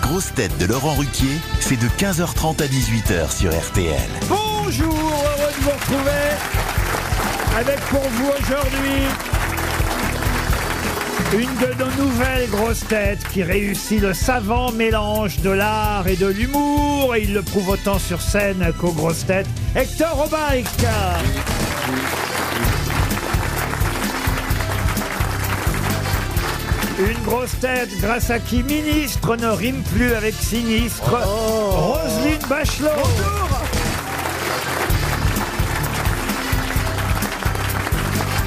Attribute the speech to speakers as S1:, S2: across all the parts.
S1: grosses têtes de Laurent Ruquier, c'est de 15h30 à 18h sur RTL.
S2: Bonjour, heureux de vous retrouver avec pour vous aujourd'hui une de nos nouvelles grosses têtes qui réussit le savant mélange de l'art et de l'humour et il le prouve autant sur scène qu'aux grosses têtes, Hector Robaik. Une grosse tête grâce à qui ministre ne rime plus avec sinistre. Roselyne Bachelot.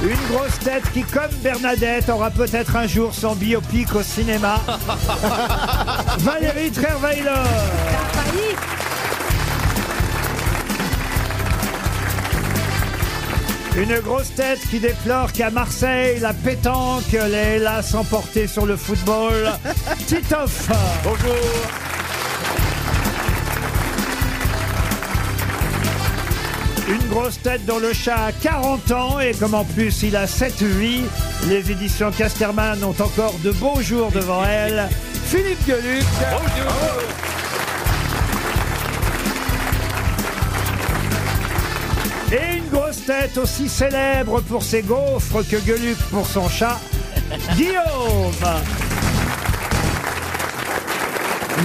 S2: Une grosse tête qui, comme Bernadette, aura peut-être un jour son biopic au cinéma. Valérie Trerweiler. Une grosse tête qui déplore qu'à Marseille, la pétanque l'ait hélas emporté sur le football. Titoff. Bonjour. Une grosse tête dont le chat a 40 ans et comme en plus il a 7 vies, les éditions Casterman ont encore de beaux jours devant elles. Philippe Gueluc. Et une grosse tête aussi célèbre pour ses gaufres que Gueluc pour son chat, Guillaume.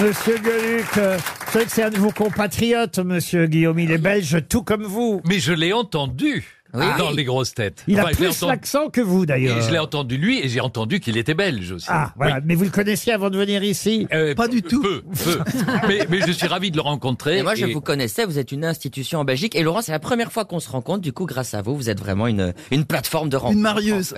S2: Monsieur Gueluc, euh, c'est vrai que c'est un de vos compatriotes, monsieur Guillaume. Il est belge tout comme vous.
S3: Mais je l'ai entendu dans les grosses têtes.
S2: Il
S3: Enfin,
S2: a
S3: je l'ai
S2: plus
S3: entendu-
S2: l'accent que vous, d'ailleurs.
S3: Et je l'ai entendu lui et j'ai entendu qu'il était belge aussi.
S2: Ah, voilà. Mais vous le connaissiez avant de venir ici
S3: pas du tout. Euh, Peu, peu. mais, mais je suis ravi de le rencontrer.
S4: Et moi, je vous connaissais, vous êtes une institution en Belgique. Et Laurent, c'est la première fois qu'on se rencontre. Du coup, grâce à vous, vous êtes vraiment une, une plateforme de rencontre. Une Marius.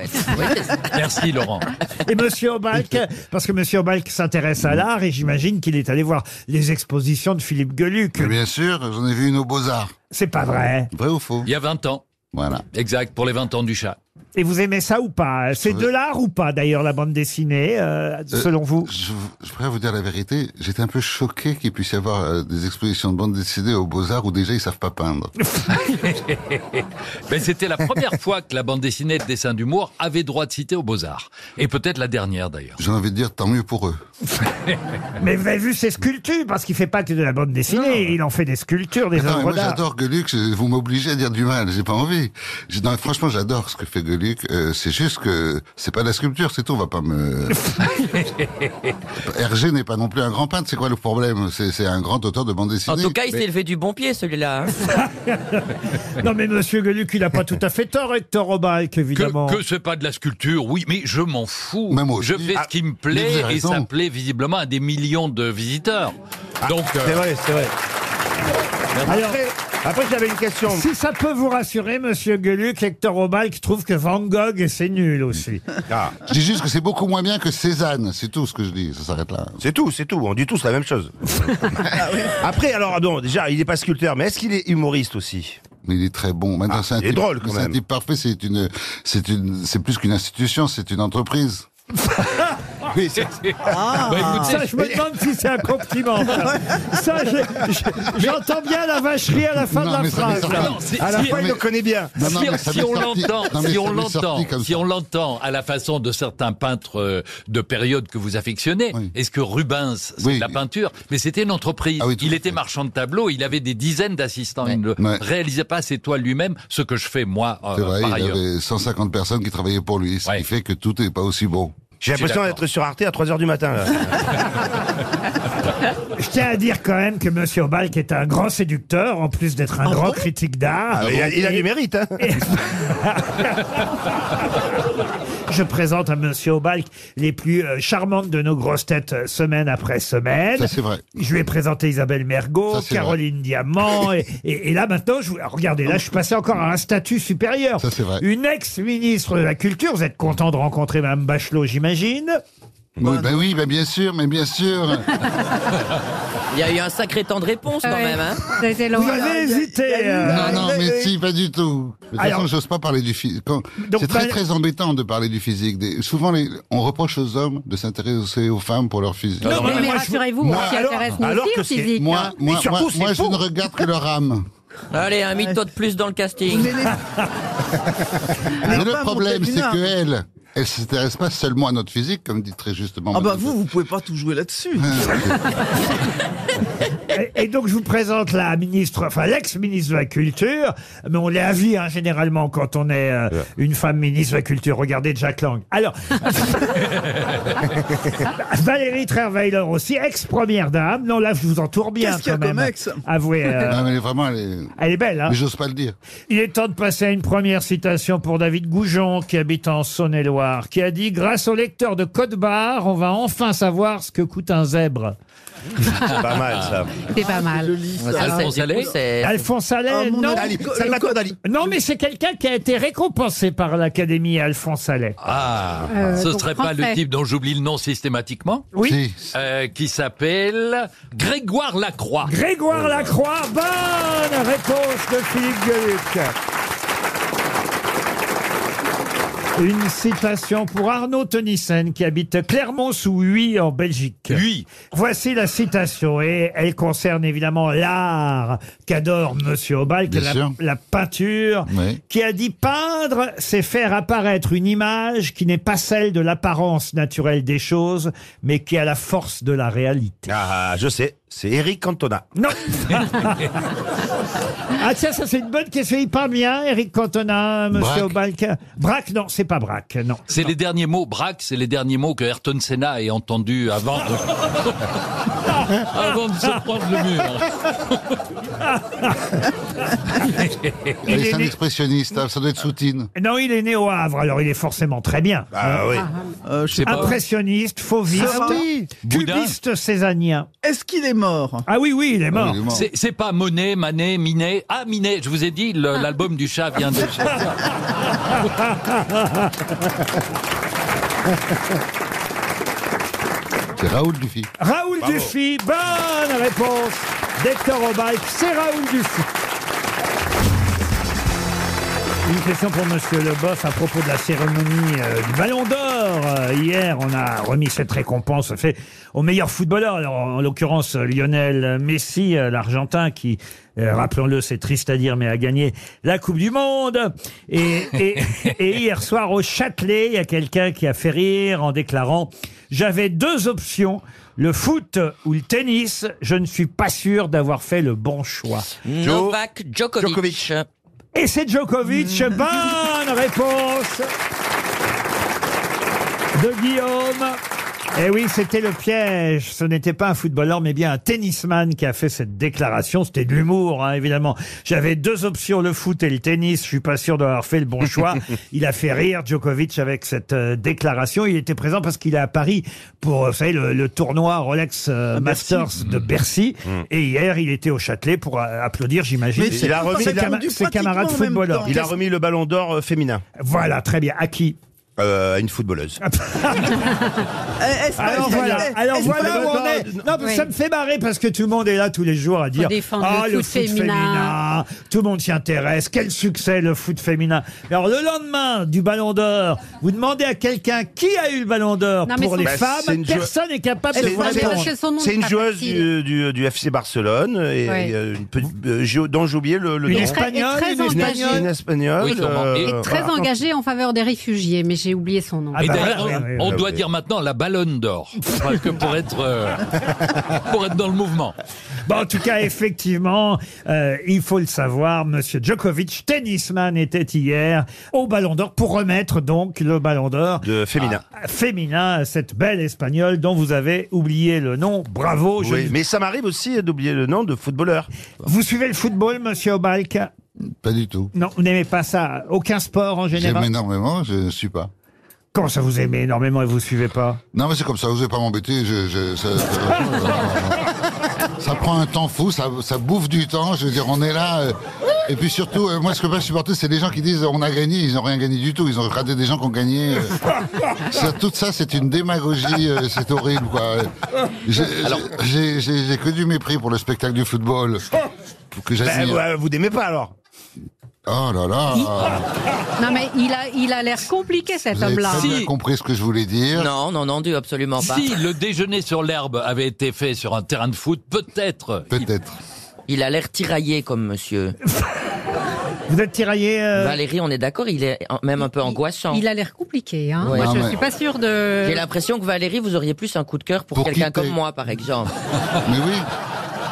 S3: Merci, Laurent.
S2: Et monsieur Obalk, parce que monsieur Obalk s'intéresse à l'art et j'imagine qu'il est allé voir les expositions de Philippe Gueluc.
S5: Mais bien sûr, j'en ai vu une aux Beaux-Arts.
S2: C'est pas vrai.
S5: Vrai ou faux
S3: Il y a 20 ans.
S5: Voilà.
S3: Exact, pour les 20 ans du chat.
S2: Et vous aimez ça ou pas C'est de l'art ou pas, d'ailleurs, la bande dessinée, euh, selon vous
S5: Je, je préfère vous dire la vérité, j'étais un peu choqué qu'il puisse y avoir euh, des expositions de bande dessinée aux Beaux-Arts où déjà ils savent pas peindre.
S3: Mais Ben, c'était la première fois que la bande dessinée de dessin d'humour avait droit de citer aux Beaux-Arts. Et peut-être la dernière d'ailleurs.
S5: J'ai envie de dire tant mieux pour eux.
S2: Mais vous avez vu ses sculptures, parce qu'il fait pas que de la bande dessinée, il en fait des sculptures, des
S5: Attends, Ah mais
S2: œuvres
S5: moi
S2: d'art.
S5: j'adore Gueluc, je- vous m'obligez à dire du mal, j'ai pas envie. J'ai- non, franchement j'adore ce que fait Gueluc, euh, c'est juste que c'est pas de la sculpture, c'est tout, on va pas me... Hergé n'est pas non plus un grand peintre, c'est quoi le problème C'est c'est un grand auteur de bande dessinée.
S4: En tout cas, il s'est levé du bon pied, celui-là. hein.
S2: Non, mais monsieur Gueluc, il a pas tout à fait tort, Hector Obalk, évidemment.
S3: Que, que c'est pas de la sculpture, oui, mais je m'en fous.
S5: Mais moi aussi.
S3: je fais
S5: Ah,
S3: ce qui me
S5: mais vous
S3: plaît
S5: avez
S3: et ça
S5: raison.
S3: plaît visiblement à des millions de visiteurs. Donc, euh,
S6: Ah, C'est vrai, c'est vrai.
S2: Alors,
S6: Après, j'avais une question.
S2: si ça peut vous rassurer, monsieur Gueluc, Hector Obalk trouve que Van Gogh, c'est nul aussi.
S5: Je dis juste que c'est beaucoup moins bien que Cézanne, c'est tout ce que je dis, ça s'arrête là.
S6: C'est tout, c'est tout. On dit tous la même chose. Après, alors, ah non, déjà, il n'est pas sculpteur, mais est-ce qu'il est humoriste aussi
S5: Mais il est très bon. Maintenant,
S6: Ah,
S5: c'est un
S6: il est
S5: type-
S6: drôle, quand
S5: c'est un
S6: même.
S5: type parfait. C'est une, c'est une, c'est plus qu'une institution, c'est une entreprise.
S6: Oui, c'est
S7: Ah.
S5: Ah.
S3: bah, écoutez,
S2: Ça, je me demande si c'est un compliment. ça. Ça, je- je- j'entends bien la vacherie à la fin de
S5: Non,
S2: la
S5: mais ça m'est
S2: phrase.
S5: sorti.
S2: là.
S3: non, si-
S6: À la
S3: si-
S6: fois, il le connaît bien.
S5: Non, non,
S3: si,
S5: mais ça
S3: si
S5: m'est
S3: on
S5: sorti.
S3: l'entend,
S5: Non, mais
S3: si
S5: ça
S3: on
S5: m'est sorti
S3: l'entend,
S5: comme
S3: si
S5: ça.
S3: on l'entend à la façon de certains peintres euh, de période que vous affectionnez,
S5: Oui.
S3: est-ce que Rubens, c'est
S5: Oui.
S3: de la peinture Mais c'était une entreprise.
S5: Ah oui, tout
S3: il
S5: à
S3: était
S5: fait.
S3: marchand de tableaux, il avait des dizaines d'assistants. Il ne
S5: Ouais.
S3: réalisait pas ses toiles lui-même, ce que je fais moi euh,
S5: C'est vrai,
S3: par
S5: il
S3: ailleurs.
S5: avait 150 personnes qui travaillaient pour lui, ce
S3: Ouais.
S5: qui fait que tout n'est pas aussi bon.
S6: J'ai l'impression
S3: d'accord.
S6: d'être sur Arte à 3h du matin. là.
S2: Je tiens à dire quand même que monsieur Obalk est un grand séducteur, en plus d'être un grand critique d'art.
S6: Ah, mais il, a, il a du mérite. Hein.
S2: Je présente à Monsieur Obalk les plus euh, charmantes de nos grosses têtes euh, semaine après semaine.
S5: Ça, c'est vrai.
S2: Je lui ai présenté Isabelle Mergot,
S5: Ça, c'est
S2: Caroline Diamant, et, et- et là maintenant, je, vous- alors, regardez, là je suis passé encore à un statut supérieur.
S5: Ça, c'est vrai.
S2: Une ex-ministre de la Culture, vous êtes content de rencontrer Mme Bachelot, j'imagine.
S5: Oui, ben oui, ben bien sûr, mais bien sûr.
S4: Il y a eu un sacré temps de réponse, quand
S7: Ouais.
S4: même. hein.
S7: Ça a été long.
S2: Vous avez hésité. euh,
S5: non, non, mais
S6: mais-
S5: si, pas du tout. De toute
S2: Alors-
S5: façon, j'ose pas parler du physique.
S2: Donc,
S5: C'est très,
S2: bah-
S5: très embêtant de parler du physique. Des- Souvent, les... on reproche aux hommes de s'intéresser aux femmes pour leur physique.
S7: Non, mais,
S2: moi, je-
S7: rassurez-vous,
S5: moi,
S7: on s'y
S6: alors-
S7: intéresse nous
S6: alors
S7: aussi
S6: que
S7: au
S6: c'est-
S7: physique.
S5: Moi,
S7: hein.
S5: moi,
S6: surtout,
S5: moi,
S6: c'est
S5: moi, je
S6: faux.
S5: ne regarde que leur âme.
S4: Allez, un mytho de plus dans le casting.
S5: Mais le problème, c'est que elle, elle s'intéresse pas seulement à notre physique, comme dit très justement.
S7: Ah bah
S5: Madame Ah,
S7: vous, vous pouvez pas tout jouer là-dessus.
S5: Hein.
S2: Et, et donc, je vous présente la ministre, enfin l'ex-ministre de la Culture, mais on l'est à vie, hein, généralement, quand on est euh, une femme ministre de la Culture. Regardez Jack Lang. Alors, Valérie Trierweiler aussi, ex-première dame. Non, là, je vous entoure bien
S7: Qu'est-ce qu'il y
S2: quand
S7: a
S2: même.
S7: comme ex
S2: Avouez, euh,
S5: Non, Ah, mais elle est vraiment, elle est-
S2: elle est belle, hein
S5: mais j'ose pas le dire.
S2: Il est temps de passer à une première citation pour David Goujon, qui habite en Saône-et-Loire, qui a dit « Grâce au lecteur de code-barre, on va enfin savoir ce que coûte un zèbre
S6: C'est pas mal, ça.
S8: C'est pas mal.
S7: Ah, Joli,
S4: Ah,
S7: ça.
S4: Ça, c'est-
S3: Alphonse
S4: du coup,
S3: Allais
S4: c'est- ».
S2: Alphonse Allais,
S7: Ah, mon
S2: non
S7: Dieu.
S6: Ali,
S7: co-
S6: Salvatore Dali.
S2: Non, mais c'est quelqu'un qui a été récompensé par l'Académie Alphonse Allais.
S3: Ah,
S8: Euh,
S3: ce
S8: donc
S3: serait pas le
S8: français.
S3: type dont j'oublie le nom systématiquement,
S2: Oui.
S5: Si.
S3: euh, qui s'appelle Grégoire Lacroix.
S5: Oh
S2: Grégoire Lacroix, bonne réponse de Philippe Gueluc. Une citation pour Arnaud Tenissen qui habite Clermont sous Huy en Belgique.
S3: Lui,
S2: Voici la citation et elle concerne évidemment l'art qu'adore Monsieur Obal, que
S5: Bien
S2: la,
S5: sûr.
S2: la peinture,
S5: Oui.
S2: qui a dit peindre, c'est faire apparaître une image qui n'est pas celle de l'apparence naturelle des choses, mais qui a la force de la réalité.
S6: Ah, je sais, c'est Eric Cantona.
S2: Non. ah tiens, ça c'est une bonne question. Il peint bien, Eric Cantona, Monsieur Obal. Braque, non, c'est pas Braque, non.
S3: c'est les derniers mots, Braque, c'est les derniers mots que Ayrton Senna ait entendus avant de... avant de se prendre le mur.
S2: Il
S5: Mais
S2: est
S5: c'est un
S2: né-
S5: expressionniste, hein, ça doit être Soutine.
S2: Non, il est né au Havre, alors il est forcément très bien.
S6: Ah oui.
S7: Euh, je sais
S3: C'est
S7: pas.
S3: pas-
S2: Impressionniste, fauviste.
S7: Ah oui.
S3: Bouddha.
S2: Cubiste césanien.
S7: Est-ce qu'il est mort
S2: Ah oui, oui, il est mort.
S5: Il est mort.
S3: C'est c'est pas Monet, Manet, Minet. Ah, Minet, je vous ai dit, le- l'album du chat vient de...
S5: C'est Raoul Dufy.
S2: Raoul Dufy, bonne réponse d'Hector Obal, c'est Raoul Dufy. Une question pour Monsieur Leboeuf à propos de la cérémonie euh, du Ballon d'Or. Euh, hier, on a remis cette récompense ça fait au meilleur footballeur, Alors, en l'occurrence euh, Lionel Messi, euh, l'Argentin, qui, euh, rappelons-le, c'est triste à dire, mais a gagné la Coupe du Monde. Et, et- et hier soir, au Châtelet, il y a quelqu'un qui a fait rire en déclarant « J'avais deux options, le foot ou le tennis. Je ne suis pas sûr d'avoir fait le bon choix. »
S4: Novak Djokovic.
S6: Djokovic.
S2: Et c'est Djokovic. Bonne réponse de Guillaume. Eh oui, c'était le piège. Ce n'était pas un footballeur, mais bien un tennisman qui a fait cette déclaration. C'était de l'humour, hein, évidemment. J'avais deux options, le foot et le tennis. Je suis pas sûr d'avoir fait le bon choix. Il a fait rire Djokovic avec cette euh, déclaration. Il était présent parce qu'il est à Paris pour, euh, vous savez, le, le tournoi Rolex euh,
S7: Bercy.
S2: Masters de Bercy. Et hier, il était au Châtelet pour euh, applaudir, j'imagine.
S7: Mais
S6: Il a remis-
S2: ses,
S6: il a
S2: cama-
S7: répondu
S2: ses camarades
S7: pratiquement en même
S2: footballeurs.
S7: temps.
S6: Il a remis le ballon d'or euh, féminin
S2: Voilà, Ah, très bien. À qui
S6: euh, à une footballeuse.
S7: Eh, est-ce que-
S2: Ah, Alors
S7: est-ce-
S2: voilà,
S7: est-ce-
S2: alors
S7: est-ce
S2: voilà
S7: que-
S2: où on est. Non, mais
S8: Oui.
S2: ça me fait marrer parce que tout le monde est là tous les jours à dire
S8: défendre
S2: Ah,
S8: le
S2: le
S8: foot
S2: foot
S8: féminin.
S2: féminin, tout le monde s'y intéresse, quel succès le foot féminin. Alors le lendemain du Ballon d'Or, vous demandez à quelqu'un qui a eu le Ballon d'or
S8: Non, mais
S2: pour
S8: son-
S2: les
S6: Bah, c'est
S2: femmes,
S6: une jou-
S2: personne n'est capable de
S8: C'est-
S2: vous
S8: non, mais
S2: répondre.
S8: c'est son nom,
S6: C'est une
S8: pas
S6: joueuse
S8: facile.
S6: du, du- du FC Barcelone et,
S8: Ouais.
S6: et, euh, une petite- euh, Gio- dont j'ai oublié le, le
S2: Une
S6: nom.
S8: Espa-
S2: espagnole,
S8: très
S2: une
S6: Une-
S8: engagée.
S2: espagnole.
S6: une espagnole. euh,
S3: Oui, sûrement. Et
S8: Très
S6: voilà.
S8: engagé en faveur des réfugiés, mais j'ai oublié son nom.
S2: Ah
S3: Et
S2: bah,
S3: d'ailleurs,
S2: ouais, ouais,
S3: on
S6: ouais,
S3: doit
S6: ouais.
S3: dire maintenant la ballonne d'or, parce que pour être euh, pour être dans le mouvement.
S2: Bon, en tout cas, effectivement, euh, il faut le savoir, Monsieur Djokovic, tennisman, était hier au Ballon d'Or pour remettre donc le Ballon d'Or
S6: De féminin.
S5: Ah.
S2: féminin, à cette belle espagnole dont vous avez oublié le nom. Bravo. je-
S6: Oui, Mais ça m'arrive aussi euh, d'oublier le nom de footballeur.
S2: Vous suivez le football, monsieur Obalk
S5: Pas du tout.
S2: Non, vous n'aimez pas ça. Aucun sport en
S5: J'aime
S2: général.
S5: énormément, je ne suis pas.
S2: Comment ça vous aimez énormément et vous suivez pas
S5: Non, mais c'est comme ça, vous n'allez pas m'embêter. Je, je- ça, ça- ça prend un temps fou, ça, ça bouffe du temps. Je veux dire, on est là. euh, et puis surtout, euh, moi, ce que je peux pas supporter, c'est les gens qui disent on a gagné, ils n'ont rien gagné du tout. Ils ont raté des gens qui ont gagné. euh. Ça, tout ça, c'est une démagogie, euh, c'est horrible, quoi. J'ai- J'ai j'ai- j'ai que du mépris pour le spectacle du football. Pour que
S6: Ben,
S5: j'admire.
S6: ouais, vous n'aimez pas alors
S5: Oh là là.
S8: Non, mais il a, il a l'air compliqué, cet
S5: Vous avez
S8: homme-là.
S5: très bien
S3: Si.
S5: compris ce que je voulais dire.
S4: Non, non, non, du absolument pas.
S3: Si le déjeuner sur l'herbe avait été fait sur un terrain de foot, peut-être.
S5: Peut-être.
S4: Il a l'air tiraillé comme monsieur.
S2: Vous êtes tiraillé euh,
S4: Valérie, on est d'accord, il est en- même un peu angoissant.
S8: Il a l'air compliqué. Hein.
S4: Ouais.
S8: Moi,
S5: Non,
S8: je
S5: mais-
S8: suis pas sûre de.
S4: J'ai l'impression que Valérie, vous auriez plus un coup de cœur pour,
S5: Pour
S4: quelqu'un
S5: quitter.
S4: comme moi, par exemple.
S5: Mais oui.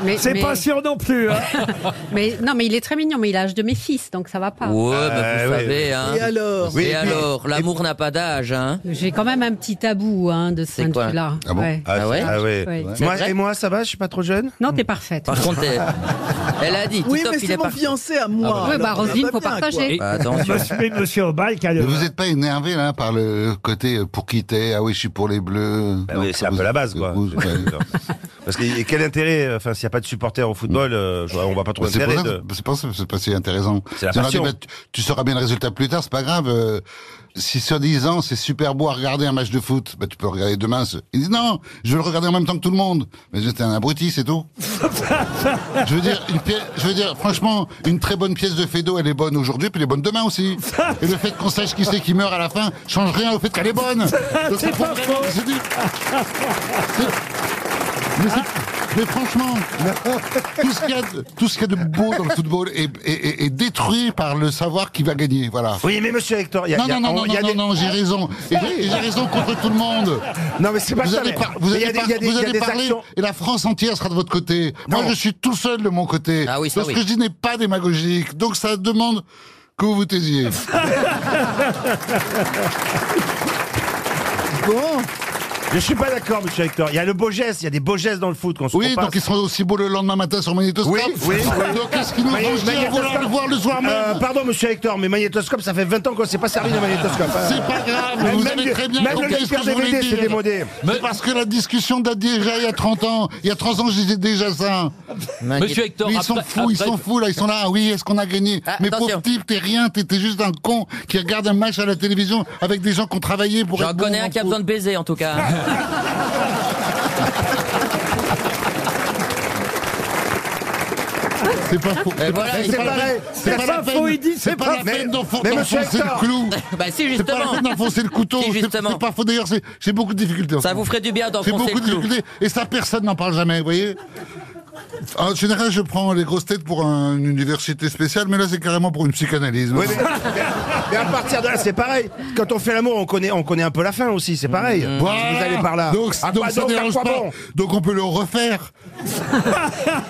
S8: Mais,
S2: C'est
S8: mais-
S2: pas sûr non plus. hein.
S8: mais- non, mais il est très mignon, mais il a l'âge de mes fils, donc ça va pas.
S4: Ouais, bah,
S6: Euh,
S4: vous
S6: ouais.
S4: savez, hein.
S7: Et alors
S6: Oui,
S4: Et
S6: mais-
S4: alors, l'amour n'a pas d'âge, hein.
S8: J'ai quand même un petit tabou hein, de ce
S4: C'est
S8: point
S4: quoi
S8: de vue-là.
S5: Ah bon
S8: Ouais.
S4: Ah ouais
S6: Ah ouais.
S8: Ouais.
S4: C'est
S6: Moi,
S4: vrai
S6: et moi, ça va Je suis pas trop jeune
S8: Non, t'es parfaite.
S4: Par contre, elle, elle a dit,
S7: Oui,
S4: Titoff,
S7: mais
S4: il est
S7: c'est mon
S4: parti.
S7: fiancé Ah, à
S5: Ah
S7: moi.
S8: Ouais, bah,
S7: alors,
S8: Roselyne,
S7: ça va
S8: faut
S7: bien,
S8: partager.
S7: quoi.
S3: Et-
S4: Bah, attention.
S2: Monsieur, monsieur Obal qui a le-
S5: Mais vous n'êtes pas énervé là par le côté euh, pour qui t'es Ah oui, je suis pour les bleus.
S4: Ben
S6: Bah
S5: Non,
S6: oui,
S5: ça
S6: c'est un
S5: vous-
S6: peu la base, quoi.
S5: vous- ouais.
S6: Parce que et quel intérêt euh, Enfin, s'il n'y a pas de supporters au football, euh, je vois- on va pas trouver
S5: Bah, C'est pour
S6: intérêt
S5: ça
S6: de...
S5: que- c'est pour ça que c'est pas si intéressant.
S6: C'est la
S5: Si on leur dit,
S6: passion.
S5: bah, tu, tu sauras bien le résultat plus tard, c'est pas grave. euh, si soi-disant c'est super beau à regarder un match de foot, bah, tu peux le regarder demain. ce- Ils disent non, je veux le regarder en même temps que tout le monde. Mais j'étais un abruti, c'est tout. je veux dire, une pièce- je veux dire, franchement, une très bonne pièce de Fedo, elle est bonne aujourd'hui, puis elle est bonne demain aussi. Et le fait qu'on sache qui c'est qui meurt à la fin change rien au fait qu'elle est bonne. Donc,
S2: C'est
S5: il faut
S2: pas
S5: vraiment
S2: faux.
S5: que c'est du- C'est- Mais, c'est- mais franchement, tout ce qu'il y a de, tout ce qu'il y a de beau dans le football est, est- est- est détruit par le savoir qui va gagner. Voilà.
S6: Oui, mais monsieur Hector, il y a...
S5: Non,
S6: il y a-
S5: non, non,
S6: on-
S5: non,
S6: il y a
S5: non,
S6: des- Ah.
S5: non, non, j'ai raison. Et j'ai- et j'ai raison contre tout le monde.
S6: Non, mais c'est pas
S5: Vous
S6: ça.
S5: allez,
S6: mais-
S5: par- vous
S6: mais il y
S5: allez,
S6: a des-
S5: par-
S6: il y a des-
S5: vous
S6: il y a
S5: allez
S6: des
S5: parler
S6: actions-
S5: et la France entière sera de votre côté. Moi,
S6: Non.
S5: je suis tout seul de mon côté.
S4: Ah oui, ça,
S5: donc, ce que
S4: oui.
S5: je dis n'est pas démagogique. Donc, ça demande que vous vous taisiez.
S7: Bon,
S6: Je suis pas d'accord, monsieur Hector. Il y a le beau geste, il y a des beaux gestes dans le foot qu'on se
S5: Oui,
S6: repasse.
S5: donc ils seront aussi beaux le lendemain matin sur Magnétoscope.
S6: Oui, oui, oui.
S5: Donc, qu'est-ce qu'ils nous
S6: Mais-
S5: vont
S6: mais il y
S5: dire
S6: a
S5: vouloir
S6: pas-
S5: le voir le soir même
S6: Euh, pardon, monsieur Hector, mais magnétoscope, ça fait 20 ans qu'on s'est pas servi de magnétoscope. hein.
S5: C'est pas grave,
S6: Même-
S5: vous
S6: même
S5: savez
S6: le-
S5: très bien
S6: même
S5: compris
S6: le
S5: ce que
S6: lecteur
S5: je voulais
S6: DVD, c'est
S5: dire.
S6: démodé.
S5: C'est parce que la discussion date déjà il y a 30 ans. Il y a 30 ans, je disais déjà ça.
S3: Monsieur Hector,
S5: Mais ils sont
S3: après-
S5: fous, ils
S3: après-
S5: sont fous, là. Ils sont là, ah oui, est-ce qu'on a gagné
S4: Ah,
S5: Mais
S4: attention.
S5: pauvre type, t'es rien, t'es t'es juste un con qui regarde un match à la télévision avec des gens qui ont travaillé pour
S4: J'en
S5: être bons
S4: connais
S5: en
S4: un qui a
S5: foot.
S4: besoin de baiser, en tout cas.
S5: C'est pas faux.
S4: Et voilà,
S6: c'est
S5: pas la
S6: pareil.
S5: peine- Eh, C'est pas la
S2: ça, faut,
S5: peine.
S2: il dit,
S5: C'est
S2: c'est
S5: pas
S2: pas-
S5: la
S6: mais-
S5: peine d'enfon-
S6: mais monsieur
S5: d'enfoncer
S6: Hector.
S5: le clou.
S4: bah si,
S5: C'est pas la
S4: justement.
S5: peine d'enfoncer le couteau.
S4: Si,
S5: C'est-
S4: justement.
S5: C'est pas faux. D'ailleurs, c'est- j'ai beaucoup de difficultés. en
S4: Ça
S5: ce
S4: vous ferait du bien
S5: J'ai
S4: d'enfoncer
S5: beaucoup
S4: le
S5: de
S4: clou.
S5: difficultés. Et ça, personne n'en parle jamais, vous voyez En général, je prends les grosses têtes pour un- une université spéciale, mais là, c'est carrément pour une psychanalyse.
S6: Oui, mais, mais- mais à partir de là, c'est pareil. Quand on fait l'amour, on connaît, on connaît un peu la fin aussi, c'est pareil.
S5: Voilà.
S6: Vous allez par là.
S5: Donc,
S6: À
S5: donc
S6: quoi-
S5: ça
S6: donc, à
S5: dérange
S6: quoi
S5: pas.
S6: bon
S5: Donc on peut le refaire.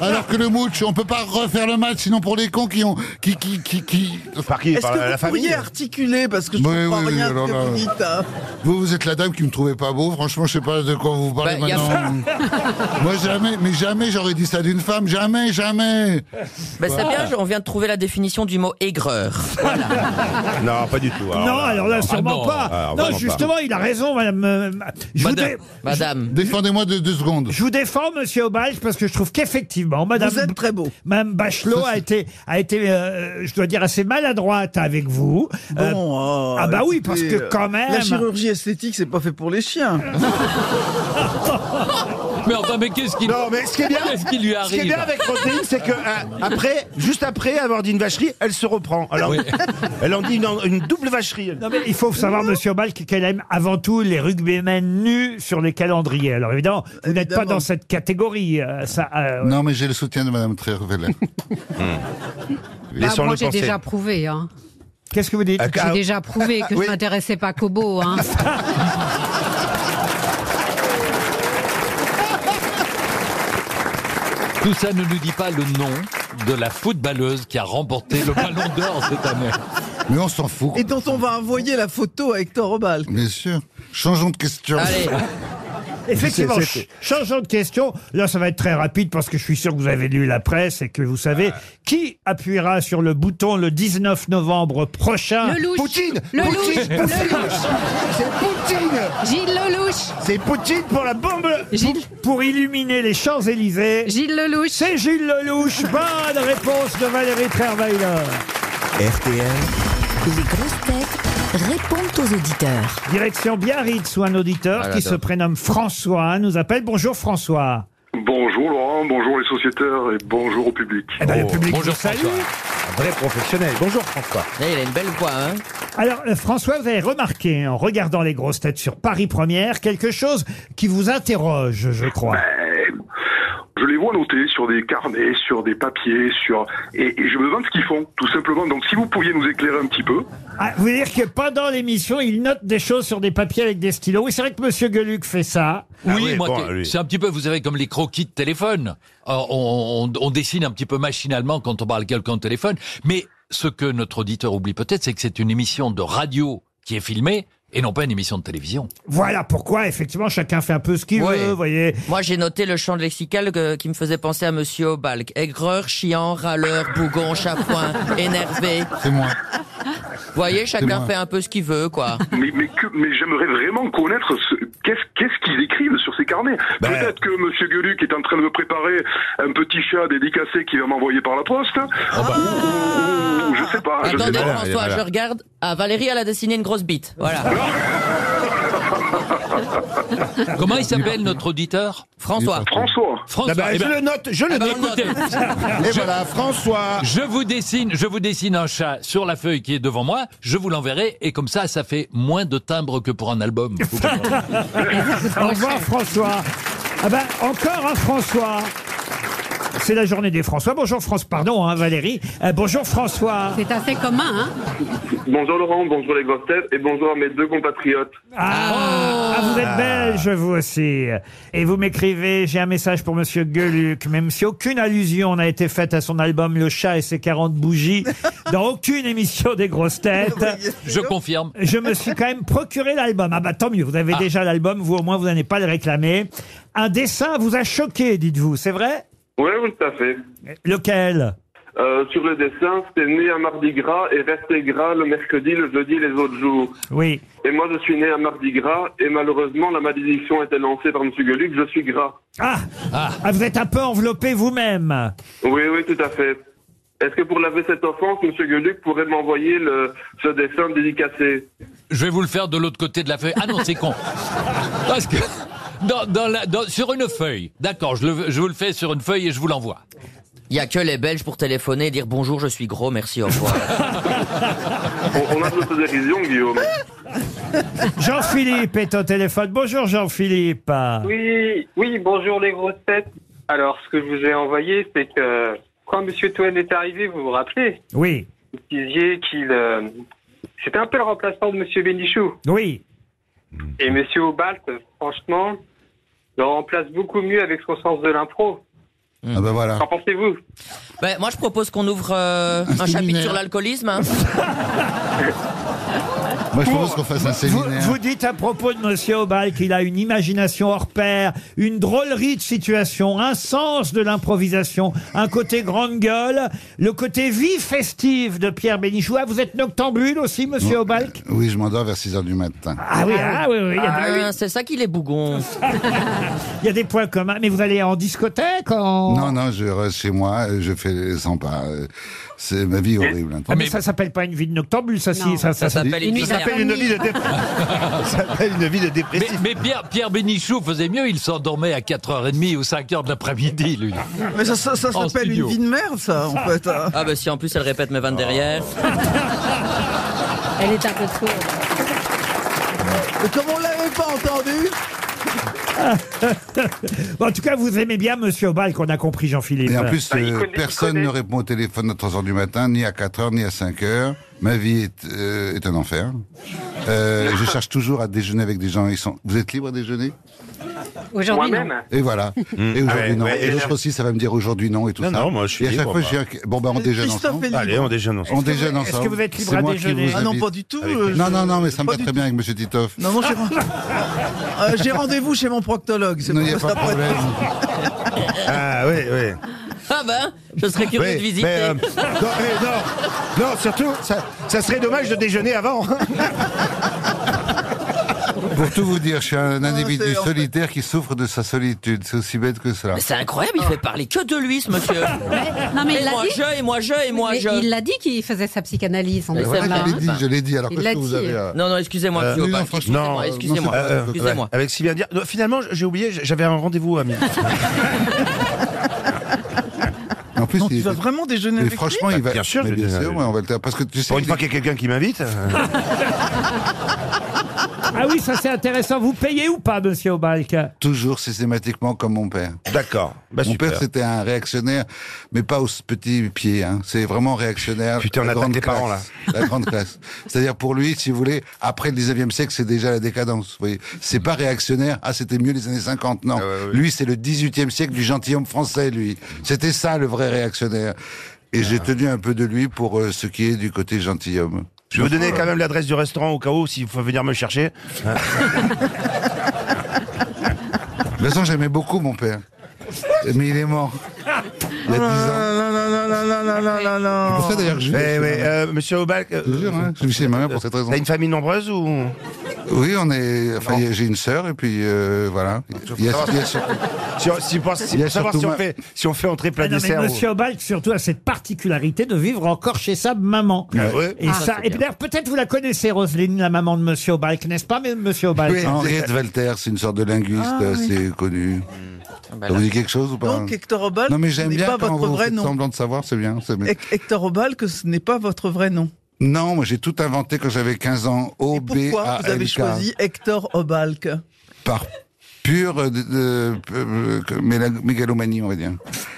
S5: Alors que le match, on peut pas refaire le match, sinon pour les cons qui ont. qui. qui. qui. qui-
S6: Par qui
S7: est-ce
S6: Par
S7: que
S6: la,
S7: vous
S6: la famille
S7: pourriez articuler Eh, Parce que je ne
S5: bah. Oui,
S7: comprends
S5: oui, oui,
S7: rien de
S5: alors
S7: ce que
S5: là-
S7: vous dites. hein.
S5: Vous, vous êtes la dame qui me trouvait pas beau. Franchement, je sais pas de quoi vous parlez
S4: Bah, y a-
S5: maintenant. Moi, jamais, mais jamais j'aurais dit ça d'une femme. Jamais, jamais.
S4: Bah, c'est bien, je- on vient de trouver la définition du mot aigreur.
S6: Non, pas du tout. hein.
S2: Non, alors là,
S3: Ah
S2: sûrement
S3: non.
S2: pas.
S6: Alors,
S2: non,
S6: vraiment
S2: justement, il a raison, madame. euh, Je vous,
S3: Madame.
S2: dé-
S4: Madame.
S5: Défendez-moi de deux secondes.
S2: je vous défends, monsieur Obal, parce que je trouve qu'effectivement, madame.
S7: Vous êtes très beau.
S2: Madame Bachelot a été, a été euh, je dois dire, assez maladroite avec vous. Euh,
S7: Bon, oh,
S2: ah bah oui,
S7: écoutez,
S2: parce que
S7: euh,
S2: quand même.
S7: La chirurgie esthétique, c'est pas fait pour les chiens.
S3: Mais enfin, mais qu'est-ce qu'il
S6: Non, mais ce qui est bien,
S3: Qu'est-ce qui lui
S6: ce qui est
S3: arrive
S6: bien avec Roselyne, c'est que euh, après, juste après avoir dit une vacherie, elle se reprend. Alors, elle en dit une, une double vacherie. elle.
S2: Non, mais il faut savoir, monsieur Obal, qu'elle aime avant tout les rugbymen nus sur les calendriers. Alors évidemment, vous n'êtes pas
S7: Évidemment.
S2: dans cette catégorie. euh, ça, euh,
S5: Ah Non, mais j'ai le soutien de Madame Trierweiler. Hmm.
S8: Ah,
S6: Laissons-le
S8: moi, j'ai
S6: penser.
S8: déjà prouvé. Hein.
S2: Qu'est-ce que vous dites
S6: Euh,
S8: J'ai
S6: Ah,
S8: déjà prouvé que
S6: oui.
S8: je m'intéressais pas qu'aux beaux. Hein.
S3: Tout ça ne nous dit pas le nom de la footballeuse qui a remporté le Ballon d'Or cette année.
S5: Mais on s'en fout.
S7: Et dont on va envoyer la photo à Hector Obal.
S5: Bien sûr. Changeons de question.
S4: Allez,
S2: Effectivement,
S6: C'est-
S2: ch-
S6: c'est-
S2: changeons de question. Là, ça va être très rapide parce que je suis sûr que vous avez lu la presse et que vous savez
S6: Ah.
S2: qui appuiera sur le bouton le 19 novembre prochain.
S8: Le louche.
S6: Poutine
S8: Le
S6: Poutine
S8: louche. Le louche.
S6: C'est Poutine
S8: Gilles Lelouch.
S6: C'est Poutine pour la bombe
S8: Gilles,
S2: Pour illuminer les Champs-Élysées,
S8: Gilles Lelouch.
S2: c'est Gilles Lelouch. Bonne réponse de Valérie Trierweiler.
S9: RTL,
S10: Les grosses têtes répondent aux auditeurs.
S2: Direction Biarritz où un auditeur
S4: Ah,
S2: qui
S4: j'adore.
S2: se prénomme François nous appelle. Bonjour François.
S11: Bonjour Laurent, bonjour les sociétaires et bonjour au public.
S2: Eh ben, le public
S3: bonjour,
S2: vous salue.
S3: François.
S6: Un vrai professionnel. Bonjour François.
S4: Eh, il a une belle voix, hein.
S2: Alors euh, François, vous avez remarqué en regardant les grosses têtes sur Paris Première quelque chose qui vous interroge, je crois.
S11: Euh, Je les vois gros notés sur des carnets, sur des papiers, sur et, et je me demande ce qu'ils font, tout simplement. Donc si vous pouviez nous éclairer un petit peu.
S2: Ah, vous voulez dire que pendant l'émission, il note des choses sur des papiers avec des stylos. Oui, c'est vrai que Monsieur Gueluc fait ça.
S3: Ah Oui, euh, moi, que- c'est un petit peu, vous savez, comme les croquis de téléphone. Euh, on, on- on dessine un petit peu machinalement quand on parle à quelqu'un au téléphone. Mais ce que notre auditeur oublie peut-être, c'est que c'est une émission de radio qui est filmée et non pas une émission de télévision.
S2: Voilà pourquoi, effectivement, chacun fait un peu ce qu'il
S4: Ouais.
S2: veut, vous voyez.
S4: Moi, j'ai noté le champ lexical que- qui me faisait penser à Monsieur Obalk. Aigreur, chiant, râleur, bougon, chapouin, énervé.
S5: C'est moi.
S4: Vous voyez, chacun
S5: moi.
S4: fait un peu ce qu'il veut, quoi.
S11: Mais, mais, que- mais j'aimerais vraiment connaître ce, qu'est-ce, qu'est-ce qu'ils écrivent sur ces carnets.
S6: Ben-
S11: Peut-être que Monsieur Gueluc est en train de me préparer un petit chat dédicacé qui va m'envoyer par la poste. Ou- ou- ou- je sais pas. je sais
S4: Attendez,
S11: pas.
S6: pas.
S4: François,
S6: Voilà.
S4: je regarde. Ah, Valérie, elle a dessiné une grosse bite. Voilà.
S3: Comment il s'appelle notre auditeur
S4: François.
S11: François.
S3: François.
S6: Ah bah,
S3: Eh
S6: je
S3: ben,
S6: le note, je le
S4: Ah bah,
S6: note.
S4: on note.
S6: Et voilà, François.
S3: Je vous dessine, je vous dessine un chat sur la feuille qui est devant moi. Je vous l'enverrai et comme ça, ça fait moins de timbres que pour un album. Vous comprenez
S2: Au revoir, François. Ah ben, encore un François. C'est la journée des François. Bonjour, France, pardon, hein, Valérie. Euh, bonjour, François.
S8: C'est assez commun, hein
S11: Bonjour Laurent, bonjour les grosses têtes et bonjour à mes deux compatriotes.
S2: Ah, ah, vous êtes belge, vous aussi. Et vous m'écrivez, j'ai un message pour Monsieur Gueluc, même si aucune allusion n'a été faite à son album Le chat et ses 40 bougies dans aucune émission des grosses têtes.
S3: Je confirme.
S2: Je me suis quand même procuré l'album. Ah bah tant mieux, vous avez déjà l'album, vous au moins vous n'allez pas le réclamer. Un dessin vous a choqué, dites-vous, c'est vrai
S11: Oui, oui, tout à fait.
S2: Lequel
S11: Euh, sur le dessin, c'était né à Mardi Gras et resté gras le mercredi, le jeudi et les autres jours.
S2: Oui.
S11: Et moi, je suis né à Mardi Gras et malheureusement, la malédiction était lancée par M. Gueluc, je suis gras.
S2: Ah, Ah, vous êtes un peu enveloppé vous-même.
S11: Oui, oui, tout à fait. Est-ce que pour laver cette offense, M. Gueluc pourrait m'envoyer le, ce dessin dédicacé
S3: Je vais vous le faire de l'autre côté de la feuille. Ah non, c'est con. Parce que dans, dans la- dans- sur une feuille, d'accord, je, le- je vous le fais sur une feuille et je vous l'envoie.
S4: Il y a que les Belges pour téléphoner et dire bonjour, je suis gros, merci, au revoir.
S11: on, on a de l'autodérision, Guillaume.
S2: Jean-Philippe est au téléphone. Bonjour Jean-Philippe.
S9: Oui, oui, bonjour les grosses têtes. Alors, ce que je vous ai envoyé, c'est que quand Monsieur Toen est arrivé, vous vous rappelez,
S2: Oui,
S9: vous disiez qu'il... euh, c'était un peu le remplacement de Monsieur Bénichou.
S2: oui.
S9: Et Monsieur Obalt, euh, franchement, le remplace beaucoup mieux avec son sens de l'impro.
S5: Ah bah voilà.
S9: Qu'en pensez-vous
S4: Ben, moi, je propose qu'on ouvre euh, un chapitre
S5: séminaire.
S4: sur l'alcoolisme. hein.
S5: Moi, je pense qu'on fasse un
S2: Vous,
S5: séminaire.
S2: vous dites à propos de Monsieur Obal qu'il a une imagination hors pair, une drôlerie de situation, un sens de l'improvisation, un côté grande gueule, le côté vif festif de Pierre Bénichoua. Vous êtes noctambule aussi, Monsieur Obalk
S5: Oui, je m'endors vers 6 heures du matin.
S2: Ah oui, ah oui, oui, il y a-
S4: Ah, c'est ça qu'il est bougon.
S2: il y, a des points communs. Mais vous allez en discothèque en...
S5: Non, non, je reste chez moi, euh, je fais les 100 pas. euh, C'est ma vie horrible. hein.
S2: Ah, mais,
S3: Mais-
S2: ça s'appelle pas une vie de noctambule, ça, si,
S8: Non.
S2: ça,
S4: Ça
S2: ça-
S4: s'appelle une
S8: Une
S6: Ça
S8: misère.
S6: s'appelle une vie de dé- Ça s'appelle une vie de
S3: Mais,
S6: dépressif.
S3: mais Pierre, Pierre Bénichou faisait mieux, il s'endormait à 4h30 ou 5h de l'après-midi, lui.
S7: Mais ça, ça, ça
S3: En
S7: s'appelle une
S3: studio.
S7: vie de merde, ça, en fait. hein.
S4: Ah, ben si, en plus, elle répète mes vannes derrière.
S6: Oh.
S8: Elle est un peu sourde.
S7: Et comme on l'avait pas entendu,
S2: Bon, en tout cas, vous aimez bien Monsieur Obal, qu'on a compris, Jean-Philippe.
S5: Et en plus,
S9: Bah, il
S5: euh,
S9: connaît- il
S5: personne
S9: connaît.
S5: ne répond au téléphone à 3 heures du matin, ni à 4 heures, ni à 5 heures. Ma vie est, euh, est un enfer. Euh, je cherche toujours à déjeuner avec des gens. Ils sont... Vous êtes libre à déjeuner
S8: Aujourd'hui, non.
S9: Moi-même
S5: Et voilà. Et
S6: Ah ouais,
S5: aujourd'hui, non.
S6: ouais,
S5: et
S6: et
S5: l'autre aussi, ça va me dire aujourd'hui, non, et tout
S6: Non,
S5: ça.
S6: non, moi, je suis
S5: Et à chaque
S6: libre,
S5: fois,
S6: moi.
S5: je dis, ok, bon, ben, on déjeune
S7: Christophe
S5: ensemble.
S7: est libre.
S6: Allez, on déjeune ensemble.
S5: On déjeune
S2: est-ce
S5: ensemble.
S2: que vous êtes libre
S5: C'est
S2: à
S5: moi qui
S2: déjeuner
S5: vous
S7: Ah non,
S5: invite.
S7: pas du tout.
S6: Avec-
S7: euh,
S5: Non,
S7: je-
S5: non, non, mais ça me
S7: pas
S5: va
S7: du
S5: très bien avec Monsieur Titoff.
S7: Non, non, j'ai Euh, j'ai rendez-vous chez mon proctologue. c'est
S5: Non, il
S7: pour
S5: n'y
S7: ça.
S5: a pas de problème.
S6: Ah oui, oui.
S4: Ah ben, je serais curieux
S6: Oui,
S4: de visiter.
S6: mais, euh, non, mais non, non, surtout, ça, ça serait dommage de déjeuner avant. hein.
S5: Pour tout vous dire, je suis un individu
S7: Ah, c'est- en fait-
S5: solitaire qui souffre de sa solitude. C'est aussi bête que cela.
S4: Mais c'est incroyable, il fait parler que de lui, ce monsieur.
S8: Non, mais
S4: et
S8: il l'a
S4: moi
S8: dit.
S4: je, et moi je, et moi
S8: Mais
S4: je.
S8: Il l'a dit qu'il faisait sa psychanalyse. On
S4: Mais
S8: est
S4: voilà,
S8: là,
S5: Je l'ai
S8: hein.
S5: dit, je l'ai dit. Alors
S8: Il
S5: qu'est-ce
S8: l'a
S5: que vous
S8: dit.
S5: avez à-
S4: Non, non, excusez-moi,
S6: Euh,
S4: monsieur
S5: non,
S4: Obal,
S5: franchement,
S6: non,
S4: Excusez-moi, excusez-moi.
S5: non, c'est pas-
S4: excusez-moi.
S6: euh, Avec si bien dire. Non, Finalement, j'ai oublié, j'avais un rendez-vous à midi.
S5: En plus,
S7: Non,
S5: il
S7: tu vas
S5: était-
S7: vraiment déjeuner
S5: Mais
S7: avec lui
S5: franchement, il va.
S6: Bah, bien sûr,
S5: mais
S6: je
S5: bien
S6: vais
S5: sûr,
S6: déjeuner.
S5: ouais, on va le faire. Parce que tu sais.
S6: Pour une
S5: que
S6: fois
S5: les-
S6: qu'il y a quelqu'un qui m'invite. euh,
S2: Ah oui, ça c'est intéressant. Vous payez ou pas, monsieur Obalk
S5: Toujours systématiquement comme mon père.
S6: D'accord. Bah,
S5: mon
S6: super.
S5: père, c'était un réactionnaire, mais pas au petit pied. Hein. C'est vraiment réactionnaire.
S6: Putain, on
S5: La
S6: attaque
S5: grande
S6: tes parents,
S5: classe. La grande classe. C'est-à-dire, pour lui, si vous voulez, après le 19e siècle, c'est déjà la décadence. Vous voyez. C'est pas réactionnaire. Ah, c'était mieux les années 50.
S6: Ah
S5: Non. Lui, c'est le 18e siècle du gentilhomme français, lui. C'était ça, le vrai réactionnaire. Et
S6: Ah.
S5: j'ai tenu un peu de lui pour euh, ce qui est du côté gentilhomme.
S6: Je vais vous donner quand même l'adresse du restaurant au cas où s'il faut venir me chercher.
S5: De toute façon, j'aimais beaucoup mon père. Mais il est mort. Il y a 10 ans.
S7: Non, non, non, non, non, non, non, non, non.
S5: C'est pour ça d'ailleurs que je
S6: Eh
S5: vais
S6: ouais,
S5: chez ma mère.
S6: euh, monsieur Aubac, euh,
S5: Je te jure, hein, je vais chez ma mère pour cette raison.
S6: t'as une famille nombreuse ou
S5: Oui, on est. Enfin,
S6: Non.
S5: il y a- j'ai une sœur et puis euh, voilà. Il y a, il y a surtout-
S6: si, on- si, on pense- si-
S5: Il y a
S6: pour savoir
S5: surtout
S6: si on
S5: ma-
S6: fait si on fait entrée plat
S2: Ah non, mais
S6: dessert. ou-
S2: Monsieur Obalk, surtout, a cette particularité de vivre encore chez sa maman.
S6: Ah ouais
S2: Et
S4: Ah,
S2: ça,
S4: c'est
S2: et
S4: bien.
S2: d'ailleurs, peut-être vous la connaissez, Roselyne, la maman de Monsieur Obalk, n'est-ce pas, mais Monsieur Obalk
S6: Oui.
S5: Henriette Walter, c'est une sorte de linguiste
S7: Ah,
S5: assez
S6: Hmm.
S5: connue. Ça vous dit quelque chose ou pas
S7: Donc Hector Obal,
S5: Non, mais
S7: ce
S5: j'aime
S7: n'est
S5: bien
S7: pas
S5: quand
S7: votre
S5: vous
S7: vrai
S5: faites
S7: nom.
S5: semblant de savoir, c'est bien. c'est bien.
S7: Hec- Hector Obal, que ce n'est pas votre vrai nom.
S5: Non, moi j'ai tout inventé quand j'avais 15 ans. O
S7: Et
S5: B
S7: pourquoi
S5: A
S7: vous avez
S5: L K.
S7: choisi Hector Obalk
S5: Par pure euh, de- de- euh, que- méla- mégalomanie, on va dire.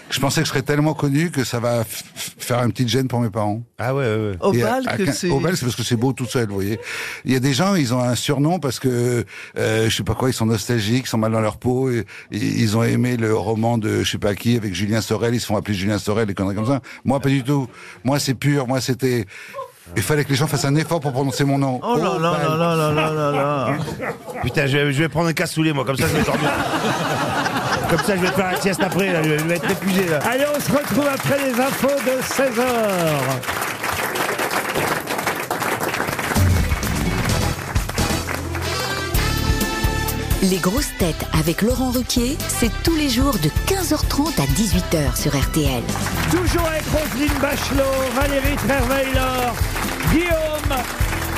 S5: Je pensais que je serais tellement connu que ça va f- f- faire une petite gêne pour mes parents.
S6: Ah ouais, ouais, ouais.
S5: Et à- à
S7: Obalk,
S5: quin-
S7: c'est...
S5: Obal, c'est parce que c'est beau tout seul, vous voyez. Il y a des gens, ils ont un surnom parce que, euh, je sais pas quoi, ils sont nostalgiques, ils sont mal dans leur peau, et- et ils ont aimé le roman de je sais pas qui avec Julien Sorel, ils se font appeler Julien Sorel et conneries comme ça. Moi, pas du tout. Moi, c'est pur. Moi, c'était. Il fallait que les gens fassent un effort pour prononcer mon nom.
S7: Oh là là
S5: Obal.
S7: là là là là là
S6: Putain, je vais, je vais prendre un cassoulet moi, comme ça je vais dormir. comme ça je vais faire la sieste après, là, je vais- je vais être épuisé là.
S7: Ah,
S2: Allez, on se retrouve après les infos de 16h.
S10: Les grosses têtes avec Laurent Ruquier, c'est tous les jours de 15h30 à 18h sur RTL.
S2: Toujours avec Roselyne Bachelot, Valérie Trerveiller, Guillaume,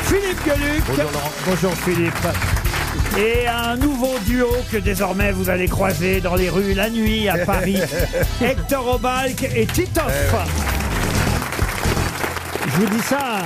S2: Philippe Gueluc. Bonjour Philippe. Et un nouveau duo que désormais vous allez croiser dans les rues la nuit à Paris. Hector Obalk et Titoff. Je vous dis ça.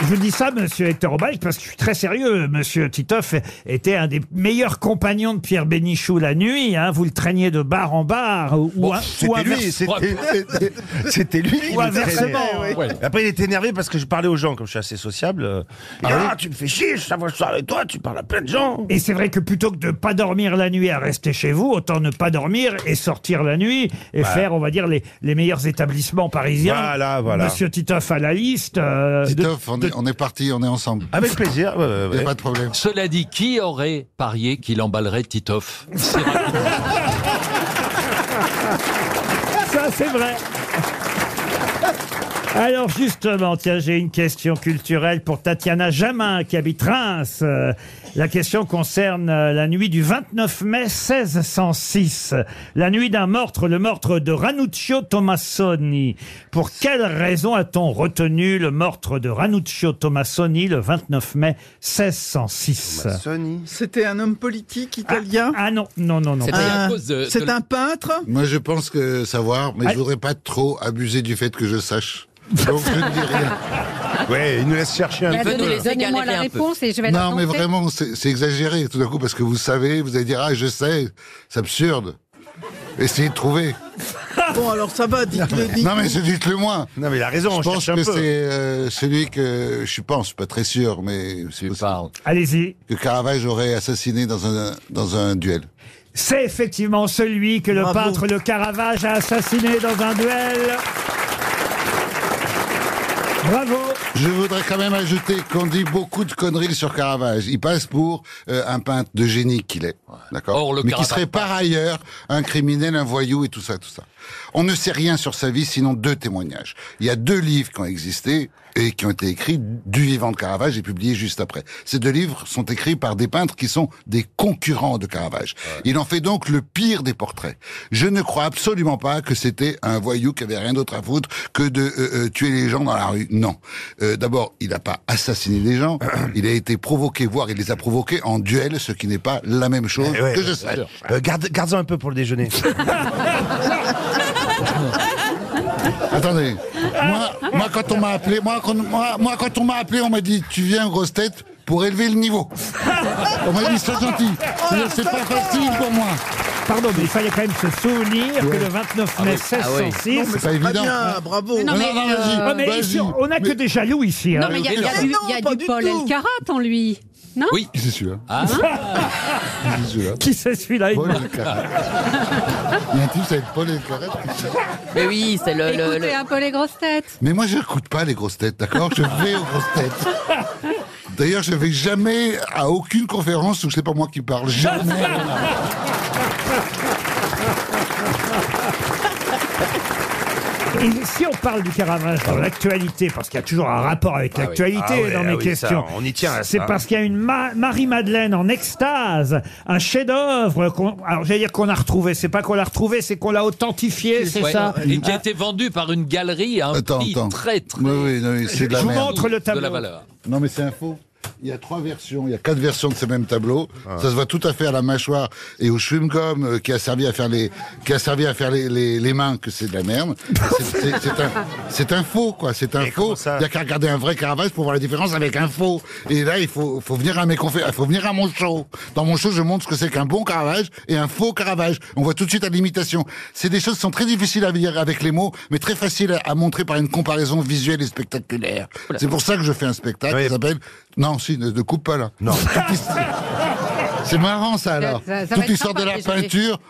S2: Je vous dis ça, monsieur Hector Obalk, parce que je suis très sérieux. Monsieur Titoff était un des meilleurs compagnons de Pierre Bénichou la nuit. hein. Vous le traîniez de bar en bar. Ou, ou un- ou
S6: Oh, C'était lui,
S2: inverse-
S6: c'était- c'était- c'était lui. qui
S2: Ou
S6: nous
S2: inversement,
S6: traînait. Eh
S3: ouais.
S6: Après, il était énervé parce que je parlais aux gens, comme je suis assez sociable. euh, Ah, tu me fais chier, je savais ça avec toi, tu parles à plein de gens.
S2: Et c'est vrai que plutôt que de pas dormir la nuit à rester chez vous, autant ne pas dormir et sortir la nuit et faire, on va dire, les, les meilleurs établissements parisiens.
S6: Voilà, voilà.
S2: Monsieur Titoff à la liste. euh, de-
S5: Titoff, on, est, on est parti, on est ensemble.
S6: Avec plaisir. ouais, ouais,
S5: Il n'y
S6: ouais.
S5: a pas de problème.
S3: Cela dit, qui aurait parié qu'il emballerait Titoff
S2: Ça, c'est vrai. Alors justement, tiens, j'ai une question culturelle pour Tatiana Jamin qui habite Reims. Euh, la question concerne euh, la nuit du 29 mai 1606, la nuit d'un meurtre, le meurtre de Ranuccio Tommassoni. Pour quelle raison a-t-on retenu le meurtre de Ranuccio Tommassoni le 29 mai 1606
S3: Ah.
S6: Sony.
S7: C'était un homme politique italien
S2: Ah non, non, non, non.
S3: C'est
S7: Un-
S3: à cause de- de
S7: C'est
S3: la-
S7: un peintre
S5: Moi, je pense que savoir, mais
S2: Allez.
S5: je voudrais pas trop abuser du fait que je sache. Donc, je ne dis rien.
S6: Ouais, il nous laisse chercher un
S8: Là,
S6: peu.
S3: nous
S8: donnez-
S3: laisser
S8: Donnez-moi
S3: galérer
S8: la
S3: Bah, un peu.
S8: réponse et je vais la
S5: Non, mais
S8: tenter.
S5: vraiment, c'est c'est exagéré tout d'un coup parce que vous savez, vous allez dire ah je sais, c'est absurde. Essayez de trouver.
S7: Bon alors ça va, dites-le, dites
S5: Non mais c'est- dites-le moi.
S6: Non, mais il a raison, on
S5: Je pense
S6: cherche un
S5: que
S6: peu.
S5: c'est euh, celui que je pense, je suis pas très sûr, mais c'est
S3: Tu
S5: possible,
S3: parles.
S2: Allez-y.
S5: que Caravage aurait assassiné dans un dans un duel.
S2: C'est effectivement celui que le
S7: Bravo.
S2: peintre de Caravage a assassiné dans un duel. Bravo.
S5: Je voudrais quand même ajouter qu'on dit beaucoup de conneries sur Caravage. Il passe pour euh, un peintre de génie qu'il est, d'accord
S3: Or, le
S5: Mais qui
S3: Caravage-
S5: serait par ailleurs un criminel, un voyou et tout ça, tout ça. On ne sait rien sur sa vie sinon deux témoignages. Il y a deux livres qui ont existé et qui ont été écrits du vivant de Caravage et publiés juste après. Ces deux livres sont écrits par des peintres qui sont des concurrents de Caravage. Il en fait donc le pire des portraits. Je ne crois absolument pas que c'était un voyou qui avait rien d'autre à foutre que de euh, euh, tuer les gens dans la rue. Non. Euh, D'abord, il n'a pas assassiné les gens. il a été provoqué, voire il les a provoqués en duel, ce qui n'est pas la même chose
S6: Eh ouais,
S5: que je
S6: bien
S5: sais.
S6: sûr. Euh, garde, garde-en un peu pour le déjeuner.
S5: Attendez. Moi, moi, quand on m'a appelé, moi, quand, moi, moi, quand on m'a appelé, on m'a dit, tu viens, grosse tête. pour élever le niveau. On m'a dit, c'est gentil. Mais c'est pas facile pour moi.
S2: Pardon, mais il fallait quand même se souvenir que le 29 mai 1606.
S7: Non, mais c'est pas bien, bravo.
S2: Non, mais,
S7: euh,
S2: Oh, mais
S7: vas-y.
S2: ici, on n'a que des jaloux ici.
S8: Non,
S2: hein.
S8: mais il y a, il y a du, il y a du Paul Hein Elkarat en lui. Non
S3: Oui,
S5: c'est celui-là.
S3: Ah.
S5: C'est celui-là.
S2: Qui c'est celui-là
S5: Paul Elkarat. Il y a un type, ça va être Paul Elkarat.
S4: Mais oui, c'est le. le-
S8: Écoutez
S4: le-
S8: un peu les grosses têtes.
S5: Mais moi, je n'écoute pas les grosses têtes, d'accord Je vais aux grosses têtes. D'ailleurs, je vais jamais à aucune conférence où c'est pas moi qui parle. Jamais.
S2: Et si on parle du Caravage dans l'actualité, parce qu'il y a toujours un rapport avec
S6: Ah oui.
S2: l'actualité
S6: Ah ouais,
S2: dans
S6: ah
S2: mes
S6: oui,
S2: questions,
S6: ça, on y tient à
S2: c'est
S6: ça.
S2: parce qu'il y a une Ma- Marie-Madeleine en extase, un chef-d'œuvre. qu'on- Alors j'allais dire qu'on a retrouvé, c'est pas qu'on l'a retrouvé, c'est qu'on l'a authentifié, c'est
S3: Ouais.
S2: ça
S3: Et qui a été vendu par une galerie à un
S5: Attends,
S3: prix
S5: attends.
S3: très très.
S5: Oui, oui, non, oui, c'est de la
S2: Je vous
S5: merde.
S2: montre le tableau.
S3: De la valeur.
S5: Non, mais c'est un faux. Il y a trois versions, il y a quatre versions de ce même tableau. Ça se voit tout à fait à la mâchoire et au chewing-gum euh, qui a servi à faire les, qui a servi à faire les, les, les mains que c'est de la merde. C'est- C'est c'est un, c'est un faux, quoi. C'est un faux. Il y a qu'à regarder un vrai Caravage pour voir la différence avec un faux. Et là, il faut, faut venir à mes confé- il faut venir à mon show. Dans mon show, je montre ce que c'est qu'un bon Caravage et un faux Caravage. On voit tout de suite la limitation. C'est des choses qui sont très difficiles à dire avec les mots, mais très faciles à- à montrer par une comparaison visuelle et spectaculaire. C'est pour ça que je fais un spectacle qui s'appelle. Non, si, ne, ne coupe pas là. Non. C'est marrant ça alors.
S8: Ça- ça va
S5: Toute
S8: être
S5: l'histoire de
S8: sympa,
S5: la
S8: désolé.
S5: peinture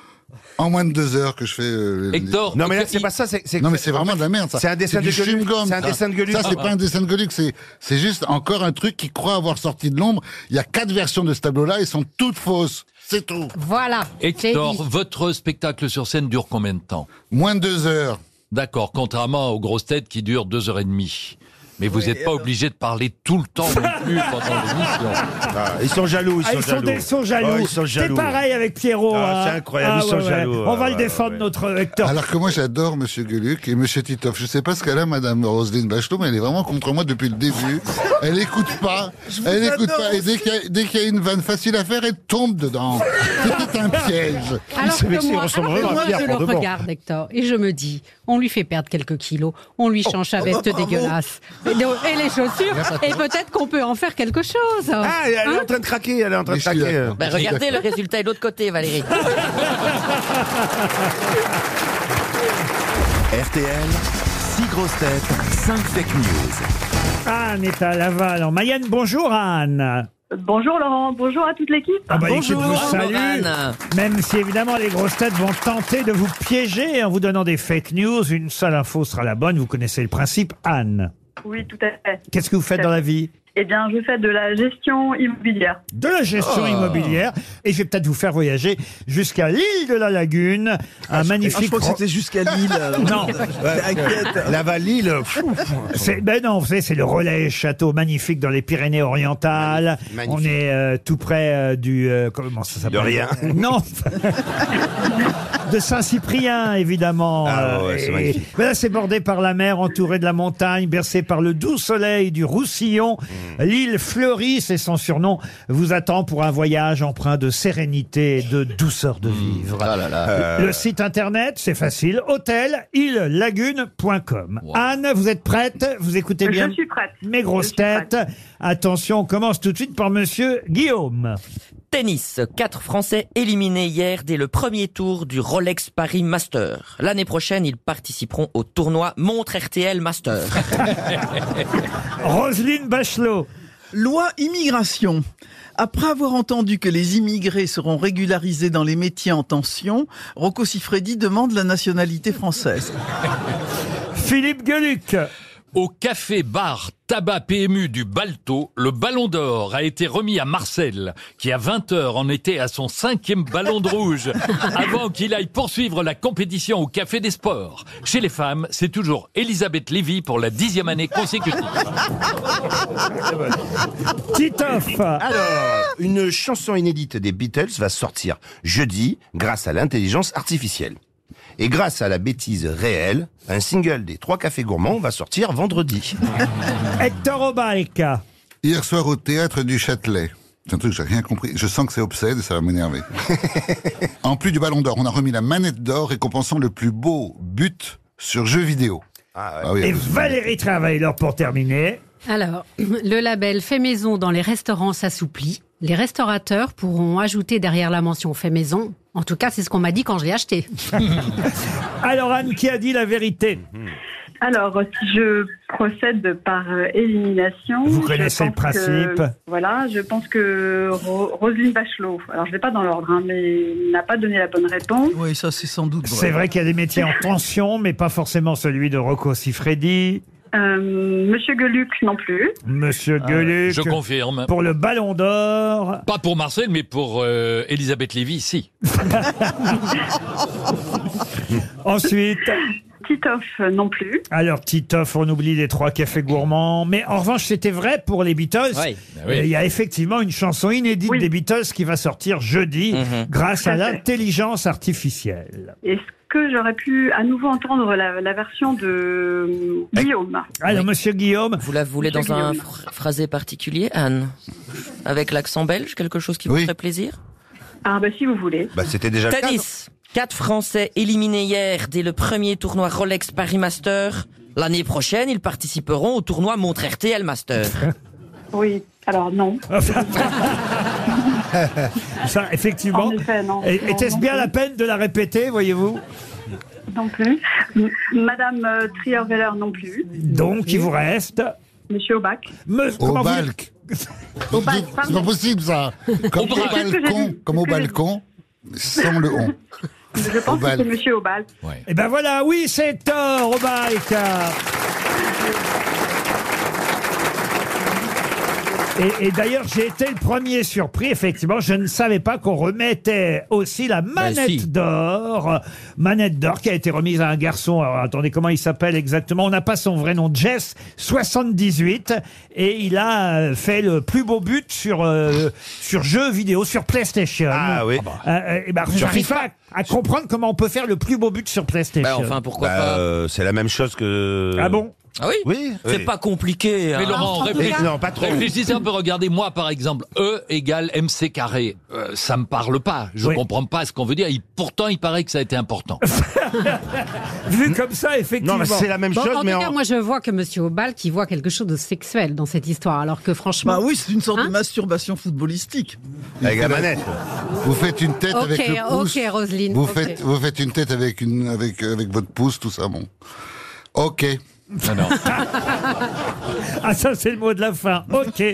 S5: en moins de deux heures que je fais. euh, les-
S6: Non, mais là, c'est pas ça. c'est- c'est-
S5: non mais c'est vraiment de la merde ça.
S6: C'est un dessin
S5: du
S6: de Gueluc.
S5: chewing-gum,
S6: C'est un
S5: ça.
S6: dessin de Gueluc.
S5: Ça c'est pas un dessin de Gueluc, c'est c'est juste encore un truc qui croit avoir sorti de l'ombre. Il y a quatre versions de ce tableau-là, elles sont toutes fausses. C'est tout.
S8: Voilà.
S3: Hector, votre spectacle sur scène dure combien de temps
S5: Moins de deux heures.
S3: D'accord, contrairement aux grosses têtes qui durent deux heures et demie. Mais vous n'êtes pas obligé de parler tout le temps non plus pendant l'émission.
S6: Ils sont jaloux, ils
S2: Ah,
S6: sont
S2: ils sont,
S6: jaloux.
S2: des- ils sont jaloux.
S6: Oh, ils sont jaloux.
S2: C'est pareil avec Pierrot.
S6: Ah, c'est
S2: hein.
S6: incroyable, ils sont jaloux,
S2: On va
S6: ouais,
S2: le
S6: ouais,
S2: défendre, notre Hector.
S5: Alors que moi j'adore Monsieur Gueluc et Monsieur Titoff. Je sais pas ce qu'elle a Madame Roselyne Bachelot, mais elle est vraiment contre moi depuis le début. Elle écoute pas.
S7: Je vous
S5: Elle écoute
S7: adore
S5: pas. Et dès qu'il y, a- dès qu'il y a une vanne facile à faire, elle tombe dedans. C'était un piège.
S8: Alors
S6: C'est
S8: que
S6: vexé,
S8: moi,
S6: on ressemble
S8: alors que
S6: vraiment à
S8: moi,
S6: Pierre
S8: je le
S6: pour de bon.
S8: regarde, Hector, et je me dis, on lui fait perdre quelques kilos, on lui change sa veste
S7: oh, bravo.
S8: dégueulasse, et, donc- et les chaussures, et peut-être qu'on peut en faire quelque chose.
S6: Ah, elle est
S8: Hein
S6: en train de craquer, elle est en train
S5: Mais
S6: de
S5: je suis
S6: craquer.
S5: d'accord.
S4: Bah, regardez, le résultat est de l'autre côté, Valérie.
S1: RTL, 6 grosses têtes, 5 fake news.
S2: Anne est à Laval, en Mayenne. Bonjour, Anne.
S12: Bonjour Laurent, bonjour à toute l'équipe.
S2: Ah bah, l'équipe vous
S4: Bonjour,
S2: salue.
S4: Anne.
S2: Même si évidemment les grosses têtes vont tenter de vous piéger en vous donnant des fake news, une seule info sera la bonne. Vous connaissez le principe, Anne.
S12: Oui, tout à fait.
S2: Qu'est-ce que vous faites dans la vie
S12: Eh bien, je fais de la gestion immobilière.
S2: De la gestion
S7: Ah.
S2: immobilière. Et je vais peut-être vous faire voyager jusqu'à l'île de la Lagune, un
S7: Ah, je
S2: magnifique.
S7: crois que
S2: ro-
S7: c'était jusqu'à Lille. alors.
S2: Non.
S7: T'inquiète.
S6: La valise,
S2: C'est, ben non, vous savez, c'est le relais château magnifique dans les Pyrénées-Orientales.
S6: Magnifique,
S2: On
S6: magnifique.
S2: est euh, tout près euh, du euh, comment ça s'appelle
S6: De rien.
S2: Non, de Saint-Cyprien évidemment.
S6: Ah ouais, ouais,
S2: Euh,
S6: c'est
S2: et-
S6: magnifique.
S2: ben là, c'est bordé par la mer, entouré de la montagne, bercé par le doux soleil du Roussillon.
S6: Mm.
S2: L'île fleurie, c'est son surnom, vous attend pour un voyage empreint de sérénité et de douceur
S6: Mm.
S2: de vivre.
S6: Euh,
S3: Euh,
S2: Le site internet, c'est facile, hôtel île-lagune.com. Anne, vous êtes prête Vous écoutez bien
S12: Je suis prête.
S2: mes grosses
S12: Je suis prête.
S2: têtes. Attention, on commence tout de suite par monsieur Guillaume.
S4: Tennis, quatre Français éliminés hier dès le premier tour du Rolex Paris Master. L'année prochaine, ils participeront au tournoi Montre RTL Master.
S2: Roselyne Bachelot.
S7: Loi immigration. Après avoir entendu que les immigrés seront régularisés dans les métiers en tension, Rocco Siffredi demande la nationalité française.
S2: Philippe Gueluc.
S3: Au café bar tabac PMU du Balto, le ballon d'or a été remis à Marcel, qui à 20h en était à son cinquième ballon de rouge, avant qu'il aille poursuivre la compétition au café des sports. Chez les femmes, c'est toujours Elisabeth Lévy pour la dixième année consécutive.
S2: Titoff.
S6: Alors, une chanson inédite des Beatles va sortir jeudi grâce à l'intelligence artificielle. Et grâce à la bêtise réelle, un single des trois cafés gourmands va sortir vendredi.
S2: Hector Obalka.
S5: Hier soir au théâtre du Châtelet. C'est un truc que j'ai rien compris. Je sens que c'est obsède et ça va m'énerver. en plus du ballon d'or, on a remis la manette d'or récompensant le plus beau but sur jeu vidéo. Ah oui,
S2: Et
S5: heureusement.
S2: Valérie Travailleur pour terminer.
S8: Alors, le label Fait Maison dans les restaurants s'assouplit. Les restaurateurs pourront ajouter derrière la mention Fait Maison. En tout cas, c'est ce qu'on m'a dit quand je l'ai acheté.
S2: Alors Anne, qui a dit la vérité
S3: Mhm.
S12: Alors, si je procède par euh, élimination.
S2: Vous
S12: je
S2: connaissez le
S12: pense que-
S2: principe.
S12: voilà, je pense que Ro- Roselyne Bachelot, alors je ne vais pas dans l'ordre, hein, mais n'a pas donné la bonne réponse.
S7: Oui, ça c'est sans doute
S2: C'est vrai qu'il y a des métiers en tension, mais pas forcément celui de Rocco Siffredi.
S12: Euh, Monsieur Geluc non plus.
S2: Monsieur Gueuluc.
S3: Euh, je confirme.
S2: Pour le Ballon d'Or.
S3: Pas pour Marcel, mais pour euh, Elisabeth Lévy, si.
S2: Ensuite.
S12: Titoff euh, non plus.
S2: Alors Titoff, on oublie les trois cafés gourmands. Mais en revanche, c'était vrai pour les Beatles.
S4: Oui.
S2: Euh, Il y a effectivement une chanson inédite des Beatles qui va sortir jeudi
S4: Mhm.
S2: grâce
S12: Tout à
S2: à
S12: fait.
S2: l'intelligence artificielle.
S12: Est-ce que j'aurais pu à nouveau entendre la, la version de Guillaume
S2: Alors, monsieur Guillaume.
S4: Vous la voulez
S12: Monsieur
S4: dans un
S12: Guillaume.
S4: phra- phrasé particulier, Anne Avec l'accent belge, quelque chose qui vous ferait plaisir
S12: Ah, bah si vous voulez.
S6: Bah, c'était déjà le cas,
S4: Tanis, 4 Français éliminés hier dès le premier tournoi Rolex Paris Master. L'année prochaine, ils participeront au tournoi Montre RTL Master.
S12: Oui, alors non.
S2: Ça, effectivement.
S12: En effet, non.
S2: Et-
S12: Non,
S2: Était-ce
S12: non
S2: bien
S12: plus.
S2: la peine de la répéter, voyez-vous
S12: Non plus. M- Madame euh, Trierweiler non plus.
S2: Donc, il vous reste.
S12: Monsieur Aubac.
S2: Me, comment vous-
S5: Balk. C'est pas possible ça. Comme au
S12: Qu'est-ce que j'ai
S5: balcon,
S12: dit
S5: comme au
S12: Qu'est-ce que j'ai
S5: balcon, sans le on.
S12: Je pense que
S5: Aubac.
S12: c'est Monsieur Aubac.
S2: Eh ben voilà, oui, c'est tort, au bike. Et, et d'ailleurs, j'ai été le premier surpris. Effectivement, je ne savais pas qu'on remettait aussi la manette
S3: si.
S2: d'or. Manette d'or qui a été remise à un garçon. Alors, attendez, comment il s'appelle exactement On n'a pas son vrai nom. Jess, 78. Et il a euh, fait le plus beau but sur, euh, sur jeu vidéo, sur PlayStation.
S6: Ah oui.
S2: Euh, et ben,
S6: Sur
S2: j'arrive
S6: FIFA.
S2: pas à, à comprendre comment on peut faire le plus beau but sur PlayStation.
S4: Bah enfin, pourquoi
S6: Bah,
S4: pas
S6: euh, c'est la même chose que.
S2: Ah bon
S4: Ah oui,
S6: Oui.
S4: C'est
S6: oui.
S4: pas compliqué.
S3: Mais
S4: hein.
S3: Laurent, réfléch-
S6: cas- Non, pas trop.
S3: réfléchissez un peu. Regardez, moi, par exemple, E égale MC carré. Euh, ça me parle pas. Je
S2: Oui.
S3: comprends pas ce qu'on veut dire. Il- pourtant, il paraît que ça a été important.
S2: Vu comme ça, effectivement.
S6: Non, mais c'est la même
S8: Bon,
S6: chose,
S8: en tout
S6: mais
S8: cas,
S6: en-
S8: moi, je vois que Monsieur Obal qui voit quelque chose de sexuel dans cette histoire, alors que franchement,
S7: Bah oui, c'est une sorte
S8: Hein
S7: de masturbation footballistique.
S6: avec la manette.
S5: Vous faites une tête
S8: Ok,
S5: avec le pouce.
S8: ok, Roselyne,
S5: Vous
S8: ok.
S5: faites, vous faites une tête avec une, avec, avec votre pouce, tout ça, bon. Ok.
S3: Non, non.
S2: Ah, ça, c'est le mot de la fin. OK.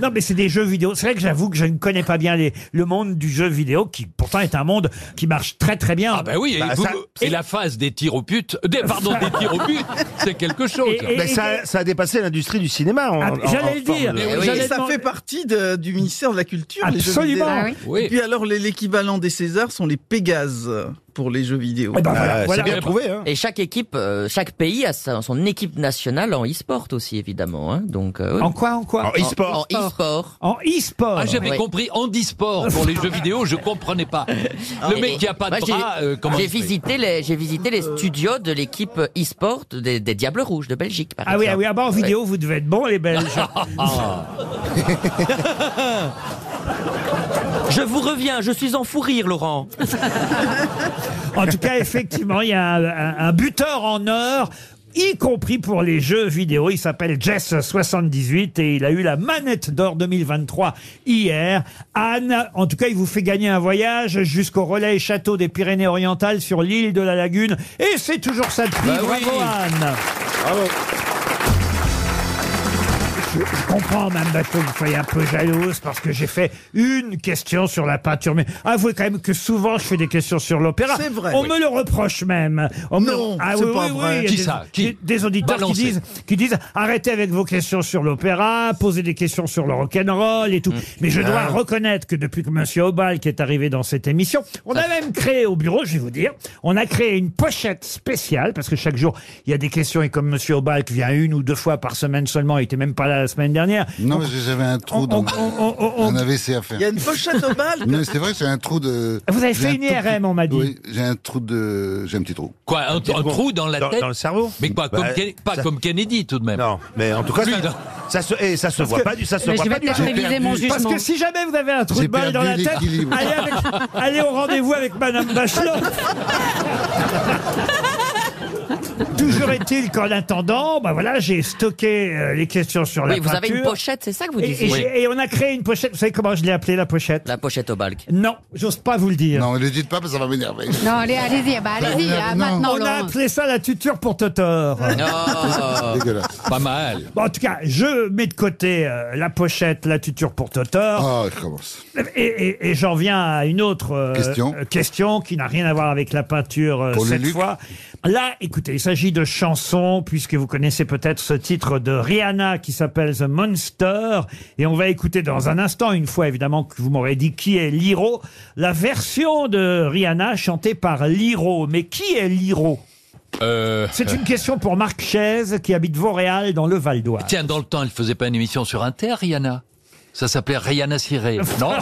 S2: Non, mais c'est des jeux vidéo. C'est vrai que j'avoue que je ne connais pas bien les, le monde du jeu vidéo, qui pourtant est un monde qui marche très, très bien.
S3: Ah ben oui, et,
S6: Bah,
S3: vous-
S6: ça-
S3: et la phase des tirs aux putes, des, pardon, des tirs aux putes, c'est quelque chose.
S2: Et- et-
S6: Mais Bah, ça, ça a dépassé l'industrie du cinéma. en-
S2: Ah,
S6: en- hein.
S2: j'allais
S6: en
S2: le
S6: forme
S2: dire.
S6: de-
S2: Eh
S7: Et
S2: oui. J'allais
S7: ça
S2: demander-
S7: fait partie de- du ministère de la Culture, les jeux vidéo.
S2: Absolument.
S8: Ah oui.
S3: Oui.
S7: Et puis alors, les- l'équivalent des Césars sont les Pégases pour les jeux vidéo.
S2: Eh ben
S6: Ah,
S2: voilà,
S6: c'est
S2: voilà.
S6: bien trouvé. Hein.
S4: bah Et chaque équipe, euh, chaque pays a sa- son équipe nationale en e-sport aussi, évidemment. hein. Donc, euh, oui.
S2: En quoi, en
S6: En
S2: quoi
S6: e-sport.
S4: En e-sport.
S2: En e-sport.
S3: Ah, j'avais
S4: Oui.
S3: compris handisport pour les jeux vidéo, je comprenais pas.
S8: Ah,
S3: Le mec qui a pas
S4: Moi,
S3: de
S4: j'ai-
S3: bras, euh, comment
S4: J'ai
S3: il fait
S4: visité les, j'ai visité les studios de l'équipe e-sport des, des Diables Rouges de Belgique, par
S2: Ah oui,
S4: exemple. Ah.
S2: ah oui, ah bah en vidéo, vous devez être bon, les Belges. ah
S4: Je vous reviens, je suis en fou rire, Laurent.
S2: En tout cas, effectivement, il y a un, un- un buteur en or y compris pour les jeux vidéo. Il s'appelle Jess78 et il a eu la manette d'or 2023 hier. Anne, en tout cas, il vous fait gagner un voyage jusqu'au relais et château des Pyrénées-Orientales sur l'île de la Lagune. Et c'est toujours ça de prix.
S3: Bah
S2: Bravo,
S3: oui.
S2: Anne. Je, je comprends, Mme Bachelot, que vous soyez un peu jalouse parce que j'ai fait une question sur la peinture. Mais avouez quand même que souvent, je fais des questions sur l'opéra.
S7: C'est vrai.
S2: On
S7: Oui.
S2: me le reproche même. On me le-
S7: Non,
S2: ah,
S7: c'est
S2: oui,
S7: pas
S2: oui,
S7: vrai.
S2: oui, il y a
S3: Qui
S2: des,
S3: ça Qui
S2: des- des auditeurs qui
S3: Balancez.
S2: disent, qui disent arrêtez avec vos questions sur l'opéra, posez des questions sur le rock'n'roll et
S6: Hmm.
S2: tout. Mais je
S6: Ah.
S2: dois reconnaître que depuis que Monsieur Obal qui est arrivé dans cette émission, on
S6: Ah.
S2: a même créé au bureau, je vais vous dire, on a créé une pochette spéciale parce que chaque jour il y a des questions et comme Monsieur Obal qui vient une ou deux fois par semaine seulement, il était même pas là la semaine dernière.
S5: Non, mais j'avais un trou
S2: on-
S5: dans
S2: on- on- on- on-
S5: un AVC à faire.
S7: Il y a une pochette au bal.
S5: Mais c'est vrai que j'ai un trou de.
S2: Vous avez
S5: j'ai
S2: fait
S5: un
S2: une
S5: tout petit-
S2: IRM, on m'a dit.
S5: Oui, j'ai un trou de. J'ai un petit trou.
S3: Quoi, un, un trou dans la
S6: dans,
S3: tête
S6: dans le cerveau.
S3: Mais pas,
S6: Bah,
S3: comme, Ken- pas
S6: ça-
S3: comme Kennedy, tout de même.
S6: Non, mais en tout cas,
S3: Lui,
S6: ça,
S3: non.
S6: ça se, et ça se voit pas du, ça se
S8: Mais
S6: voit
S8: je
S6: pas
S8: vais
S6: du
S8: peut-être
S6: tout.
S8: réviser mon
S5: perdu.
S8: jugement.
S2: Parce que si jamais vous avez un trou
S5: J'ai
S2: de balle dans la
S5: perdu
S2: tête,
S5: l'équilibre.
S2: allez, avec- allez au rendez-vous avec Madame Bachelot. Toujours est-il qu'en attendant, bah voilà, j'ai stocké euh, les questions sur la
S4: Oui, vous avez une
S2: peinture.
S4: pochette, c'est ça que vous
S2: Et-
S4: disiez
S2: Et, j'ai- et on a créé une pochette. Vous savez comment je l'ai appelée la pochette
S4: La pochette au balc.
S2: Non, j'ose pas vous le dire.
S5: Non, ne le dites pas parce que ça va m'énerver.
S8: Non, allez, allez-y, bah, allez-y,
S5: Non,
S8: ah,
S5: non.
S8: maintenant.
S2: on a
S8: Laurent.
S2: appelé ça la tuture pour Totor.
S3: Pas mal.
S2: Bon, en tout cas, je mets de côté euh, la pochette, la tuture pour Totor.
S5: Ah, je commence.
S2: Et, et- et j'en viens à une autre euh,
S5: Question.
S2: euh, question qui n'a rien à voir avec la peinture euh,
S5: Pour le
S2: cette
S5: Luc.
S2: fois. Là, écoutez, il s'agit de chansons, puisque vous connaissez peut-être ce titre de Rihanna qui s'appelle The Monster. Et on va écouter dans un instant, une fois évidemment que vous m'aurez dit qui est Liro, la version de Rihanna chantée par Liro. Mais qui est Liro
S3: Euh,
S2: C'est une question pour Marc Chaise qui habite Vauréal dans le Val d'Oise.
S3: Tiens, dans le temps, elle faisait pas une émission sur Inter, Rihanna Ça s'appelait Rihanna Ciré. Non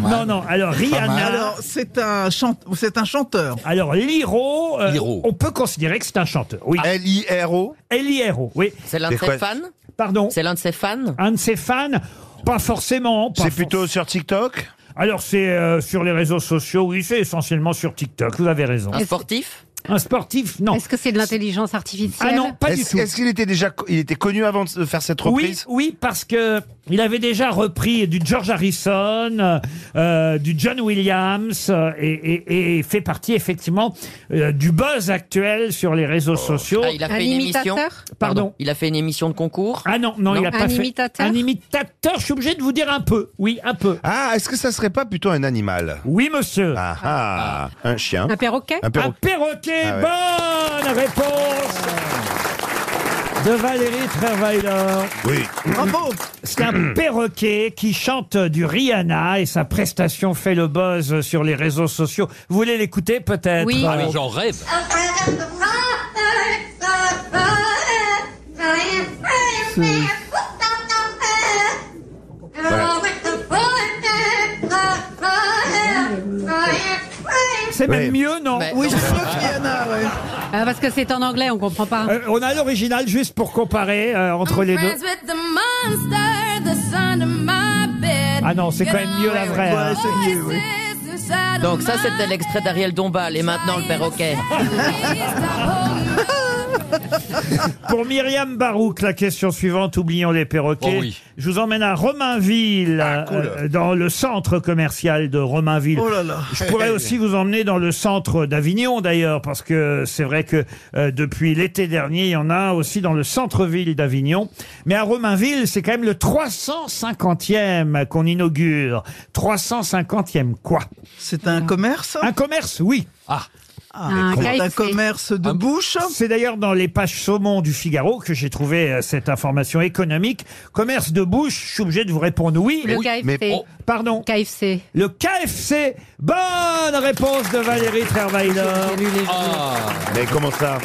S2: Non, non, alors Rihanna.
S7: Alors, c'est un, chante- c'est un chanteur.
S2: Alors, Liro, euh, on peut considérer que c'est un chanteur. Oui.
S6: L-I-R-O
S2: L-I-R-O, oui.
S4: C'est l'un de
S2: C'est quoi-
S4: ses fans
S2: Pardon
S4: C'est l'un de ses fans
S2: Un de ses fans Pas forcément.
S6: C'est plutôt sur TikTok
S2: Alors, c'est euh, sur les réseaux sociaux, oui, c'est essentiellement sur TikTok, vous avez
S8: Ah,
S2: raison.
S4: Un sportif
S2: Un sportif, non.
S8: Est-ce que c'est de l'intelligence artificielle
S2: Ah non, pas du
S6: Est-ce-
S2: tout.
S6: Est-ce qu'il était déjà co- il était connu avant de faire cette
S2: Oui,
S6: reprise
S2: oui, parce que il avait déjà repris du George Harrison, euh, euh, du John Williams, euh, et, et- et fait partie effectivement euh, du buzz actuel sur les réseaux sociaux.
S4: Ah, il a
S8: Un
S4: fait une émission.
S8: imitateur
S2: Pardon.
S4: Il a fait une émission de concours.
S2: Ah non, non,
S4: Non.
S2: il a pas
S8: Un
S2: fait-
S8: imitateur
S2: Un imitateur, je suis obligé de vous dire un peu. Oui, un peu.
S6: Ah, est-ce que ça serait pas plutôt un animal
S2: Oui, monsieur.
S6: Ah ah, un chien.
S8: Un perroquet
S6: Un
S2: Un
S6: perroquet.
S2: perroquet,
S6: Ah ouais.
S2: bonne réponse de Valérie Trierweiler.
S6: Oui.
S8: Oh,
S7: Bravo
S2: C'est un perroquet qui chante du Rihanna et sa prestation fait le buzz sur les réseaux sociaux. Vous voulez l'écouter peut-être Euh,
S8: Oui.
S3: Ah, mais j'en rêve.
S2: C'est même
S6: Oui.
S2: mieux, non
S4: Mais-
S7: Oui, c'est mieux que Rihanna, ouais.
S8: Ah, Parce que c'est en anglais, on comprend pas.
S2: Euh, On a l'original juste pour comparer euh, entre les deux. Ah non, c'est quand même mieux la vraie. hein.
S7: Ouais, c'est mieux, oui.
S4: Donc ça, c'était l'extrait d'Ariel Dombal et maintenant le perroquet.
S2: Pour Myriam Barouk, la question suivante, oublions les perroquets.
S3: Oh oui. Ah,
S2: Je vous emmène à Romainville, euh, dans le centre commercial de Romainville.
S7: Oh là là.
S2: Je pourrais aussi vous emmener dans le centre d'Avignon d'ailleurs, parce que c'est vrai que euh, depuis l'été dernier, il y en a aussi dans le centre-ville d'Avignon. Mais à Romainville, c'est quand même le 350e qu'on inaugure. 350e quoi
S7: C'est un commerce
S2: Un commerce, oui.
S3: Ah,
S8: Un
S7: C'est un
S8: KFC.
S7: commerce de bouche
S2: C'est d'ailleurs dans les pages saumon du Figaro que j'ai trouvé euh, cette information économique. Commerce de bouche, je suis obligé de vous répondre oui.
S8: Le
S2: Oui. oh.
S8: KFC.
S6: mais bon.
S2: Pardon.
S8: KFC.
S2: Le KFC. Bonne réponse de Valérie Trierweiler.
S3: ah.
S6: Mais comment ça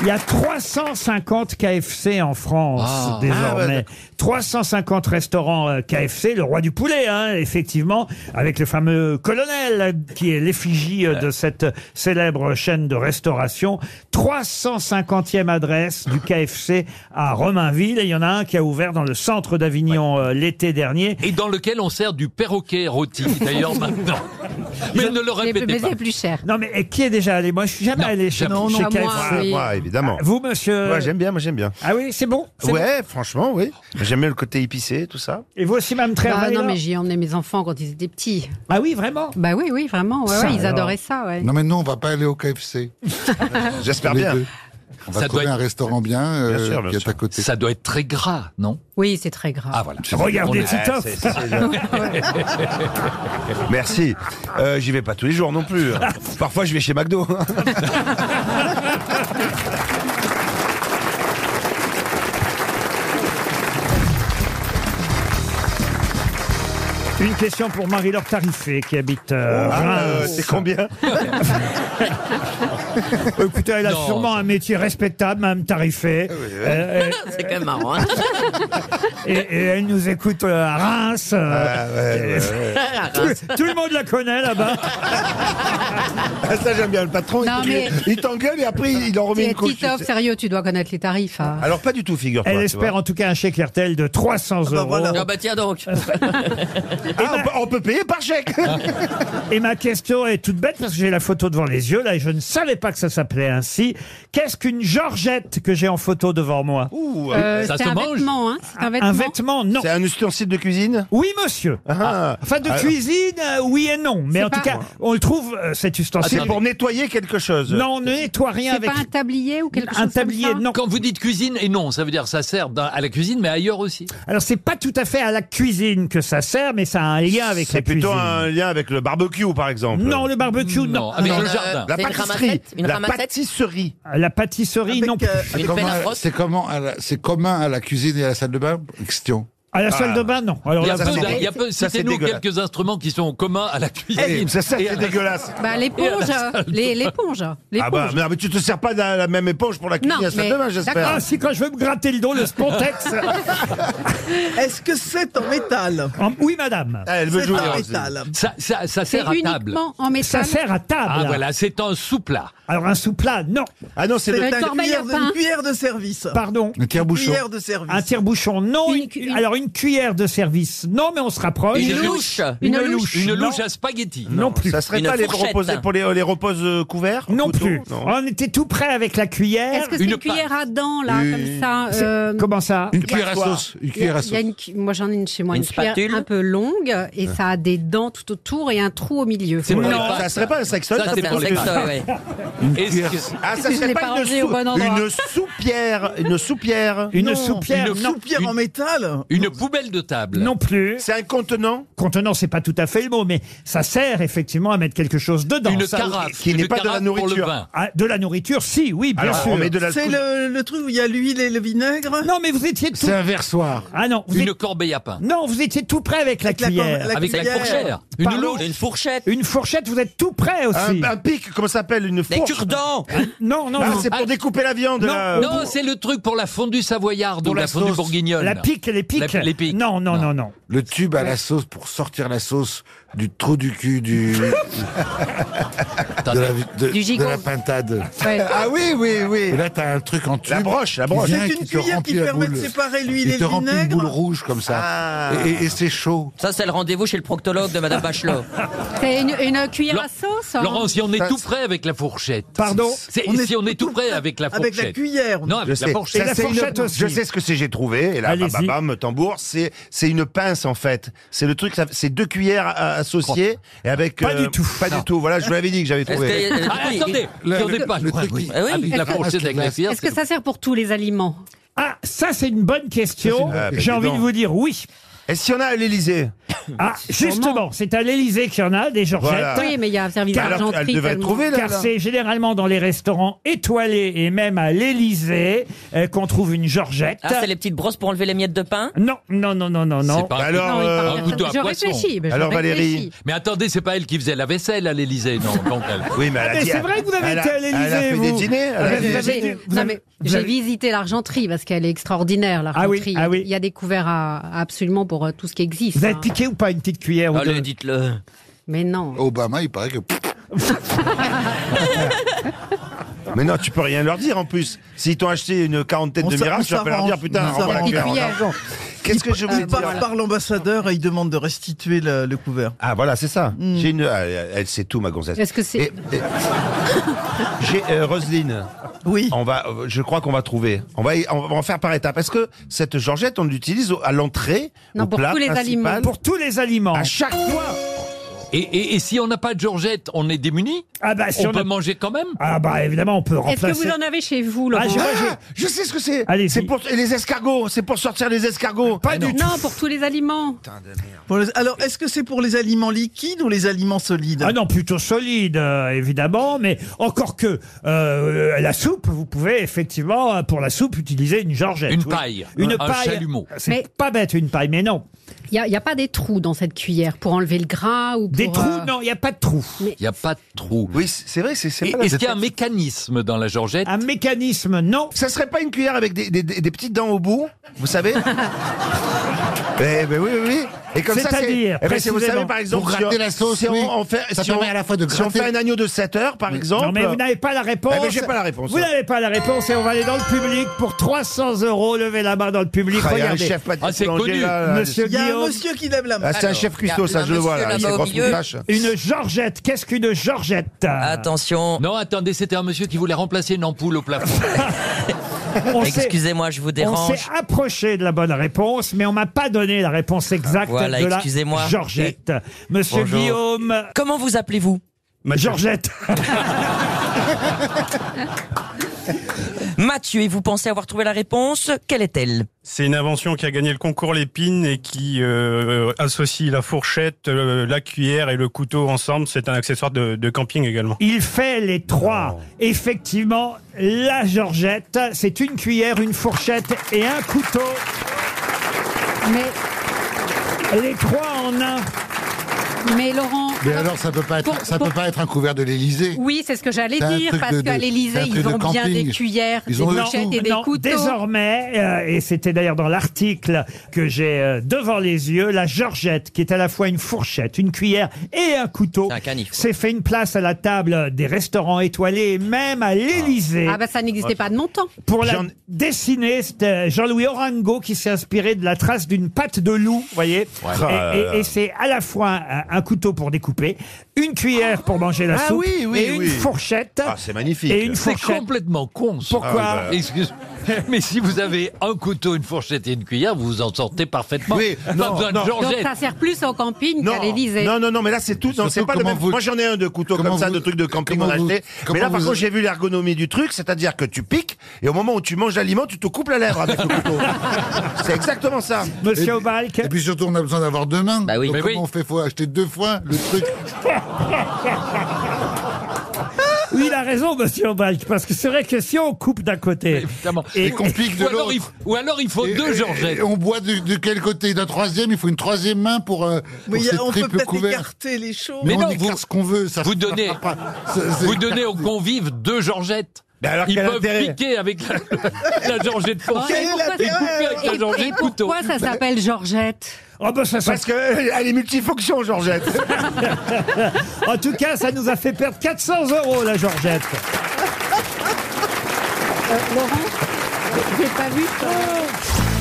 S2: Il y a 350 KFC en France
S3: Ah.
S6: Ah ouais,
S2: désormais.
S6: d'accord.
S2: 350 restaurants euh, KFC, le roi du poulet, hein, effectivement, avec le fameux colonel euh, qui est l'effigie euh, de cette célèbre chaîne de restauration. 350e adresse du KFC à Romainville. Et il y en a un qui a ouvert dans le centre d'Avignon euh, l'été dernier.
S3: Et dans lequel on sert du perroquet rôti, d'ailleurs, maintenant. Mais ne le
S8: Mais,
S3: répétez
S8: mais
S3: pas.
S8: c'est plus cher.
S2: Non mais et qui est déjà allé Moi, je suis jamais
S3: Non,
S2: allé chez,
S3: jamais.
S2: chez
S8: Non, non,
S2: KFC.
S8: moi,
S6: Ah,
S8: oui.
S6: moi, évidemment.
S2: Vous, monsieur
S6: Moi, j'aime bien, moi, j'aime bien.
S2: Ah oui, c'est bon. C'est bon
S6: Ouais, franchement, oui. J'aime bien le côté épicé, tout ça.
S2: Et vous aussi, Mme
S8: Bah,
S2: Trierweiler
S8: non, mais j'y emmenais mes enfants quand ils étaient petits.
S2: Ah oui, vraiment
S8: Bah oui, oui, vraiment. ouais,
S2: Ça,
S8: ouais, ils
S2: alors.
S8: adoraient ça, ouais.
S5: Non, mais non, on va pas aller au KFC.
S6: J'espère
S5: les
S6: bien.
S5: deux. On va
S3: Ça doit
S5: trouver un
S3: être-
S5: restaurant bien, euh,
S6: Bien sûr, bien
S5: qui est
S6: sûr.
S5: à côté.
S3: Ça doit être très gras, non
S8: Oui, c'est très grave.
S3: Ah, voilà.
S2: Regardez
S3: On est-
S6: Ah,
S2: Titoff.
S6: c'est- c'est- Merci. Euh, J'y vais pas tous les jours non plus. hein. Parfois, je vais chez McDo.
S2: Une question pour Marie-Laure Tarifé qui habite euh,
S6: Ah, euh,
S2: Reims.
S6: c'est combien
S2: Écoutez, elle a
S3: Non,
S2: sûrement
S3: c'est-
S2: un métier respectable, Mme Tarifé. Euh,
S4: C'est quand même marrant. hein.
S2: et, et elle nous écoute euh, à Reims. euh,
S6: Ah, ouais, ouais, ouais.
S2: tout, tout le monde la connaît là-bas.
S6: Ah, Ça, j'aime bien. Le patron, il-
S8: Non, mais-
S6: il t'engueule et après, il en remet
S8: Mais
S6: une couche.
S8: Titoff,
S6: tu sais.
S8: sérieux, tu dois connaître les tarifs. hein.
S6: Alors, pas du tout, figure-toi.
S2: Elle
S6: tu
S2: espère
S6: vois. bah
S2: en tout cas un chèque RTL de 300 euros.
S7: voilà.
S4: Ah bah tiens donc.
S6: Ah, on peut- on, on peut payer par chèque.
S2: Et ma question est toute bête parce que j'ai la photo devant les yeux là et je ne savais pas que ça s'appelait ainsi. Qu'est-ce qu'une Georgette que j'ai en photo devant moi
S8: Euh, c'est un vêtement, hein C'est un vêtement.
S2: non.
S6: C'est un ustensile de cuisine Ah.
S2: Oui, monsieur. Enfin, de
S6: Alors- Ah,
S2: cuisine, euh, oui et non. Mais en tout cas, on le trouve, euh, cet ustensile.
S6: c'est pour nettoyer quelque chose.
S2: Non, on ne nettoie rien
S8: C'est
S2: avec.
S8: pas un tablier ou quelque chose comme ça
S3: Quand vous dites cuisine, et non, ça veut dire ça sert d'un- à la cuisine, mais ailleurs aussi.
S2: Alors, c'est pas tout à fait à la cuisine que ça sert, mais ça a un lien avec la
S6: C'est plutôt
S2: cuisine.
S6: un lien avec le barbecue, par exemple.
S2: Non, le barbecue, non.
S6: avec
S2: Non.
S6: le jardin. La
S2: c'est une
S6: pâtisserie.
S2: ramassette Une
S8: Ah,
S6: La
S2: ramassette
S6: pâtisserie.
S2: La pâtisserie, non. plus.
S5: euh, C'est comment- C'est comment à la- c'est commun à la cuisine et à la salle de bain Question.
S2: À Ah, la salle de bain, non.
S3: Ah. il y a peu, il y a peu- citez-nous quelques instruments qui sont communs à la cuisine.
S6: ça, c'est
S3: Et à la-
S6: dégueulasse.
S8: Bah, l'éponge, les- l'éponge, l'éponge.
S6: Ah bah, mais, mais tu te sers pas de la même éponge pour la cuisine
S8: Non,
S6: à la salle
S8: mais-
S6: de bain,
S8: d'accord.
S6: j'espère.
S2: Ah, si, quand je veux me gratter le dos, le spontex.
S7: Est-ce que c'est en métal
S2: En- Oui, madame.
S6: elle veut
S7: C'est
S6: jouer.
S7: en
S6: hein,
S7: métal.
S3: Ça, ça, ça
S8: C'est
S3: sert à table.
S8: uniquement en métal.
S2: Ça sert à table.
S3: Ah voilà, c'est un souplat.
S2: Alors, un souplat, non.
S6: Ah non, c'est
S7: C'est
S6: le...
S8: Une
S7: un
S8: corbeille à
S7: cuillère de-
S8: pain.
S7: une cuillère de service.
S2: Pardon.
S5: Un
S7: Une
S5: tire-bouchon.
S7: cuillère de service.
S2: Un tire-bouchon, non.
S8: Une
S2: Une cu-
S8: cu- une-
S2: Alors, une cuillère de service, non, mais on se rapproche.
S4: Une
S3: Une
S4: louche.
S2: Oh, Une
S8: Une
S2: louche.
S3: Une
S2: non.
S3: louche à spaghetti.
S2: Non plus.
S6: Ça serait
S4: Une
S6: pas les
S4: fourchette.
S6: reposes pour les, les reposes euh, couverts
S2: Non
S6: couteaux
S2: plus.
S6: Non.
S2: On était tout près avec la cuillère.
S8: Est-ce que c'est
S3: Une
S8: une,
S3: pâte.
S8: cuillère à dents, là, comme ça
S2: C'est-
S8: euh,
S2: Comment ça
S5: Une cuillère à
S6: passoire.
S5: sauce.
S8: il
S5: Une
S8: y
S5: cuillère
S8: a-
S5: à
S8: il y a
S5: sauce.
S8: une cu- moi j'en ai une chez moi,
S4: Une
S8: une, cuillère
S4: spatule
S8: un peu longue et ça a des dents tout autour et un trou au milieu.
S3: C'est
S8: Voilà.
S3: pour les
S6: Non,
S3: pâtes.
S6: ça serait pas un sextoy.
S4: Ça,
S6: ça,
S4: c'est
S6: c'est
S4: un
S6: pour les-
S4: sextoy, ouais.
S3: Est-ce que-
S6: Ah, ça
S8: Je l'ai
S6: serait
S8: pas
S6: pas une,
S8: rangé au
S6: sou-
S8: bon endroit.
S6: une soupière. Une soupière.
S2: Une
S7: Non.
S2: soupière,
S7: Une
S2: non.
S7: soupière en
S3: Une-
S7: métal
S3: Une poubelle de table.
S2: Non plus.
S6: C'est un contenant
S2: Contenant, c'est pas tout à fait le mot, mais ça sert effectivement à mettre quelque chose dedans.
S3: Une
S2: Ça-
S3: carafe.
S6: qui n'est
S3: Une
S6: pas de la
S3: carafe Pour le
S6: nourriture.
S3: vin.
S2: Ah, de la nourriture, si, oui, bien
S6: Alors,
S2: sûr.
S6: on met de la
S7: C'est le, le truc où il y a l'huile et le vinaigre
S2: Non, mais vous étiez tout.
S5: C'est un versoir.
S2: Ah non, vous
S3: Une
S2: étiez-
S3: corbeille à pain.
S2: non, vous étiez tout près avec la
S7: Avec la cor-
S2: cuillère.
S7: la
S3: Avec la
S7: cuillère.
S3: fourchère. Une
S2: Pardon
S3: louche.
S4: Une fourchette.
S2: Une fourchette, vous êtes tout près aussi.
S6: un, un pic, comment ça s'appelle Une
S4: Des
S6: fourche.
S4: cure-dents.
S2: Non, non,
S6: Ah,
S2: non.
S6: c'est pour découper la viande.
S2: Non,
S6: là.
S3: Non, c'est le truc pour la fondue savoyarde ou
S6: Pour
S3: la,
S6: la
S3: fondue
S6: sauce.
S3: bourguignonne.
S2: La pique, les piques.
S3: La- les piques.
S2: Non, non, non, non.
S5: Le tube à la sauce pour sortir la sauce du trou du cul du, de, la, de-
S8: Du gigot.
S5: de la pintade.
S8: Ouais.
S6: Ah oui, oui, oui.
S5: Et là, t'as un truc en tube.
S6: La broche, la broche.
S5: Il y a
S7: C'est
S5: un
S7: une
S5: qui te
S7: cuillère
S5: remplit
S7: qui
S5: la
S7: permet de
S5: boule.
S7: séparer l'huile et
S5: Il te
S7: le
S5: remplit une
S7: vinaigre.
S5: boule rouge comme ça.
S6: Ah.
S5: Et, et- et c'est chaud.
S4: Ça, c'est le rendez-vous chez le proctologue de Madame Bachelot.
S8: C'est une, une cuillère
S3: Laurent-
S8: à sauce hein
S3: Laurent, si on est
S6: Ça,
S3: tout
S6: c'est-
S3: près avec la fourchette.
S2: Pardon
S3: C'est-
S7: On est
S3: si on est tout près avec la fourchette.
S7: Avec la cuillère.
S3: Non, avec la
S2: Et
S3: fourchette.
S2: la
S6: Ça, c'est une-
S2: fourchette aussi.
S6: Je sais ce que c'est, j'ai trouvé. Et là, bam,
S2: Allez-y.
S6: bam, bam, tambour. C'est, c'est une pince, en fait. C'est le truc, ça- c'est deux cuillères euh, associées. Et avec, euh,
S2: Pas du tout.
S6: Pas
S2: Non.
S6: du tout. Voilà, je vous l'avais dit que j'avais
S4: Est-ce
S6: trouvé.
S4: que- euh,
S3: Ah,
S4: oui,
S3: attendez,
S5: Le-
S3: si on n'est pas
S5: le
S3: loin,
S5: truc
S3: oui.
S5: qui-
S4: Ah oui.
S3: Avec la
S5: Est-ce que-
S3: fourchette, avec la cuillère.
S8: Est-ce que ça sert pour tous les aliments
S2: Ah, ça, c'est une bonne question.
S6: bonne question.
S2: J'ai envie de vous dire oui.
S6: Et si on a à l'Elysée?
S2: Ah, justement, c'est à l'Élysée qu'il y en a, des Georgettes.
S6: Voilà. Ah.
S8: Oui, mais il y a un service
S2: Alors,
S8: d'argenterie.
S6: elle devrait
S8: tellement-
S6: trouver, là.
S2: Car c'est généralement dans les restaurants étoilés et même à l'Élysée euh, qu'on trouve une Georgette.
S4: Ah, c'est les petites brosses pour enlever les miettes de pain
S2: Non, non, non, non, non, non.
S3: C'est pas un
S6: Alors,
S8: Non, il
S6: euh,
S8: parle-
S3: Bah un couteau à
S8: je
S3: poisson.
S8: réfléchis. mais je
S6: Alors, Valérie.
S8: réfléchis.
S3: Mais attendez, c'est pas elle qui faisait la vaisselle à l'Élysée, non donc elle-
S6: Oui, mais, elle a
S2: Ah, mais
S6: dit-
S2: c'est vrai que vous avez
S6: elle a-
S2: été à l'Élysée,
S6: Elle a fait
S2: vous.
S6: des dîners. elle a
S2: Ah,
S6: fait-
S2: Vous avez-
S8: J'ai
S2: vous
S8: non,
S2: avez-
S8: mais
S2: vous
S8: j'ai
S2: avez-
S8: visité l'argenterie parce qu'elle est extraordinaire, l'argenterie.
S2: Ah oui, ah oui.
S8: Il y a des couverts à- absolument pour euh, tout ce qui existe.
S2: Vous avez
S8: hein.
S2: piqué ou pas une petite cuillère ou
S4: Allez,
S2: deux
S4: dites-le.
S8: Mais non.
S5: Obama, il paraît que.
S6: Mais non, tu peux rien leur dire en plus. S'ils t'ont acheté une quarantaine
S7: On
S6: de
S7: s'a-
S6: mirages,
S7: on
S6: tu vas pas leur
S7: s'arrange,
S6: dire putain,
S7: on
S6: renvoie la
S7: s'arrange.
S6: cuillère en
S8: Cuillère.
S6: argent. Qu'est-ce que je voulais
S7: Il
S6: dire
S7: passe par l'ambassadeur et il demande de restituer le, le couvert.
S6: Ah voilà, c'est ça. J'ai une, ah, elle, elle sait tout ma gonzesse.
S8: Hmm. Est-ce que c'est-
S6: Et- et- J'ai euh, Roselyne.
S7: Oui.
S6: On va, euh, je crois qu'on va trouver. On va, y- on va en faire par étapes. Parce que cette Georgette, on l'utilise au- à l'entrée,
S8: Non,
S6: au
S8: pour
S6: plat
S8: tous les
S6: principal,
S8: aliments.
S2: Pour tous les aliments.
S6: À chaque fois.
S3: et, et- et si on n'a pas de Georgette, on est démuni
S2: Ah bah si
S3: On
S2: on a-
S3: peut manger quand même
S2: Ah bah évidemment, on peut
S8: Est-ce que
S2: remplacer.
S8: vous en avez chez vous, Laurent
S2: Ah, j'ai- moi, j'ai-
S6: Ah, je sais ce que c'est.
S2: Allez-y.
S6: C'est pour et les escargots. C'est pour sortir les escargots. Pas du
S8: Non, pour tous les aliments.
S7: Pour les- alors, est-ce que c'est pour les aliments liquides ou les aliments solides
S2: Ah non, plutôt solide, euh, évidemment, mais encore que euh, la soupe, vous pouvez effectivement, euh, pour la soupe, utiliser une georgette.
S3: Une
S2: oui.
S3: paille,
S2: Une
S3: un
S2: paille.
S3: chalumeau.
S2: C'est
S8: Mais-
S2: pas bête, une paille, mais non.
S8: Il n'y a, pas des trous dans cette cuillère pour enlever le gras ou pour.
S2: Des trous,
S8: euh,
S2: non, il n'y a pas de trous.
S3: Il n'y a pas de trou.
S6: Oui, c'est c'est vrai. C'est. c'est
S3: Et-
S6: pas la-
S3: Est-ce qu'il y a un mécanisme dans la Georgette
S2: Un mécanisme, non.
S6: Ça serait pas une cuillère avec des, des- des- des petites dents au bout, vous savez Eh ben oui, oui, oui. Et comme ça,
S2: C'est-à-dire,
S6: eh ben, si vous savez,
S2: précisément.
S6: par exemple,
S2: Pour
S6: si on-
S2: gratter la sauce,
S6: si on,
S2: oui.
S6: on fait,
S2: Ça
S6: si on-
S2: permet à la fois de
S6: si on
S2: gratter-
S6: fait un agneau de 7 heures, par exemple.
S2: Non, mais vous n'avez pas la réponse.
S6: Eh ben, j'ai pas la réponse.
S7: hein.
S2: Vous n'avez pas la réponse et on va aller dans le public pour 300 euros. Levez la main dans le public.
S6: Ah, il y a un
S2: Regardez.
S6: chef pâtissier Ah, c'est boulanger, connu. là, là.
S2: Monsieur
S7: Il y a un
S2: Guillaume.
S7: monsieur qui lève la main.
S6: Ah, c'est un chef cuistot, ça, je le vois, là, avec ses grosses moustaches.
S2: Une Georgette. Qu'est-ce qu'une Georgette
S4: Attention.
S3: Non, attendez, c'était un monsieur qui voulait remplacer une ampoule au plafond.
S2: On s'est-
S4: Excusez-moi, je vous
S2: On
S4: dérange.
S2: s'est approché de la bonne réponse, mais on m'a pas donné la réponse exacte
S4: Voilà,
S2: de la
S4: excusez-moi.
S2: Georgette. Monsieur
S4: Bonjour.
S2: Guillaume.
S4: Comment vous appelez-vous
S2: Georgette.
S4: Mathieu, et vous pensez avoir trouvé la réponse Quelle est-elle
S13: C'est une invention qui a gagné le concours Lépine et qui euh, associe la fourchette, euh, la cuillère et le couteau ensemble. C'est un accessoire de, de camping également.
S2: Il fait les
S4: Oh.
S2: trois. Effectivement, la Georgette, c'est une cuillère, une fourchette et un couteau. Mais. Les trois en un.
S8: Mais Laurent,
S5: Mais alors, ça peut pas être,
S8: Pour-
S5: ça peut
S8: pour-
S5: pas être un couvert de l'Élysée.
S8: oui, c'est ce que j'allais
S5: C'est un
S8: dire,
S5: truc
S8: parce
S5: de-
S8: qu'à
S5: de- c'est
S8: l'Élysée,
S5: un
S8: ils
S5: truc de
S8: vendent bien des
S5: camping.
S8: cuillères,
S5: Ils
S8: des
S5: ont le
S8: fourchettes et des
S2: Non,
S8: couteaux.
S2: désormais, euh, et c'était d'ailleurs dans l'article que j'ai euh, devant les yeux, la Georgette, qui est à la fois une fourchette, une cuillère et un couteau, s'est fait une place à la table des restaurants étoilés et même à l'Élysée.
S8: Ah bah ça n'existait pas de mon temps.
S2: Pour la dessiner, c'était Jean-Louis Orango qui s'est inspiré de la trace d'une patte de loup, vous voyez.
S6: Ouais.
S2: Et-
S6: Ah là
S2: Et,
S6: là.
S2: et c'est à la fois un, un couteau pour découper, une cuillère pour manger la
S6: Ah
S2: soupe
S6: oui, oui,
S2: et une
S6: oui.
S2: fourchette.
S6: Ah, c'est magnifique.
S2: Et une
S3: C'est
S2: fourchette.
S3: complètement con. ça.
S2: Pourquoi
S3: Ah, bah. Excuse- Mais si vous avez un couteau, une fourchette et une cuillère, vous vous en sortez parfaitement.
S6: Oui,
S3: Pas
S6: non,
S3: besoin de
S6: non.
S8: Donc
S3: Georgette.
S8: ça sert plus au camping qu'à l'Élysée.
S6: Non, non, non, mais là c'est tout. Non,
S5: Surtout
S6: c'est pas le
S5: comment
S6: même.
S5: vous-
S6: Moi j'en ai un de couteau
S5: comment
S6: comme ça,
S5: vous-
S6: de trucs de camping
S5: comment
S6: qu'on a
S5: vous-
S6: acheté. Mais
S5: comment
S6: là par
S5: vous-
S6: contre j'ai vu l'ergonomie du truc, c'est-à-dire que tu piques et au moment où tu manges l'aliment, tu te coupes la lèvre avec le couteau. c'est exactement ça.
S5: Et-
S2: Monsieur Obalk.
S5: Et puis surtout, on a besoin d'avoir deux mains.
S4: oui.
S5: Donc
S4: Mais
S5: comment on
S4: oui.
S5: fait Faut acheter deux fois le truc.
S2: Oui, il a raison, monsieur Obalk, parce que c'est vrai que si on coupe d'un côté.
S3: Évidemment.
S2: Et-
S5: Et qu'on pique de
S3: Ou alors, il,
S5: l'autre.
S3: ou alors il faut
S5: Et-
S3: deux
S5: et-
S3: Georgettes.
S5: et On boit de, de quel côté D'un troisième Il faut une troisième main pour, euh, pour
S7: Mais il y a-
S5: ce
S7: on peut
S5: triple
S7: peut-être
S5: couvert.
S7: écarter les choses.
S3: Mais
S5: Mais on
S3: non,
S5: écarte
S3: vous-
S5: ce qu'on veut. Ça
S3: Vous
S5: ça
S3: donnez,
S5: fera pas. C'est- c'est-
S3: vous donnez aux convives deux Georgettes.
S6: Mais alors,
S3: Ils
S6: quel
S3: peuvent
S6: intérêt
S3: piquer avec la, la
S6: Ah
S3: Georgette
S8: Quel
S3: fourchette
S8: est
S3: et
S8: l'intérêt
S3: couper avec la
S8: Et, et
S3: Georgette couteau.
S8: pourquoi ça s'appelle Georgette
S2: Oh, ben, ça, ça-
S6: Parce que euh, elle est multifonction, Georgette.
S2: En tout cas, ça nous a fait perdre 400 euros, la Georgette.
S8: Euh, Laurent, j'ai pas vu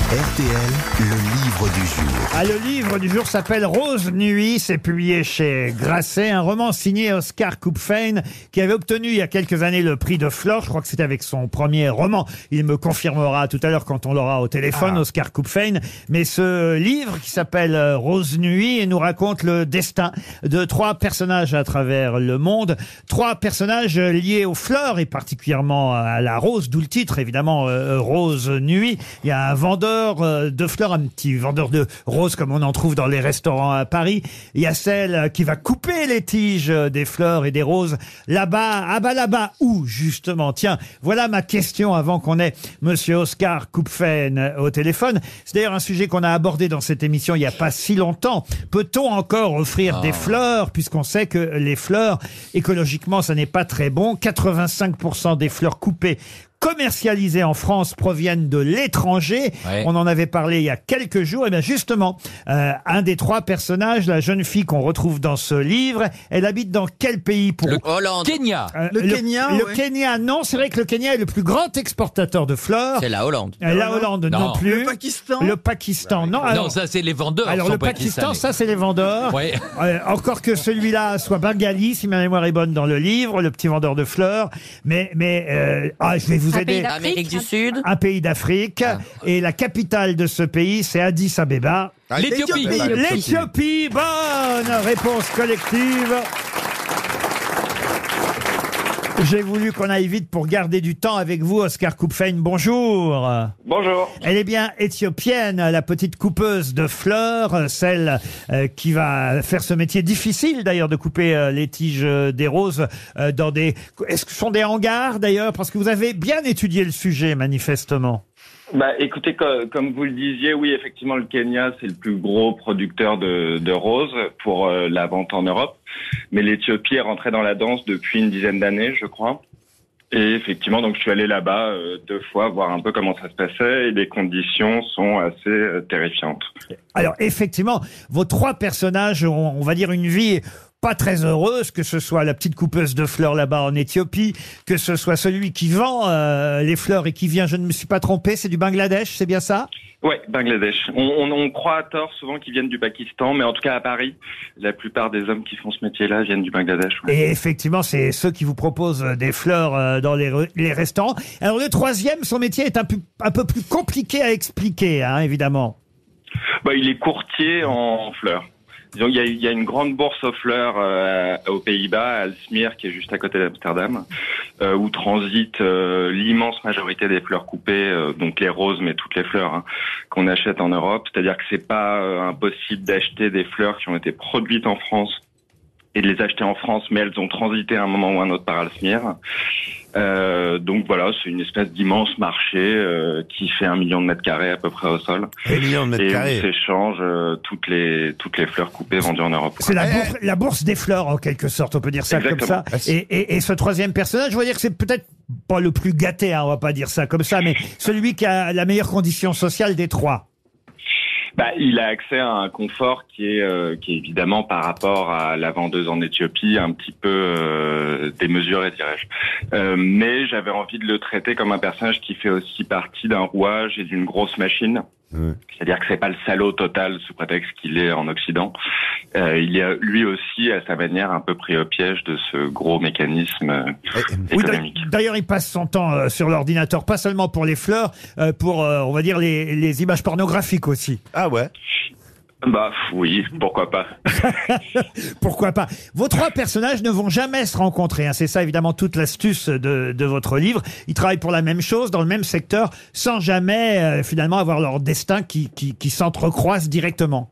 S1: RTL, le livre du jour.
S2: Ah, le livre du jour s'appelle Rose Nuit, c'est publié chez Grasset, un roman signé Oscar Coupfein qui avait obtenu il y a quelques années le prix de Flore, je crois que c'était avec son premier roman. Il me confirmera tout à l'heure quand on l'aura au téléphone, Oscar Coupfein. Mais ce livre qui s'appelle euh, Rose Nuit et nous raconte le destin de trois personnages à travers le monde, trois personnages liés aux fleurs et particulièrement à la rose, d'où le titre évidemment euh, Rose Nuit. Il y a un vendeur euh, de fleurs, un petit vendeur de roses comme on en trouve dans les restaurants à Paris. Il y a celle qui va couper les tiges euh, des fleurs et des roses là-bas, ah bah là-bas, où justement Tiens, voilà ma question avant qu'on ait Monsieur Oscar Coupfen au téléphone. C'est d'ailleurs un sujet qu'on a abordé dans cette émission il n'y a pas si longtemps. Peut-on encore offrir des fleurs puisqu'on sait que les fleurs, écologiquement, ça n'est pas très bon. 85% des fleurs coupées commercialisées en France proviennent de l'étranger.
S3: Ouais.
S2: On en avait parlé il y a quelques jours. Et bien justement, euh, un des trois personnages, la jeune fille qu'on retrouve dans ce livre, elle habite dans quel pays pour
S3: Le
S4: Hollande.
S3: Kenya.
S2: euh,
S7: Le Kenya,
S2: Le
S7: ouais.
S2: Kenya, non, c'est vrai que le Kenya est le plus grand exportateur de fleurs.
S4: C'est la Hollande.
S2: Euh, La Hollande non,
S3: Non.
S2: plus.
S7: Le Pakistan.
S2: Le Pakistan, non.
S3: non,
S2: Alors,
S3: ça c'est les vendeurs.
S2: alors,
S3: sont
S2: le Pakistan,
S3: pakistanais.
S2: ça c'est les vendeurs.
S3: Ouais.
S2: Euh, encore que celui-là soit bengali, si ma mémoire est bonne dans le livre, le petit vendeur de fleurs. Mais, mais euh, ah, je vais vous
S8: Un pays
S2: aider.
S8: d'Afrique.
S4: Amérique du Sud.
S2: Un pays d'Afrique.
S3: Ah.
S2: Et la capitale de ce pays, c'est Addis Abeba.
S3: Ah, L'Éthiopie.
S7: L'Éthiopie.
S2: L'Éthiopie, bonne réponse collective. J'ai voulu qu'on aille vite pour garder du temps avec vous, Oscar Coupfein. Bonjour.
S9: Bonjour.
S2: Elle est bien éthiopienne, la petite coupeuse de fleurs, euh, celle euh, qui va faire ce métier difficile d'ailleurs de couper euh, les tiges euh, des roses euh, dans des. Est-ce que ce sont des hangars d'ailleurs Parce que vous avez bien étudié le sujet manifestement.
S14: Bah, écoutez, co- comme vous le disiez, oui, effectivement, le Kenya, c'est le plus gros producteur de, de roses pour euh, la vente en Europe. Mais l'Éthiopie est rentrée dans la danse depuis une dizaine d'années, je crois. Et effectivement, donc je suis allé là-bas euh, deux fois voir un peu comment ça se passait et les conditions sont assez euh, terrifiantes.
S2: Alors effectivement, vos trois personnages ont, on va dire, une vie pas très heureuse, que ce soit la petite coupeuse de fleurs là-bas en Éthiopie, que ce soit celui qui vend euh, les fleurs et qui vient, je ne me suis pas trompé, c'est du Bangladesh, c'est bien ça
S14: Ouais, Bangladesh. On, on- on croit à tort souvent qu'ils viennent du Pakistan, mais en tout cas à Paris, la plupart des hommes qui font ce métier-là viennent du Bangladesh. ouais.
S2: Et effectivement, c'est ceux qui vous proposent euh, des fleurs euh, dans les, re- les restaurants. Alors le troisième, son métier est un peu, un peu plus compliqué à expliquer, hein, évidemment.
S14: Bah, il est courtier en fleurs. Disons, il y, a, il y a une grande bourse aux fleurs euh, aux Pays-Bas, à Alsmere, qui est juste à côté d'Amsterdam, euh, où transite euh, l'immense majorité des fleurs coupées, euh, donc les roses, mais toutes les fleurs hein, qu'on achète en Europe. C'est-à-dire que c'est pas euh, impossible d'acheter des fleurs qui ont été produites en France et de les acheter en France, mais elles ont transité à un moment ou un autre par Alsmere. Euh, donc voilà, c'est une espèce d'immense marché euh, qui fait un million de mètres carrés à peu près au sol.
S6: Un million de mètres
S14: et
S6: carrés.
S14: où s'échangent euh, toutes les toutes les fleurs coupées vendues en Europe.
S2: C'est la, bourse- la bourse des fleurs, en quelque sorte, on peut dire ça
S14: Eh, Exactement.
S2: comme ça. Et, et- et ce troisième personnage, on va dire que c'est peut-être pas le plus gâté, hein, on va pas dire ça comme ça, mais celui qui a la meilleure condition sociale des trois.
S14: Bah, il a accès à un confort qui est euh, qui est évidemment par rapport à la vendeuse en Éthiopie un petit peu euh, démesuré dirais-je. Euh, mais j'avais envie de le traiter comme un personnage qui fait aussi partie d'un rouage et d'une grosse machine. C'est-à-dire que c'est pas le salaud total sous prétexte qu'il est en Occident. Euh, il est lui aussi à sa manière un peu pris au piège de ce gros mécanisme euh,
S2: Oui, d'a-
S14: économique.
S2: D'ailleurs, il passe son temps euh, sur l'ordinateur, pas seulement pour les fleurs, euh, pour, euh, on va dire, les, les images pornographiques aussi.
S6: Ah ouais
S14: Bah pff, oui, pourquoi pas.
S2: Pourquoi pas Vos trois personnages ne vont jamais se rencontrer. hein. C'est ça évidemment toute l'astuce de, de votre livre. Ils travaillent pour la même chose, dans le même secteur, sans jamais euh, finalement avoir leur destin qui, qui, qui s'entrecroise directement.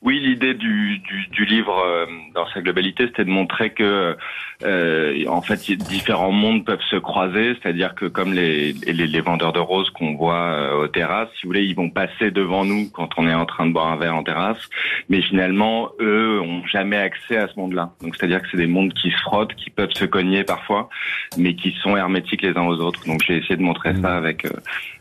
S14: Oui, l'idée du, du, du livre euh, dans sa globalité, c'était de montrer que, euh, en fait, y- différents mondes peuvent se croiser. C'est-à-dire que, comme les, les, les vendeurs de roses qu'on voit euh, aux terrasses, si vous voulez, ils vont passer devant nous quand on est en train de boire un verre en terrasse, mais finalement, eux, ont jamais accès à ce monde-là. Donc, c'est-à-dire que c'est des mondes qui se frottent, qui peuvent se cogner parfois, mais qui sont hermétiques les uns aux autres. Donc, j'ai essayé de montrer ça
S6: Mmh.
S14: avec euh,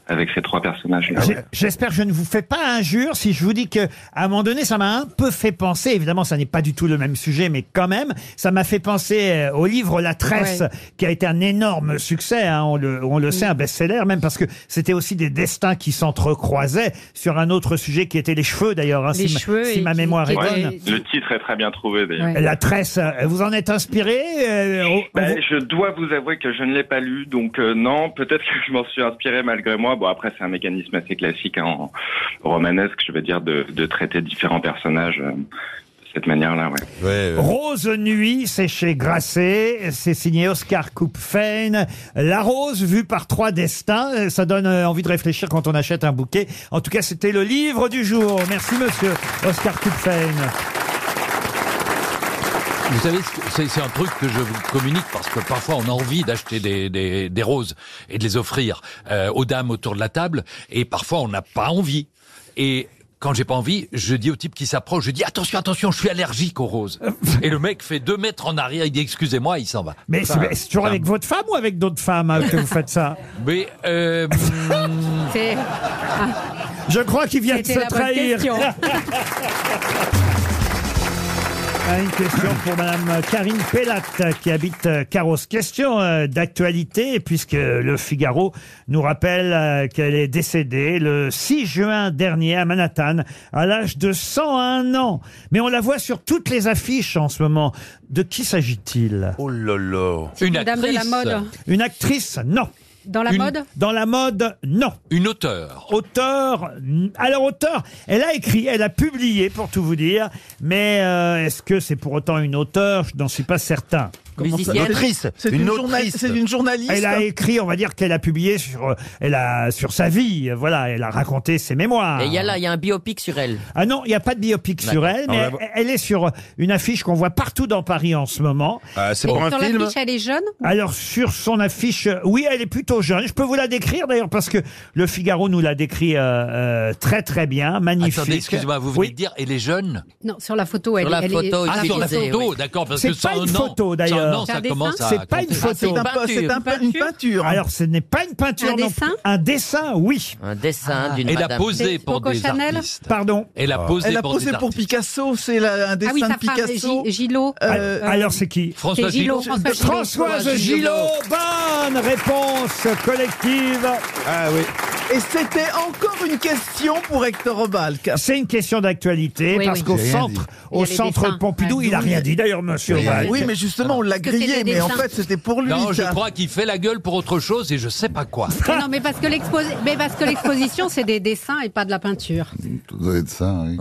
S14: avec ces trois personnages-là.
S2: J'ai- J'espère que je ne vous fais pas injure si je vous dis que à un moment donné, ça m'a un peu fait penser. Évidemment, ça n'est pas du tout le même sujet, mais quand même, ça m'a fait penser euh, au livre La Tresse,
S15: Ouais.
S2: qui a été un énorme succès. hein, on le, on le sait, un best-seller même parce que c'était aussi des destins qui s'entrecroisaient sur un autre sujet qui était les cheveux d'ailleurs. hein,
S8: Les
S2: si, ma-
S8: cheveux
S2: si
S8: et
S2: ma
S8: qui-
S2: mémoire
S8: qui
S2: est
S8: étaient-
S2: bonne.
S14: Le titre est très bien trouvé, d'ailleurs.
S2: La Tresse, euh, vous en êtes inspiré euh, au-
S14: Ben, Je dois vous avouer que je ne l'ai pas lu, donc euh, non, peut-être que je m'en suis inspiré malgré moi. Bon, après, c'est un mécanisme assez classique hein, en romanesque, je veux dire, de, de traiter différents personnages euh, de cette manière-là. Ouais.
S2: Rose Nuit, c'est chez Grasset, c'est signé Oscar Coupfein. La rose vue par trois destins, ça donne euh, envie de réfléchir quand on achète un bouquet. En tout cas, c'était le livre du jour. Merci monsieur Oscar Coupfein.
S3: Vous savez, c'est c'est un truc que je vous communique parce que parfois on a envie d'acheter des, des, des roses et de les offrir euh, aux dames autour de la table et parfois on n'a pas envie. Et quand j'ai pas envie, je dis au type qui s'approche, je dis attention, attention, je suis allergique aux roses. et le mec fait deux mètres en arrière, il dit excusez-moi, il s'en va.
S2: Mais
S3: Ça,
S2: c'est- c'est toujours
S3: ça-
S2: avec votre femme ou avec d'autres femmes hein, que vous faites ça
S3: Mais euh,
S8: C'est-
S2: Je crois qu'il Ah. vient de
S8: C'était
S2: se
S8: la bonne
S2: trahir.
S8: question.
S2: Ah, Une question pour Madame Karine Pellat qui habite euh, Carros. Question euh, d'actualité puisque le Figaro nous rappelle euh, qu'elle est décédée le 6 juin dernier à Manhattan à l'âge de 101 ans. Mais on la voit sur toutes les affiches en ce moment. De qui s'agit-il
S6: Oh là là
S3: Une
S8: dame de la mode.
S2: Une actrice Non.
S8: Dans la
S2: Une-
S8: mode
S2: Dans la mode, non.
S3: Une auteure
S2: Auteur, n- alors auteur, elle a écrit, elle a publié pour tout vous dire, mais euh, est-ce que c'est pour autant une auteure Je n'en suis pas certain.
S7: Comment ça- Musicienne. Autrice. C'est Une une journa- autrice. c'est une journaliste.
S2: Elle a écrit, on va dire qu'elle a publié sur, euh, elle a, sur sa vie, euh, voilà, elle a raconté ses mémoires.
S4: Et il y a là, il y a un biopic sur elle.
S2: Ah non, il n'y a pas de biopic sur
S4: D'accord.
S2: elle,
S3: Ah
S4: On
S2: mais
S4: la
S2: elle,
S4: voit-
S2: elle est sur une affiche qu'on voit partout dans Paris en ce moment.
S3: Ah,
S6: c'est
S8: Et sur l'affiche, elle est jeune
S2: Alors sur son affiche, euh, oui, elle est plutôt jeune. Je peux vous la décrire d'ailleurs parce que Le Figaro nous l'a décrit euh, euh, très très bien, magnifique.
S3: Attendez, excusez-moi, vous venez de dire, et les jeunes
S8: Non, sur la photo, elle, elle est...
S3: Ah, sur la photo, d'accord, parce
S2: C'est
S3: que
S2: pas
S3: 101
S2: une
S3: ans,
S2: photo, d'ailleurs. couleur.
S3: non, ça C'est un commence dessin à
S2: C'est pas
S3: compter.
S2: une
S3: Ah,
S2: photo.
S3: c'est une peinture.
S7: C'est un pe- une peinture.
S2: Alors, ce n'est pas une peinture.
S7: Un
S2: non
S7: dessin
S2: plus. Un dessin, oui.
S4: Un
S2: Ah.
S4: dessin d'une
S3: Elle
S4: madame.
S3: a posé pour des artistes.
S2: Pardon.
S3: Elle a posé
S7: Ah. Elle a
S3: pour
S7: posé
S3: des
S7: pour
S3: artistes.
S7: Picasso, c'est la- un dessin
S8: oui,
S7: de
S8: sa femme,
S7: Picasso.
S8: Gi- Gillot.
S7: Euh,
S2: Alors, c'est qui
S3: François
S8: C'est Gillot,
S3: Gillot.
S8: François Gillot.
S2: Françoise Gillot, bonne réponse collective.
S6: Ah oui.
S7: Et c'était encore une question pour Hector Obalk.
S2: C'est une question d'actualité
S7: Oui,
S2: parce
S7: oui.
S2: qu'au
S7: J'ai rien
S2: centre,
S7: dit. Il
S2: au
S7: y a les
S2: centre
S7: dessins.
S2: Pompidou,
S7: Ah,
S2: il a
S7: oui.
S2: rien dit. D'ailleurs, monsieur. Valls.
S7: Oui, mais justement, on l'a
S8: Parce que c'est
S7: grillé,
S8: des
S7: mais en
S8: dessins.
S7: fait, c'était pour lui.
S3: Non, je
S7: ça.
S3: crois qu'il fait la gueule pour autre chose et je sais pas quoi.
S8: Mais non, mais parce que l'exposi- mais parce que l'exposition, c'est des dessins et pas de la peinture.
S5: Ça doit être ça, oui.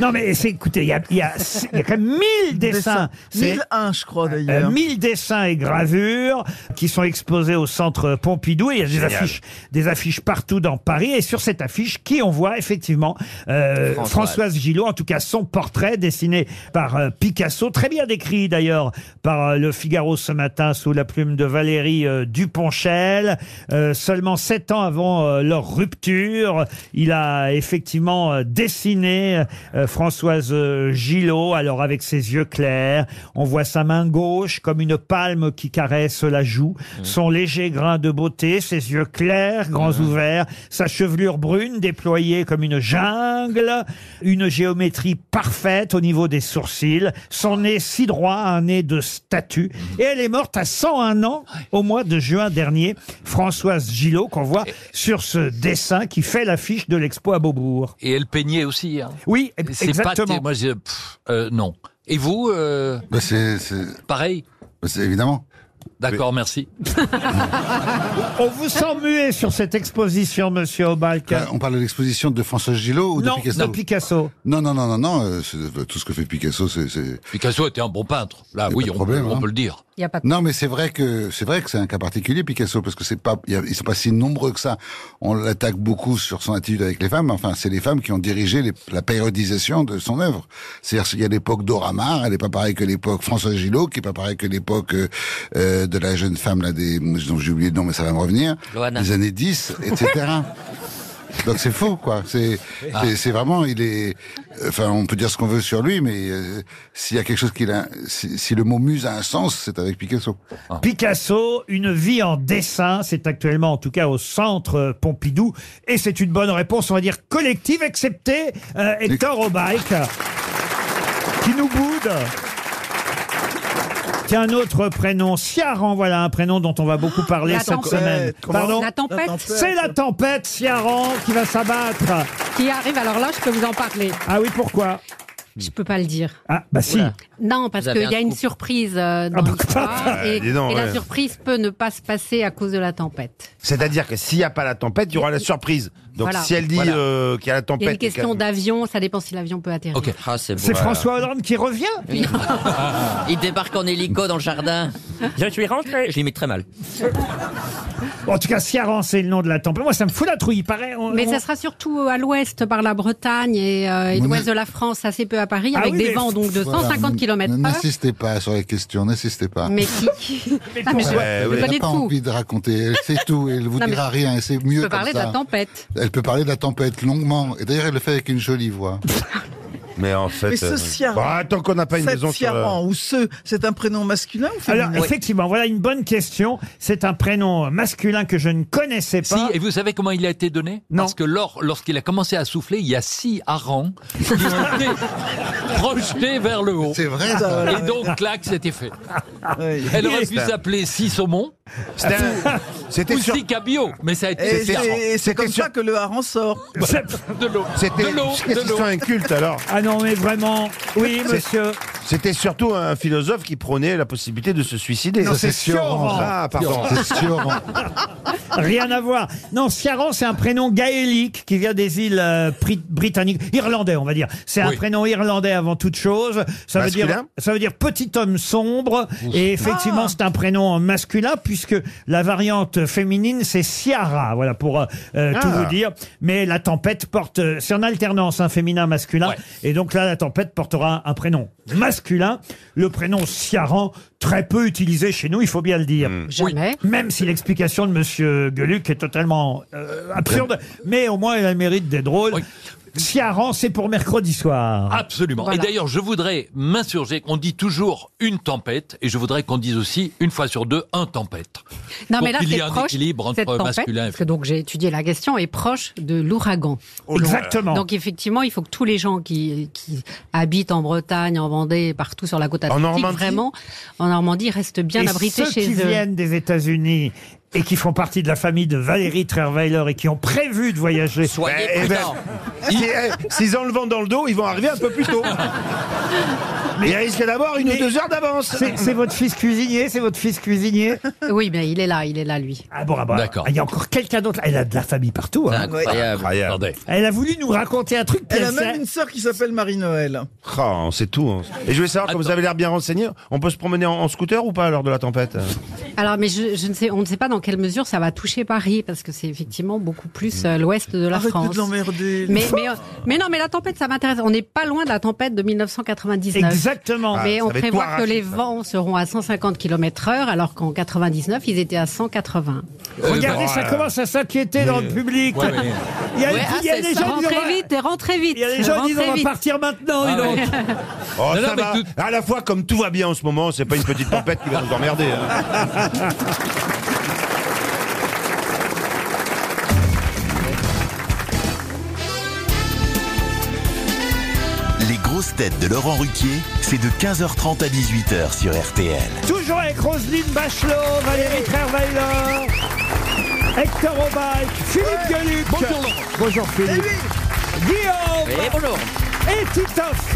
S2: Non, mais c'est- écoutez, il y a, il y a- il y a quand même 1000 dessins. C'est-
S7: 1001, je crois,
S2: Euh,
S7: d'ailleurs.
S2: 1000 dessins et gravures qui sont exposés au centre Pompidou. Et il y a des
S6: Génial.
S2: affiches, des affiches partout dans Paris. Et sur cette affiche, qui on voit effectivement euh,
S4: Françoise.
S2: Françoise Gillot, en tout cas son portrait dessiné par euh, Picasso, très bien décrit d'ailleurs par euh, Le Figaro ce matin sous la plume de Valérie euh, Duponchel. Euh, seulement sept ans avant euh, leur rupture, il a effectivement euh, dessiné euh, Françoise euh, Gillot, alors avec ses yeux clairs. On voit sa main gauche comme une palme qui caresse la joue, son léger grain de beauté, ses yeux clairs, grands ouverts, sa chevelure brune déployée comme une jungle, une géométrie parfaite au niveau des sourcils, son nez si droit, un nez de statue. Et elle est morte à 101 ans au mois de juin dernier, Françoise Gillot, qu'on voit sur ce dessin qui fait l'affiche de l'expo à Beaubourg.
S3: Et elle peignait aussi. hein.
S2: Oui,
S3: C'est pas
S2: exactement.
S3: t- Moi, je- pff, euh, non. Et vous, euh,
S5: Bah, c'est, c'est-
S3: pareil
S5: bah, c'est évidemment.
S3: D'accord, merci.
S2: On vous sent muet sur cette exposition, monsieur Obalk.
S5: Bah, on parle de l'exposition de François Gillot ou
S2: non,
S5: de
S2: de
S5: Picasso
S2: Picasso.
S5: Non, non, non, non, non. euh, c'est- euh, tout ce que fait Picasso, c'est. c'est-
S3: Picasso était un bon peintre. Là,
S5: Y a
S3: Ah oui,
S5: pas de
S3: on,
S5: problème,
S3: on
S5: hein.
S3: peut le dire.
S8: Il y a pas de...
S5: Non, mais c'est vrai que c'est vrai que c'est un cas particulier Picasso parce que c'est pas y a- ils sont pas si nombreux que ça. On l'attaque beaucoup sur son attitude avec les femmes. mais Enfin, c'est les femmes qui ont dirigé les- la périodisation de son œuvre. C'est-à-dire qu'il y a l'époque d'Oramar, elle est pas pareille que l'époque Françoise Gillot, qui est pas pareille que l'époque euh, euh, de la jeune femme là des dont j'ai oublié le nom, mais ça va me revenir.
S4: Loana.
S5: Les années 10, etc. Donc c'est faux, quoi. C'est
S6: Ah.
S5: c'est- c'est vraiment, il est. Enfin, on peut dire ce qu'on veut sur lui, mais euh, s'il y a quelque chose qu'il a, si, si le mot muse a un sens, c'est avec Picasso.
S6: Ah.
S2: Picasso, une vie en dessin, c'est actuellement en tout cas au centre euh, Pompidou, et c'est une bonne réponse, on va dire collective, excepté euh, Hector Obalk, qui nous boude. Tiens, un autre prénom, Ciaran, voilà un prénom dont on va beaucoup parler
S8: Ah, La
S2: cette
S8: tempête.
S2: semaine.
S7: Comment
S2: Pardon
S8: La tempête
S2: C'est la tempête, Ciaran, qui va s'abattre.
S8: qui arrive, alors là, je peux vous en parler.
S2: Ah oui, pourquoi
S8: Je peux pas le dire.
S2: Ah, bah si.
S4: Oula.
S8: Non, parce
S4: Vous avez
S8: qu'il y a
S4: un
S8: une
S4: scoop.
S8: surprise euh, dans
S2: Ah bah,
S8: l'histoire. Et,
S6: dis donc,
S8: et la
S6: ouais.
S8: surprise peut ne pas se passer à cause de la tempête.
S6: C'est-à-dire que s'il n'y a pas la tempête, il y aura la surprise. Donc
S8: Voilà.
S6: si elle dit
S4: Voilà.
S6: euh, qu'il y a la tempête.
S8: Il y a une
S6: et qu'elle-
S8: question d'avion, ça dépend si l'avion peut atterrir.
S3: Ok.
S4: Ah, c'est beau.
S2: C'est François Hollande qui revient
S4: Oui. Il débarque en hélico dans le jardin. Je suis rentré. Je l'imite très mal.
S2: En tout cas, Ciaran, c'est le nom de la tempête. Moi, ça me fout la trouille, il paraît. on-
S8: Mais
S2: on-
S8: ça sera surtout euh, à l'ouest par la Bretagne et, euh, et
S5: Mon
S8: l'ouest
S5: a-
S8: de la France, assez peu à Paris,
S2: Ah
S8: avec
S2: oui,
S8: des
S2: mais-
S8: vents donc de
S5: Voilà.
S8: 150 km
S5: N-
S8: h
S5: N'insistez pas sur les questions, n'insistez pas.
S8: Mais qui Ah, mais je,
S6: Ouais,
S8: je
S6: ouais.
S5: elle
S8: connais
S5: n'a pas
S8: tout.
S5: envie de raconter, elle sait tout, elle vous
S8: Non, mais
S5: dira rien, et c'est
S8: Je
S5: mieux
S8: peux
S5: comme
S8: parler de
S5: ça.
S8: la tempête.
S5: Elle peut parler de la tempête longuement, et d'ailleurs elle le fait avec une jolie voix.
S6: Mais en fait.
S7: Mais ce
S6: euh,
S7: Ciaran-
S6: bon, attends qu'on n'a pas une
S7: Cette
S6: maison sur. euh,
S7: Ciaran, ou ce, c'est un prénom masculin ou féminin
S2: Alors, effectivement, voilà une bonne question. C'est un prénom masculin que je ne connaissais
S3: Si,
S2: pas.
S3: et vous savez comment il a été donné
S2: Non.
S3: Parce que lors- lorsqu'il a commencé à souffler, il y a six harengs qui ont été projetés vers le haut.
S5: C'est
S8: Ah,
S5: vrai,
S7: Ça,
S5: ça.
S8: bah,
S7: voilà.
S3: Et donc, claque, c'était fait.
S7: Ouais.
S3: Elle aurait pu
S6: ça.
S3: s'appeler Six Saumons
S6: C'était un- C'était
S3: ou
S6: sur.
S3: Six Cabillaud, mais ça a
S7: Et
S3: été Six harengs.
S7: c'est- c'est
S6: C'était
S7: comme
S6: sur-
S7: ça que le hareng sort.
S3: de l'eau.
S6: C'était
S3: De l'eau,
S6: Qu'est-ce
S3: de
S6: que c'est
S3: l'eau.
S6: un culte alors
S2: Ah non, mais vraiment. Oui,
S6: C'est-
S2: monsieur.
S6: C'était surtout un philosophe qui prônait la possibilité de se suicider.
S2: Non, c'est Sioran.
S6: Ah, pardon.
S5: C'est sûr.
S2: Rien à voir. Non, Ciaran, c'est un prénom gaélique qui vient des îles euh, Brit- britanniques, irlandais, on va dire. C'est un
S3: Oui.
S2: prénom irlandais avant toute chose. Ça veut dire,
S6: Masculin
S2: ça veut dire petit homme sombre. Et effectivement,
S7: Ah.
S2: c'est un prénom masculin puisque la variante féminine, c'est Ciara. Voilà pour euh, euh, tout
S6: Ah.
S2: vous dire. Mais la tempête porte, euh, c'est en alternance, hein, féminin, masculin.
S3: Ouais.
S2: Et donc là, la tempête portera un prénom masculin. Le prénom Ciaran, très peu utilisé chez nous, il faut bien le dire.
S3: Hmm.
S8: Jamais.
S2: Même si l'explication de Monsieur Gueluc est totalement euh, absurde, mais au moins elle a le mérite d'être drôle. Ciaran, c'est pour mercredi soir.
S3: Absolument. Et d'ailleurs, je voudrais m'insurger. On dit toujours une tempête, et je voudrais qu'on dise aussi, une fois sur deux, un tempête.
S8: Non,
S3: Pour
S8: mais là,
S3: qu'il y
S8: c'est
S3: ait un
S8: proche,
S3: équilibre entre
S8: cette tempête,
S3: masculin et
S8: parce que donc j'ai étudié la question, est proche de l'ouragan.
S3: Oh là là. Exactement.
S8: Donc effectivement, il faut que tous les gens qui, qui habitent en Bretagne, en Vendée, partout sur la côte atlantique,
S2: Normandie
S8: vraiment, en Normandie, restent bien
S2: et
S8: abrités
S2: ceux
S8: chez
S2: qui
S8: eux.
S2: viennent des États-Unis et qui font partie de la famille de Valérie Trierweiler et qui ont prévu de voyager.
S6: Eh ben, si- eh, S'ils ont le vent dans le dos, ils vont arriver un peu plus tôt. Mais ils risquent d'avoir une ou deux heures d'avance.
S2: C'est votre fils cuisinier, c'est votre fils cuisinier.
S8: Oui, mais il est là, il est là, lui.
S2: Ah bon, ah bah, Il y a encore quelqu'un d'autre. Elle a de la famille partout. hein.
S6: Ah,
S2: Elle a voulu nous raconter un truc.
S7: Elle a
S2: puis elle
S7: même une sœur qui s'appelle Marie-Noël.
S6: Oh, c'est tout. hein. Et je voulais savoir, comme vous avez l'air bien renseigné, on peut se promener en, en scooter ou pas lors de la tempête hein
S8: Alors, mais je, je ne sais, on ne sait pas dans quelle mesure ça va toucher Paris, parce que c'est effectivement beaucoup plus euh, l'ouest de la
S7: Arrête
S8: France.
S7: de l'emmerder.
S8: Mais, mais, euh, mais non, mais la tempête, ça m'intéresse. On n'est pas loin de la tempête de 1999.
S2: Exactement.
S8: Mais
S2: Ah,
S8: on
S2: ça va être
S8: prévoit
S2: tout
S8: que
S2: arraché,
S8: les
S2: ça.
S8: vents seront à 150 km heure, alors qu'en 99, ils étaient à 180.
S2: Regardez, ça commence à s'inquiéter dans le public.
S8: Ouais, mais-
S2: Il y a,
S8: Ouais,
S2: il y a
S8: ah,
S2: des
S8: c'est ça.
S2: gens qui disent,
S8: Rentrez vite, rentrez vite.
S2: Il y a des gens qui disent,
S8: rentrez
S2: on va
S8: vite.
S2: partir maintenant. dis
S8: Ah,
S2: donc.
S6: Oh,
S2: Non, non,
S6: ça
S2: mais
S6: va.
S2: tout-
S6: À la fois, comme tout va bien en ce moment, c'est pas une petite tempête qui va nous emmerder. hein.
S1: Les grosses têtes de Laurent Ruquier, c'est de 15h30 à 18h sur RTL.
S2: Toujours avec Roselyne Bachelot, Valérie Trierweiler, Hector Obaïk, Philippe Gueluc.
S3: Bonjour, Laurent.
S2: Bonjour Philippe. Guillaume.
S4: Et bonjour.
S2: Et Titoff.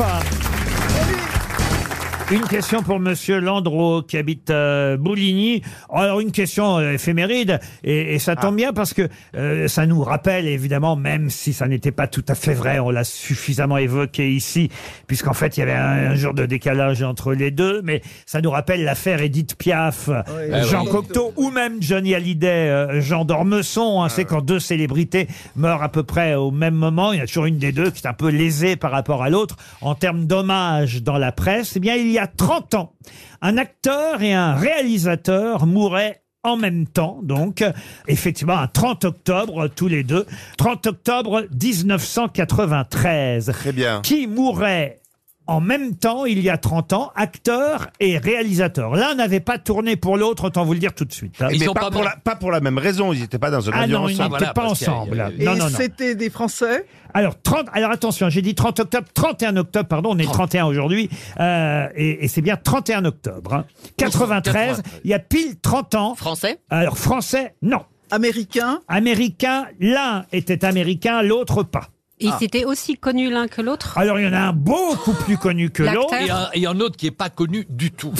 S2: Une question pour Monsieur Landreau qui habite euh, Bouligny. Alors une question euh, éphéméride et, et ça tombe bien parce que euh, ça nous rappelle évidemment, même si ça n'était pas tout à fait vrai, on l'a suffisamment évoqué ici, puisqu'en fait il y avait un, un jour de décalage entre les deux, mais ça nous rappelle l'affaire Edith Piaf,
S15: Ah
S4: Eh
S2: Jean
S15: oui.
S2: Cocteau ou même Johnny Hallyday, euh, Jean Dormesson. hein. c'est quand deux célébrités meurent à peu près au même moment. Il y a toujours une des deux qui est un peu lésée par rapport à l'autre en termes d'hommage dans la presse. Eh bien, il y a 30 ans, un acteur et un réalisateur mouraient en même temps, donc, effectivement, un 30 octobre, tous les deux. 30 octobre 1993. Très
S6: bien.
S2: Qui mourait en même temps, il y a 30 ans, acteur et réalisateur. L'un n'avait pas tourné pour l'autre, autant vous le dire tout de suite. hein.
S6: Mais pas, pour la, pas pour la même raison, ils n'étaient pas dans un
S2: Ah
S6: avion
S2: non, ils
S6: ensemble.
S2: n'étaient pas ensemble. Non,
S7: Et
S2: non, non.
S7: c'était des Français
S2: Alors, 30, alors attention, j'ai dit 30 octobre, 31 octobre, pardon, on est 31 aujourd'hui, euh, et, et c'est bien 31 octobre. hein. 93, il y a pile 30 ans.
S4: Français
S2: Alors, français, non.
S7: Américain
S2: Américain, l'un était américain, l'autre pas. Ah.
S8: Ils étaient aussi connus l'un que l'autre.
S2: Alors, il y en a un beaucoup plus connu que l'autre.
S3: Et un, et un autre qui n'est pas connu du tout.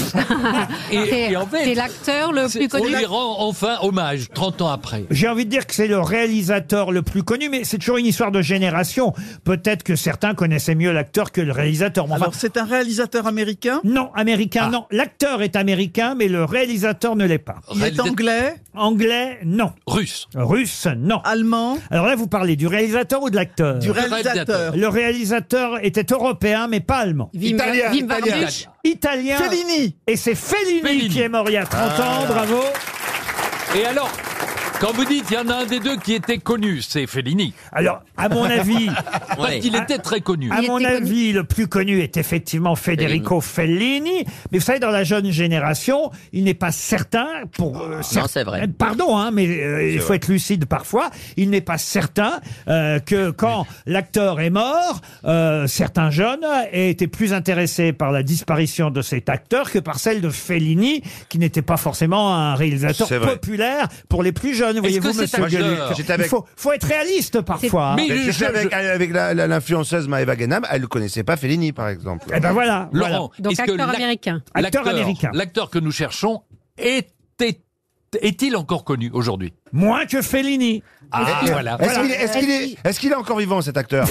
S8: C'est c'est l'acteur le plus
S3: On
S8: connu.
S3: lui rend enfin hommage, 30 ans après.
S2: J'ai envie de dire que c'est le réalisateur le plus connu, mais c'est toujours une histoire de génération. Peut-être que certains connaissaient mieux l'acteur que le réalisateur. Mais enfin,
S7: Alors c'est un réalisateur américain Ah.
S2: Non, américain, non. L'acteur est américain, mais le réalisateur ne l'est pas.
S7: Il est anglais
S2: Anglais, non.
S3: Russe.
S2: Russe, non.
S7: Allemand
S2: Alors là, vous parlez du réalisateur ou de l'acteur
S7: Du réalisateur.
S2: Le réalisateur était européen, mais pas allemand.
S8: Wim- Italien, Wim Italien. Wenders.
S2: Italien.
S7: Fellini.
S2: Et c'est Fellini, qui est mort il y a 30 ans, bravo.
S3: Ah. Et alors, quand vous dites, il y en a un des deux qui était connu, c'est Fellini.
S2: Alors, à mon avis-
S3: Parce qu'il était très connu.
S2: À mon avis, le plus connu est effectivement Federico Fellini. Mais vous savez, dans la jeune génération, il n'est pas certain pour. euh, cer-
S4: Non, c'est vrai.
S2: Euh, Pardon, hein, mais euh, il faut
S4: vrai.
S2: être lucide parfois. Il n'est pas certain euh, que quand l'acteur est mort, euh, certains jeunes étaient plus intéressés par la disparition de cet acteur que par celle de Fellini, qui n'était pas forcément un réalisateur
S6: C'est vrai.
S2: populaire pour les plus jeunes.
S3: Est-ce que
S2: Voyez-vous,
S3: cet
S2: Monsieur
S3: acteur-
S2: Gueluc,
S6: J'étais avec-
S2: il faut, faut être réaliste parfois. hein.
S6: Mais
S3: je- je-
S6: avec, avec la- la- l'influenceuse Maëva Genam, elle ne connaissait pas Fellini, par exemple.
S2: Eh ben voilà.
S3: Laurent,
S8: Donc
S3: est-ce que
S8: acteur
S3: l'ac-
S8: américain.
S2: Acteur américain.
S3: L'acteur que nous cherchons était- est-il encore connu aujourd'hui
S2: Moins que Fellini.
S6: Ah, voilà. Est-ce qu'il est, est-ce qu'il est- est-ce qu'il est encore vivant, cet acteur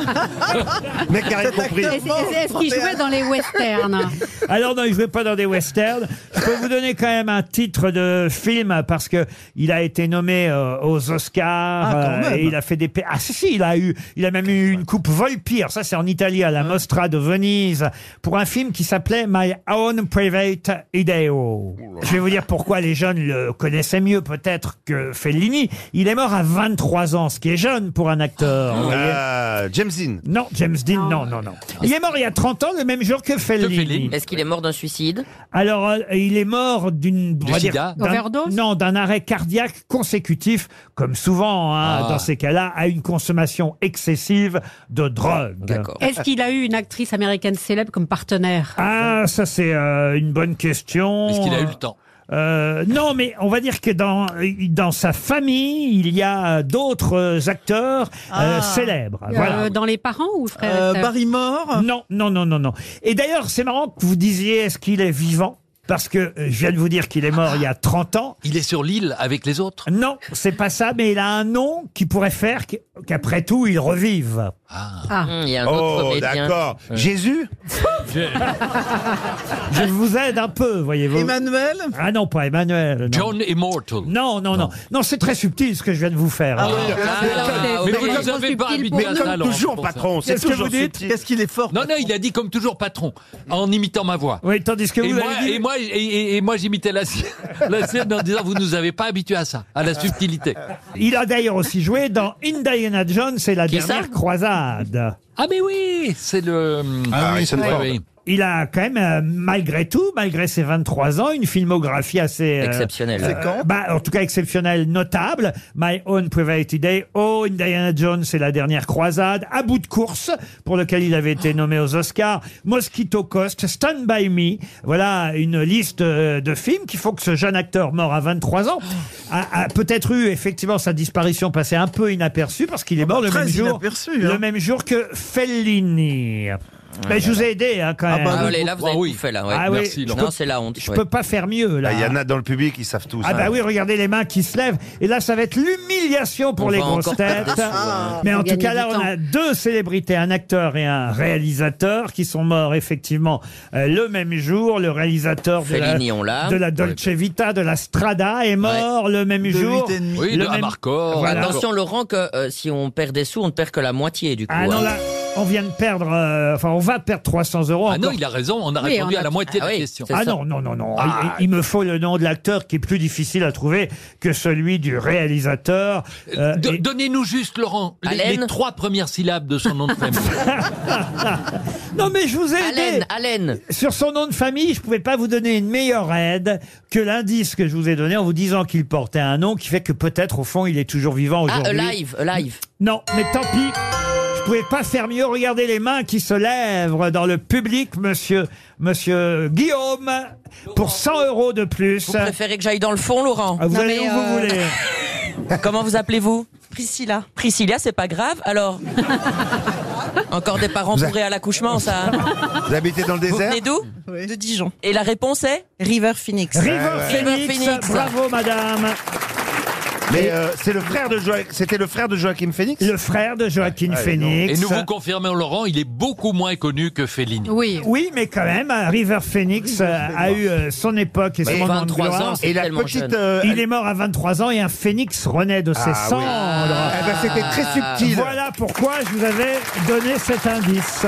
S6: Mec, qui a rien compris.
S8: Est-ce est-ce qu'il jouait dans les westerns
S2: Alors non, il jouait pas dans des westerns. Je peux vous donner quand même un titre de film parce que il a été nommé euh, aux Oscars
S7: Ah, quand
S2: euh,
S7: même.
S2: et il a fait des pa- ah si, si, il a eu il a même eu une coupe Volpi. Alors ça c'est en Italie à la Mostra de Venise pour un film qui s'appelait My Own Private Ideo. Je vais vous dire pourquoi les jeunes le connaissaient mieux peut-être que Fellini. Il est mort à 23 ans, ce qui est jeune pour un acteur. vous voyez.
S7: Ah.
S6: Ah, James Dean.
S2: Non, James Dean, non, non, non. Il est mort il y a 30 ans, le même jour que Fellini.
S4: Est-ce qu'il est mort d'un suicide
S2: Alors, euh, il est mort d'une
S4: Du
S2: on va dire,
S4: sida
S2: d'un-
S4: Overdose
S2: Non, d'un arrêt cardiaque consécutif, comme souvent hein,
S8: Ah.
S2: dans ces cas-là, à une consommation excessive de drogue. D'accord.
S8: Est-ce qu'il a eu une actrice américaine célèbre comme partenaire
S2: Ah, ça c'est euh, une bonne question.
S3: Est-ce qu'il a eu le temps
S2: Euh, non, mais on va dire que dans, dans sa famille, il y a d'autres acteurs euh,
S8: Ah.
S2: célèbres.
S8: Euh,
S2: voilà.
S8: Dans les parents ou frère
S2: Euh,
S8: et sœurs
S2: Barrymore Non, non, non, non, non. Et d'ailleurs, c'est marrant que vous disiez est-ce qu'il est vivant Parce que euh, je viens de vous dire qu'il est mort il y a 30 ans.
S3: Il est sur l'île avec les autres
S2: Non, c'est pas ça, mais il a un nom qui pourrait faire qu'- qu'après tout, il revive.
S3: Ah.
S4: Hum, Il y a un autre
S6: Oh,
S4: comédien.
S6: d'accord. Jésus
S2: Je vous aide un peu, voyez-vous.
S7: Emmanuel
S2: Ah non, pas Emmanuel. non.
S3: John Immortal.
S2: Non, non, non. Non, c'est très subtil ce que je viens de vous faire.
S3: Ah
S2: hein.
S3: oui. Ah, mais vous nous avez pas habitué à ça, Laurent, c'est pour ça.
S2: Qu'est-ce que vous dites
S7: Qu'est-ce qu'il est fort
S3: Non, non, il a dit comme toujours patron, en imitant ma voix.
S2: Oui, tandis que
S3: et
S2: vous
S3: moi,
S2: avez dit-
S3: et moi, et- et- et moi, j'imitais la, sienne- la sienne en disant vous nous avez pas habitué à ça, à la subtilité.
S2: Il a d'ailleurs aussi joué dans Indiana Jones et la
S3: Qui ça
S2: dernière croisade.
S3: Ah mais oui, c'est le.
S6: Ah, Harrison
S3: oui,
S6: Ford.
S3: oui.
S2: Il a quand même, euh, malgré tout, malgré ses 23 ans, une filmographie assez... euh,
S4: Exceptionnelle.
S2: euh,
S4: Séquente.
S2: bah, en tout cas, exceptionnelle, notable. My Own Private Day, Oh, Indiana Jones et la dernière croisade, À bout de course, pour lequel il avait été nommé aux Oscars, Mosquito Coast, Stand By Me. Voilà une liste euh, de films qui font que ce jeune acteur mort à 23 ans a, a peut-être eu effectivement sa disparition passée un peu inaperçue parce qu'il est mort le
S7: très
S2: même jour.
S7: inaperçu, hein.
S2: Le même jour que Fellini. Mais je vous ai aidé hein, quand
S4: Ah
S2: même.
S4: bah, allez, là, vous avez
S3: Ah oui.
S4: tout fait, là. ouais.
S2: Ah oui,
S4: Merci,
S2: je
S4: Laurent.
S2: peux-
S4: Non, c'est la honte.
S2: Je
S4: ouais.
S2: peux pas faire mieux
S6: Ah,
S2: là.
S6: Il y en a dans le public, ils savent tous.
S2: Euh, Ah
S6: hein.
S2: bah oui, regardez les mains qui se lèvent. Et là, ça va être l'humiliation pour
S6: On
S2: les
S6: va
S2: grosses
S6: encore perdre
S2: têtes.
S6: des sous, hein.
S2: Mais
S6: Faut
S2: en tout
S6: gagner
S2: cas,
S6: du
S2: là, on
S6: temps.
S2: a deux célébrités, un acteur et un réalisateur, qui sont morts effectivement euh, le même jour. Le réalisateur de la,
S4: Fellini, on l'a.
S2: de la Dolce Vita, de la Strada, est mort le même jour.
S3: Oui,
S2: Le
S3: de
S2: même-
S3: Amarcord.
S2: Voilà.
S4: Attention, Laurent, que euh, si on perd des sous, on ne perd que la moitié, du coup.
S2: Ah non,
S4: hein.
S2: là, on vient de perdre, euh, enfin, on va perdre 300 euros.
S3: Ah non,
S2: encore.
S3: il a raison, on a
S4: Oui,
S3: répondu
S4: on a-
S3: à la moitié
S4: Ah
S3: de la
S4: oui,
S3: question.
S2: Ah non, non, non, non.
S3: Ah.
S2: Il, il me faut le nom de l'acteur qui est plus difficile à trouver que celui du réalisateur. Euh,
S3: Do-
S2: et-
S3: Donnez-nous juste, Laurent, les- les,
S4: Haleine
S3: trois premières syllabes de son nom de famille.
S2: Non mais je vous ai aidé.
S4: Haleine, haleine.
S2: Sur son nom de famille, je pouvais pas vous donner une meilleure aide que l'indice que je vous ai donné en vous disant qu'il portait un nom qui fait que peut-être au fond il est toujours vivant
S4: Ah,
S2: aujourd'hui.
S4: alive, alive.
S2: Non, mais tant pis. Je pouvais pas faire mieux. Regardez les mains qui se lèvent dans le public, monsieur, monsieur Guillaume, pour 100 euros de plus.
S4: Vous préférez que j'aille dans le fond, Laurent
S2: Ah, Vous allez où vous voulez.
S4: Comment vous appelez-vous Priscilla. Priscilla, c'est pas grave, alors Encore des parents bourrés à l'accouchement, ça. hein
S6: Vous habitez dans le
S4: Vous
S6: désert
S4: venez d'où
S7: De
S4: Dijon. Et la réponse est River Phoenix.
S2: River
S4: River
S2: Phoenix,
S4: Phoenix.
S2: bravo madame.
S6: Mais euh, c'est le frère de Joa- c'était le frère de Joachim Phoenix
S2: Le frère de Joaquin
S6: Allez, non.
S2: Phoenix.
S3: Et nous vous confirmons, Laurent, il est beaucoup moins connu que Fellini.
S8: Oui.
S2: Oui, mais quand même, euh, River Phoenix euh, a eu euh, son époque et son
S6: Et
S2: moment de
S4: 23
S2: gloire.
S4: ans, c'est
S6: Et la
S4: tellement
S6: petite.
S4: jeune.
S6: euh,
S2: Il est mort à 23 ans et un phénix renaît de ses
S6: Ah oui.
S2: cendres.
S6: Eh ben, c'était très subtil.
S2: Voilà pourquoi je vous avais donné cet indice.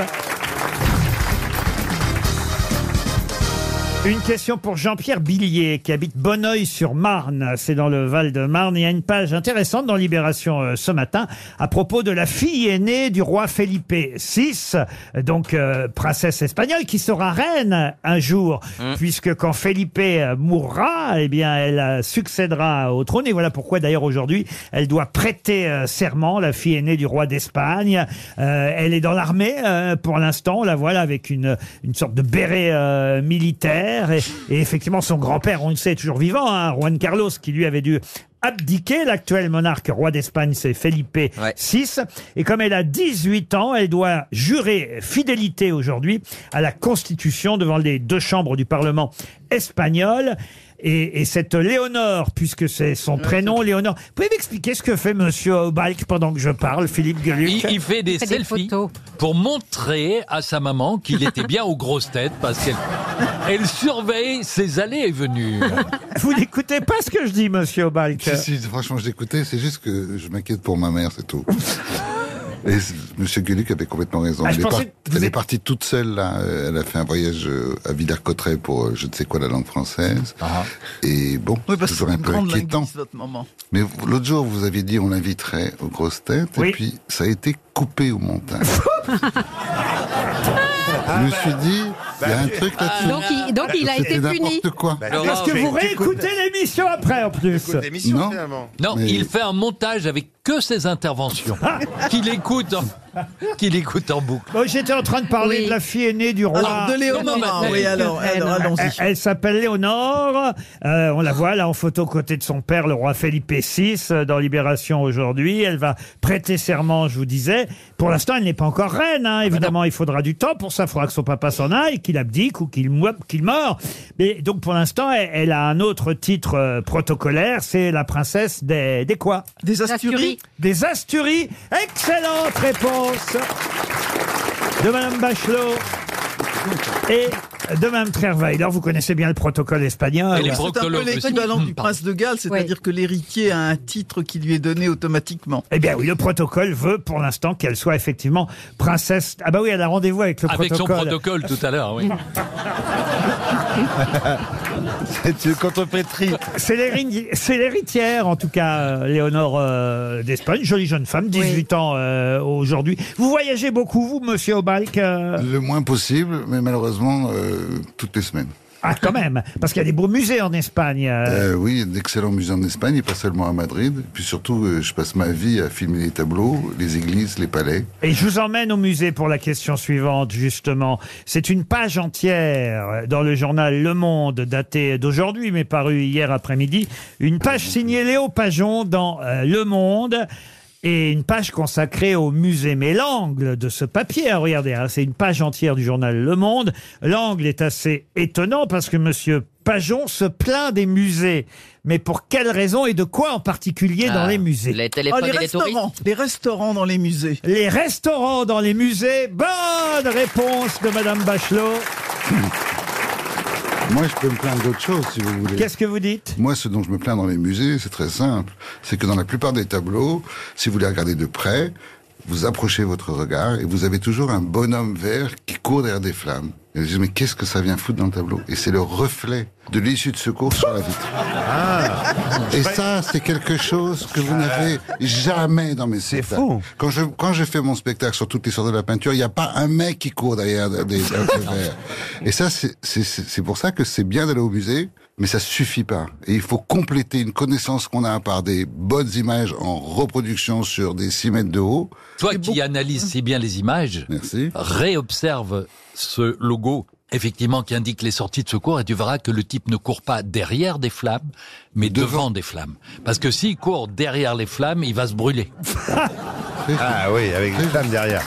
S2: Une question pour Jean-Pierre Billier, qui habite Bonneuil-sur-Marne, c'est dans le Val-de-Marne. Il y a une page intéressante dans Libération euh, ce matin à propos de la fille aînée du roi Felipe VI, donc euh, princesse espagnole, qui sera reine un jour, puisque quand Felipe euh, mourra, eh bien, elle euh, succédera au trône. Et voilà pourquoi, d'ailleurs, aujourd'hui, elle doit prêter euh, serment, la fille aînée du roi d'Espagne. Euh, elle est dans l'armée euh, pour l'instant, on la voit là avec une, une sorte de béret euh, militaire. Et, et effectivement, son grand-père, on le sait, est toujours vivant, hein, Juan Carlos, qui lui avait dû abdiquer. L'actuel monarque roi d'Espagne, c'est Felipe VI. Et comme elle a 18 ans, elle doit jurer fidélité aujourd'hui à la Constitution devant les deux chambres du Parlement espagnol. Et, et cette Léonore, puisque c'est son prénom, Léonore. Vous pouvez m'expliquer ce que fait Monsieur Aubalk pendant que je parle, Philippe Gueluc
S3: Il, il fait des selfies pour montrer à sa maman qu'il était bien aux grosses têtes parce qu'elle elle surveille ses allées et venues.
S2: Vous n'écoutez pas ce que je dis, monsieur Obal.
S5: Si, si, franchement, je l'écoutais, c'est juste que je m'inquiète pour ma mère, c'est tout. Et c- Monsieur Gueluc avait complètement raison.
S2: Ah, je
S5: elle est,
S2: pensais
S5: par-
S2: que vous
S5: elle est
S2: êtes-
S5: partie toute seule, là. Euh, Elle a fait un voyage euh, à Villers-Cotterêts pour euh, je ne sais quoi la langue française.
S2: Ah.
S5: Et bon,
S2: bah,
S5: c'est toujours un peu
S7: Grande
S5: inquiétant.
S7: linguiste, votre maman.
S5: Mais vous- l'autre jour, vous aviez dit on l'inviterait aux grosses têtes, et puis ça a été coupé au montage. Je me suis dit, il y a un truc là-dessus.
S8: Donc il, donc il a
S5: C'était
S8: été puni.
S5: n'importe quoi.
S2: Parce que vous réécoutez l'émission après, en plus.
S3: non, non, il fait un montage avec que ses interventions qu'il écoute, en- qu'il écoute en boucle.
S2: Bon, J'étais en train de parler de la fille aînée du roi.
S3: Alors, Ah, de Léonore, Non, mais- oui, alors, alors, allons-y.
S2: Elle, elle s'appelle Léonore. Euh, on la voit là en photo aux côtés de son père, le roi Felipe VI, euh, dans Libération aujourd'hui. Elle va prêter serment, je vous disais. Pour l'instant, elle n'est pas encore reine. hein. Évidemment, il faudra du temps pour ça. Il faudra que son papa s'en aille, qu'il abdique ou qu'il mo- qu'il meure. Mais donc, pour l'instant, elle, elle a un autre titre euh, protocolaire. C'est la princesse des, des quoi
S7: Des Asturies.
S2: Des Asturies. Excellente réponse de Madame Bachelot et de Madame Trerveil. Alors, vous connaissez bien le protocole espagnol.
S7: Alors, C'est un peu l'équivalent du prince de Galles, c'est-à-dire que l'héritier a un titre qui lui est donné automatiquement.
S2: Eh bien oui, le protocole veut pour l'instant qu'elle soit effectivement princesse. Ah bah oui, elle a rendez-vous avec le
S3: Avec son
S2: protocole.
S3: protocole tout à l'heure, oui.
S2: C'est une contrepétrie. C'est l'héri- c'est l'héritière, en tout cas, euh, Léonore euh, d'Espagne. Jolie jeune femme, 18 ans euh, aujourd'hui. Vous voyagez beaucoup, vous, monsieur Obalk euh
S5: Le moins possible, mais malheureusement, euh, toutes les semaines.
S2: Ah, quand même, parce qu'il y a des beaux musées en Espagne. euh.
S5: Euh, oui, d'excellents musées en Espagne, et pas seulement à Madrid. Puis surtout, euh, je passe ma vie à filmer les tableaux, les églises, les palais.
S2: Et je vous emmène au musée pour la question suivante, justement. C'est une page entière dans le journal Le Monde, datée d'aujourd'hui, mais parue hier après-midi. Une page signée Léo Pajon dans euh, Le Monde. Et une page consacrée au musée. Mais l'angle de ce papier, ah, regardez, hein, c'est une page entière du journal Le Monde. L'angle est assez étonnant parce que Monsieur Pajon se plaint des musées. Mais pour quelle raison et de quoi en particulier dans
S4: Ah,
S2: les musées
S4: les
S7: téléphones Oh, les et les restaurants, touristes Les restaurants dans les musées.
S2: les restaurants dans les musées. Bonne réponse de Madame Bachelot.
S5: Moi, je peux me plaindre d'autre chose, si vous voulez.
S2: Qu'est-ce que vous dites
S5: Moi, ce dont je me plains dans les musées, c'est très simple. C'est que dans la plupart des tableaux, si vous les regardez de près, vous approchez votre regard et vous avez toujours un bonhomme vert qui court derrière des flammes. Et vous dites, mais qu'est-ce que ça vient foutre dans le tableau Et c'est le reflet de l'issue de secours sur la vitre.
S6: Ah.
S5: Et ça, c'est quelque chose que vous n'avez jamais dans mes spectacles.
S15: fou.
S5: Quand je, quand je fais mon spectacle sur toutes les sortes de la peinture, il n'y a pas un mec qui court derrière des, des- des verres. Et ça, c'est- c'est c'est- c'est pour ça que c'est bien d'aller au musée, mais ça suffit pas. Et il faut compléter une connaissance qu'on a par des bonnes images en reproduction sur des 6 mètres de haut.
S3: Toi qui analyses si bien les images, réobserve ce logo, effectivement, qui indique les sorties de secours, et tu verras que le type ne court pas derrière des flammes, mais devant, des flammes. Parce que s'il court derrière les flammes, il va se brûler.
S6: Ah oui, avec les flammes derrière.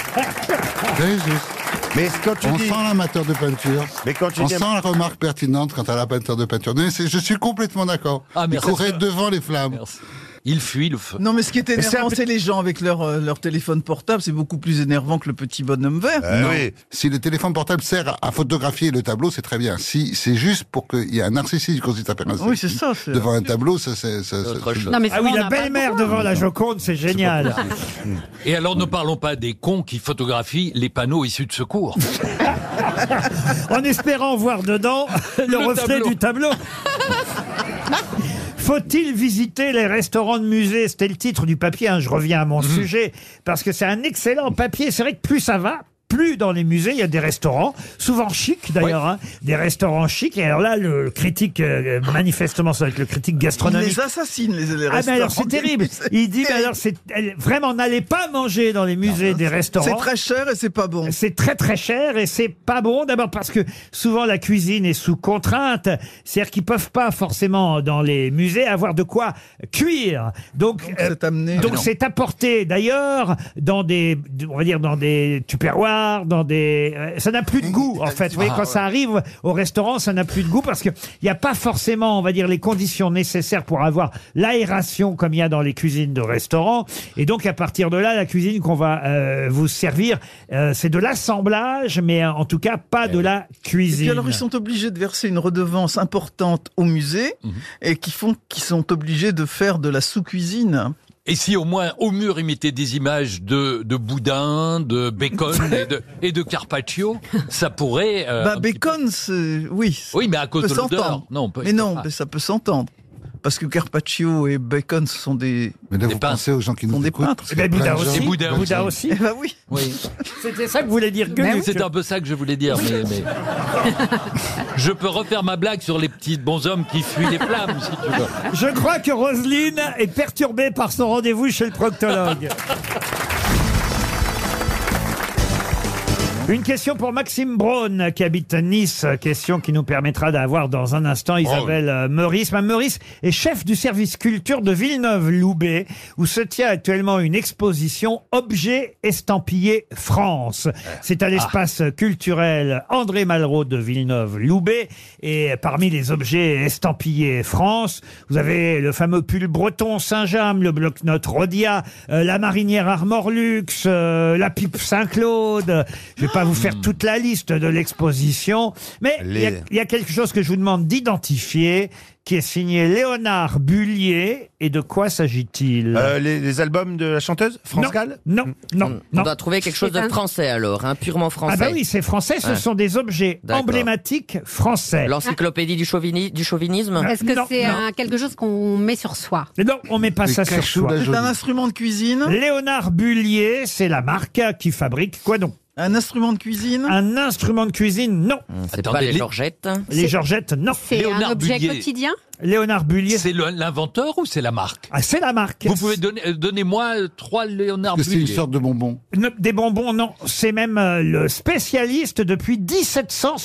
S5: Mais
S6: quand tu
S5: on
S6: dis-
S5: sent l'amateur de peinture.
S6: Mais quand tu
S5: on
S6: dis-
S5: sent la remarque pertinente quant à l'amateur de peinture. Mais c'est- je suis complètement d'accord.
S3: Ah,
S5: il
S3: merci.
S5: courait devant les flammes.
S3: Il fuit le feu.
S7: Non, mais ce qui est
S5: Mais c'est
S7: énervant,
S5: un
S7: c'est les gens avec leur, euh, leur téléphone portable. C'est beaucoup plus énervant que le petit bonhomme vert.
S3: Eh
S5: Non. Euh, Si le téléphone portable sert à- à photographier le tableau, c'est très bien. Si c'est juste pour qu'il y ait un narcissique quand il t'appelle un
S7: Oui, c'est ça, c'est-
S5: devant un tableau, ça c'est ça- ça- c'est-
S2: Non, mais Ah oui, la belle-mère devant la Joconde, c'est génial.
S3: Et alors, ne parlons pas des cons qui photographient les panneaux issus de secours.
S2: en espérant voir dedans le,
S3: Le
S2: reflet
S3: tableau.
S2: du tableau. Faut-il visiter les restaurants de musée C'était le titre du papier. hein. Je reviens à mon sujet parce que c'est un excellent papier. C'est vrai que plus ça va. Plus dans les musées, il y a des restaurants, souvent chics d'ailleurs, hein, des restaurants chics. Et alors là, le critique, euh, manifestement, ça va être le critique
S7: Ils
S2: gastronomique.
S7: les assassinent, les, les
S2: Ah mais alors
S7: restaurants.
S2: c'est terrible. Il dit mais alors c'est elle- vraiment n'allez pas manger dans les musées des restaurants.
S7: c'est très cher et c'est pas bon.
S2: C'est très très cher et c'est pas bon d'abord parce que souvent la cuisine est sous contrainte, c'est-à-dire qu'ils peuvent pas forcément dans les musées avoir de quoi cuire. Donc euh,
S7: c'est amené.
S2: donc
S7: Ah, non.
S2: c'est apporté d'ailleurs dans des on va dire dans des tupperwares canards, dans des. euh, Ça n'a plus de goût, en fait. Vous voyez,
S15: Ah,
S2: quand ça
S15: ouais.
S2: arrive au restaurant, ça n'a plus de goût parce qu'il n'y a pas forcément, on va dire, les conditions nécessaires pour avoir l'aération comme il y a dans les cuisines de restaurants. Et donc, à partir de là, la cuisine qu'on va euh, vous servir, euh, c'est de l'assemblage, mais euh, en tout cas, pas de la
S7: Et
S2: cuisine.
S7: puis alors ils sont obligés de verser une redevance importante au musée
S3: Mhm.
S7: et qui font qu'ils sont obligés de faire de la sous-cuisine.
S3: Et si au moins au mur il mettait des images de, de boudin, de bacon et de, et de carpaccio, ça pourrait. euh,
S7: bah
S3: un petit-
S7: bacon, c'est- oui.
S3: Oui, mais à cause
S7: peut
S3: de l'odeur.
S7: s'entendre.
S3: Non, on peut-
S7: mais non,
S3: ah.
S7: mais ça peut s'entendre. Parce que Carpaccio et Bacon, ce sont des.
S5: Mais là, vous pensez aux gens qui nous
S7: écoutent.
S5: parce qu'il y a plein de gens qui veulent ça.
S2: Eh ben, aussi.
S7: Eh ben oui.
S2: C'était ça que vous voulez dire que
S3: Oui, C'est un peu ça que je voulais dire, mais, mais- je peux refaire ma blague sur les petits bonshommes qui fuient les flammes, si tu veux.
S2: Je crois que Roselyne est perturbée par son rendez-vous chez le proctologue. Une question pour Maxime Braun qui habite Nice, question qui nous permettra d'avoir dans un instant Isabelle euh, Meurice. Mme Meurice est chef du service culture de Villeneuve-Loubet où se tient actuellement une exposition Objets estampillés France. C'est à l'espace culturel André Malraux de Villeneuve-Loubet et parmi les objets estampillés France, vous avez le fameux pull breton Saint-James, le bloc-notes Rodia, euh, la marinière Armor Luxe, euh, la pipe Saint-Claude. Je vais pas vous faire toute la liste de l'exposition, mais il y, a-
S6: Les-
S2: il y a quelque chose que je vous demande d'identifier qui est signé Léonard Bullier. Et de quoi s'agit-il
S6: Euh, les, les albums de la chanteuse France Gall Hmm.
S2: Non, non,
S4: On doit trouver quelque chose de français alors, hein, purement français.
S2: Ah bah oui, c'est français, ce
S4: Ouais.
S2: sont des objets
S4: D'accord.
S2: emblématiques français.
S4: L'encyclopédie du, chauvini- du chauvinisme
S8: Est-ce que c'est un- quelque chose qu'on met sur soi
S2: Mais non, on met pas
S4: Les
S2: Ah, ça sur
S4: cachous,
S2: soi.
S4: la jolie. C'est un
S7: instrument de cuisine
S2: Léonard Bullier, c'est la marque qui fabrique quoi donc
S7: Un instrument de cuisine
S2: Un instrument de cuisine, non.
S3: Hum,
S4: C'est pas les Georgettes
S2: Les Georgettes, non.
S8: C'est un objet quotidien
S2: Léonard Bullier.
S3: C'est le- l'inventeur ou c'est la marque
S2: Ah, c'est la marque.
S3: Vous pouvez donner, euh, donnez-moi euh, trois Léonard
S5: Parce que c'est une
S3: Bullier.
S5: sorte de bonbon.
S2: Ne- Des bonbons, non. C'est même euh, le spécialiste depuis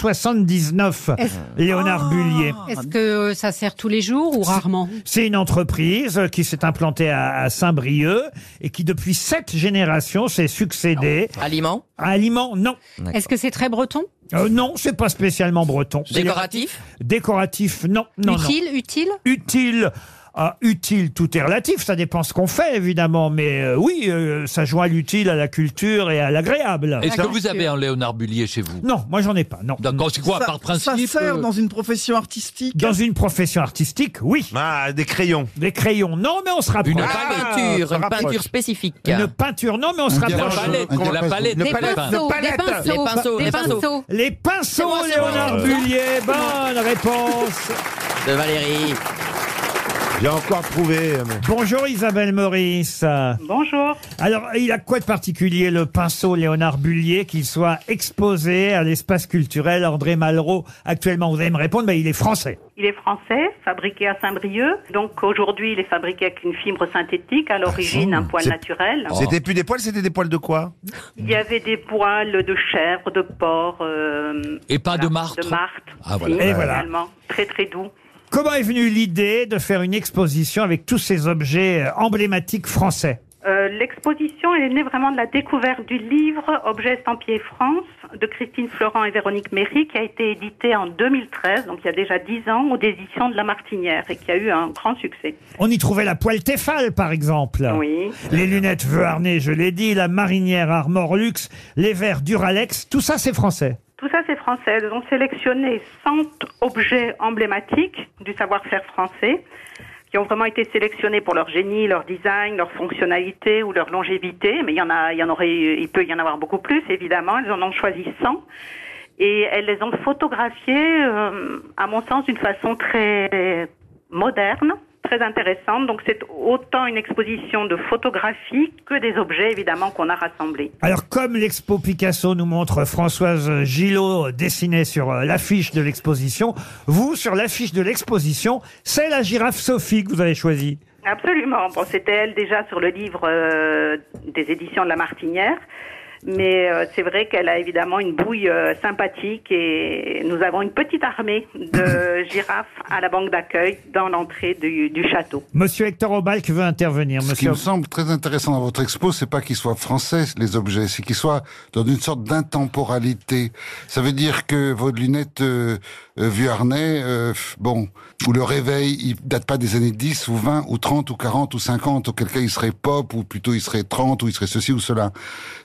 S2: 1779,
S8: Est-ce- Oh.
S2: Léonard Bullier.
S8: Est-ce que euh, ça sert tous les jours ou rarement
S2: Ah, C'est une entreprise euh, qui s'est implantée à à Saint-Brieuc et qui, depuis sept générations, s'est succédée.
S4: Aliment
S2: Aliment, non.
S8: Est-ce que c'est très breton
S2: Euh, non, c'est pas spécialement breton.
S4: Décoratif
S2: Décoratif, non. non non.
S8: Utile Utile
S2: Utile ah, utile, tout est relatif, ça dépend ce qu'on fait évidemment, mais euh, oui, euh, ça joint l'utile à la culture et à l'agréable.
S3: Est-ce que vous avez un Léonard Bullier chez vous
S2: Non, moi j'en ai pas, non.
S3: D'accord, c'est quoi, par principe
S7: Ça sert
S3: euh,
S7: dans une profession artistique.
S2: Dans une profession artistique, oui.
S6: Ah, des crayons.
S2: Des crayons, non, mais on se rapproche. Ah,
S6: Une
S4: peinture, une peinture spécifique.
S2: Une peinture, non, mais on se
S6: Un
S2: rapproche.
S6: diapason, La palette, un comment on diapason. l'appelait
S2: Des
S6: Des palette, pinceaux,
S2: palette.
S6: des pinceaux,
S4: Les pinceaux, des les pinceaux. pinceaux.
S2: Les
S4: C'est moi,
S2: pinceaux,
S4: c'est moi.
S2: Oh, Léonard
S4: Euh.
S2: Bullier, bonne réponse.
S4: De Valérie.
S6: J'ai encore trouvé. euh, mais-
S2: Bonjour Isabelle Maurice.
S12: Bonjour.
S2: Alors, il a quoi de particulier le pinceau Léonard Bullier qu'il soit exposé à l'espace culturel André Malraux Actuellement, vous allez me répondre, ben, il est français.
S12: Il est français, fabriqué à Saint-Brieuc. Donc aujourd'hui, il est fabriqué avec une fibre synthétique, à l'origine un poil
S6: C'est-
S12: naturel.
S6: Oh. C'était plus des poils, c'était des poils de quoi
S12: Il y avait des poils de chèvre, de porc. euh,
S3: Et pas de
S12: voilà,
S3: martre.
S12: De martre.
S3: Ah,
S12: si,
S2: voilà. Et voilà.
S12: finalement. Très très doux.
S2: Comment est venue l'idée de faire une exposition avec tous ces objets euh, emblématiques français
S12: Euh, L'exposition elle est née vraiment de la découverte du livre Objets estampillés France de Christine Florent et Véronique Méry qui a été édité en 2013, donc il y a déjà 10 ans, aux éditions de La Martinière et qui a eu un grand succès.
S2: On y trouvait la poêle Tefal, par exemple.
S12: Oui.
S2: Les lunettes Veuarnais, je l'ai dit, la marinière Armor Luxe, les verres Duralex, tout ça c'est français.
S12: Tout ça, c'est français. Ils ont sélectionné 100 objets emblématiques du savoir-faire français qui ont vraiment été sélectionnés pour leur génie, leur design, leur fonctionnalité ou leur longévité. Mais il y en a, il y en aurait, il peut y en avoir beaucoup plus, évidemment. Elles en ont choisi 100. Et elles les ont photographiés, euh, à mon sens, d'une façon très moderne, très intéressante. Donc c'est autant une exposition de photographies que des objets, évidemment, qu'on a rassemblés.
S2: Alors comme l'expo Picasso nous montre Françoise Gillot dessinée sur euh, l'affiche de l'exposition, vous sur l'affiche de l'exposition, c'est la girafe Sophie que vous avez choisie.
S12: Absolument. Bon, c'était elle déjà sur le livre euh, des éditions de La Martinière. Mais euh, c'est vrai qu'elle a évidemment une bouille euh, sympathique et nous avons une petite armée de girafes à la banque d'accueil dans l'entrée du, du château.
S2: Monsieur Hector Obal qui veut intervenir.
S5: Ce qui
S2: Monsieur,
S5: me semble très intéressant dans votre expo, c'est pas qu'ils soient français, les objets, c'est qu'ils soient dans une sorte d'intemporalité. Ça veut dire que vos lunettes euh, euh, Vuarnet, euh, bon, ou le réveil, il date pas des années 10 ou 20 ou 30 ou 40 ou 50, auquel cas il serait pop ou plutôt il serait 30 ou il serait ceci ou cela.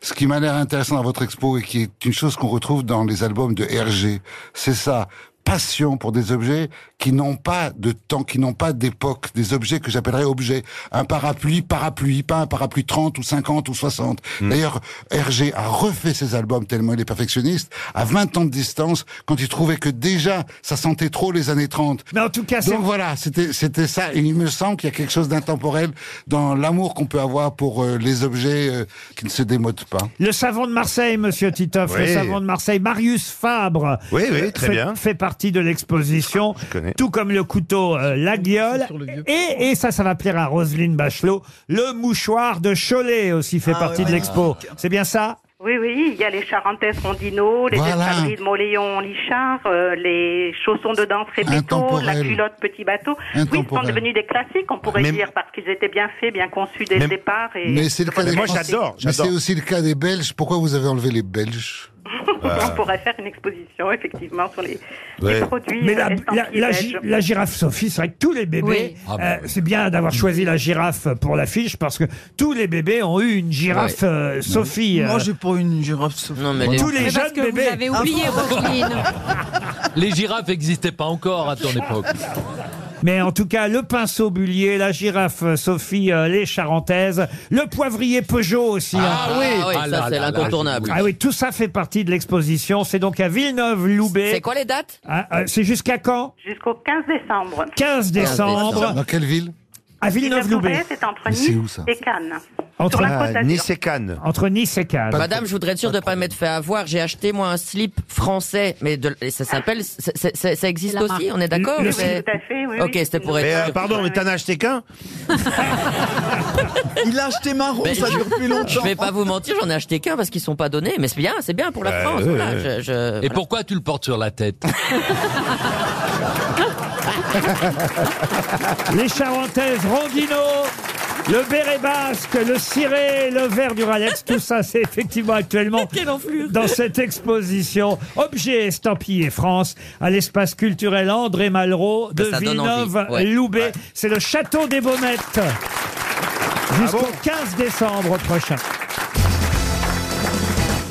S5: Ce qui m'a l'air intéressant dans votre expo et qui est une chose qu'on retrouve dans les albums de Hergé, c'est ça passion pour des objets qui n'ont pas de temps, qui n'ont pas d'époque, des objets que j'appellerais objets. Un parapluie, parapluie, pas un parapluie 30 ou 50 ou 60. D'ailleurs, Hergé a refait ses albums tellement il est perfectionniste, à 20 ans de distance, quand il trouvait que déjà, ça sentait trop les années 30.
S2: Mais en tout cas,
S5: Donc voilà, c'était, c'était ça. Et il me semble qu'il y a quelque chose d'intemporel dans l'amour qu'on peut avoir pour euh, les objets euh, qui ne se démodent pas.
S2: Le savon de Marseille, monsieur Titoff, le
S5: Oui.
S2: savon de Marseille. Marius Fabre.
S5: Oui, oui,
S2: euh,
S5: très
S2: fait,
S5: bien. Ah,
S2: Fait partie de l'exposition. Tout comme le couteau, euh, la gueule. Et, et ça, ça va plaire à Roselyne Bachelot. Le mouchoir de Cholet aussi fait
S12: Ah,
S2: partie
S12: oui,
S2: de
S12: oui.
S2: l'expo. C'est bien ça?
S12: Oui, oui, il y a les charentaises rondino, les
S2: Voilà.
S12: espadrilles de Moléon Lichard, euh, les chaussons de danse Repetto, la
S5: Intemporel.
S12: culotte Petit Bateau. Oui, ils sont
S5: Intemporel.
S12: devenus des classiques, on pourrait
S5: Mais-
S12: dire, parce qu'ils étaient bien faits, bien conçus dès le départ. Et
S5: Mais c'est le cas des Français. Mais c'est
S12: On
S5: aussi le cas des Belges. Pourquoi vous avez enlevé les Belges
S12: pourrait faire une exposition, effectivement, sur les, les
S5: Ouais.
S12: produits.
S2: Mais la,
S12: euh,
S2: la-
S12: estampillés
S2: la
S12: belges.
S2: gi- la girafe Sophie, c'est vrai que tous les bébés,
S12: Oui.
S2: euh, c'est bien d'avoir choisi la girafe pour l'affiche parce que tous les bébés ont eu une girafe
S7: Ouais.
S2: euh, Sophie.
S7: Moi,
S2: euh,
S7: j'ai pas une girafe Sophie.
S2: les- Tous les Mais parce jeunes que vous bébés. l'avez oublié,
S3: Roselyne. Les girafes n'existaient pas encore à ton époque.
S2: Mais en tout cas, le pinceau bullier, la girafe euh, Sophie, euh, les charentaises, le poivrier Peugeot aussi. hein.
S4: Ah oui. Ah oui, ça, c'est l'incontournable.
S2: Ah oui, tout ça fait partie de l'exposition. C'est donc à Villeneuve-Loubet.
S4: C'est quoi les dates
S2: Ah, euh, C'est jusqu'à quand
S12: Jusqu'au 15 décembre.
S2: 15 décembre.
S5: Dans quelle ville
S2: À Villeneuve-Loubet.
S12: C'est entre
S2: Mais c'est où,
S12: Nice
S2: ça
S12: et Cannes.
S2: Entre
S12: Sur la
S4: Ah,
S12: Côte d'Azur.
S6: et Cannes.
S2: Entre Nice et Cannes.
S4: Madame, je voudrais être sûr de ne pas m'être fait avoir. J'ai acheté moi un slip français, mais de, et ça s'appelle, c'est- c'est- c'est- ça existe aussi, on est d'accord
S6: Le- le
S4: mais-
S6: slip. Tout à fait, oui,
S4: Ok,
S6: oui.
S4: c'était pour être.
S6: Mais, euh,
S4: sûr.
S6: pardon, mais t'en as acheté qu'un
S7: Il a acheté marron,
S4: Mais
S7: ça
S4: je-
S7: dure plus longtemps.
S4: Je vais pas vous mentir, j'en ai acheté qu'un parce qu'ils sont pas donnés, mais c'est bien, c'est bien pour la
S3: Bah,
S4: France.
S3: ouais,
S4: voilà,
S3: ouais.
S4: je- je-
S3: Et
S4: voilà.
S3: pourquoi tu le portes sur la tête
S2: Les Charentaises, Rondino, le béret basque, le ciré, le verre du Ralex, tout ça, c'est effectivement actuellement dans cette exposition. Objet estampillé France à l'espace culturel André Malraux de
S4: Ben, ça donne envie, ouais.
S2: Villeneuve-Loubet. C'est le château des Baumettes jusqu'au 15 décembre prochain.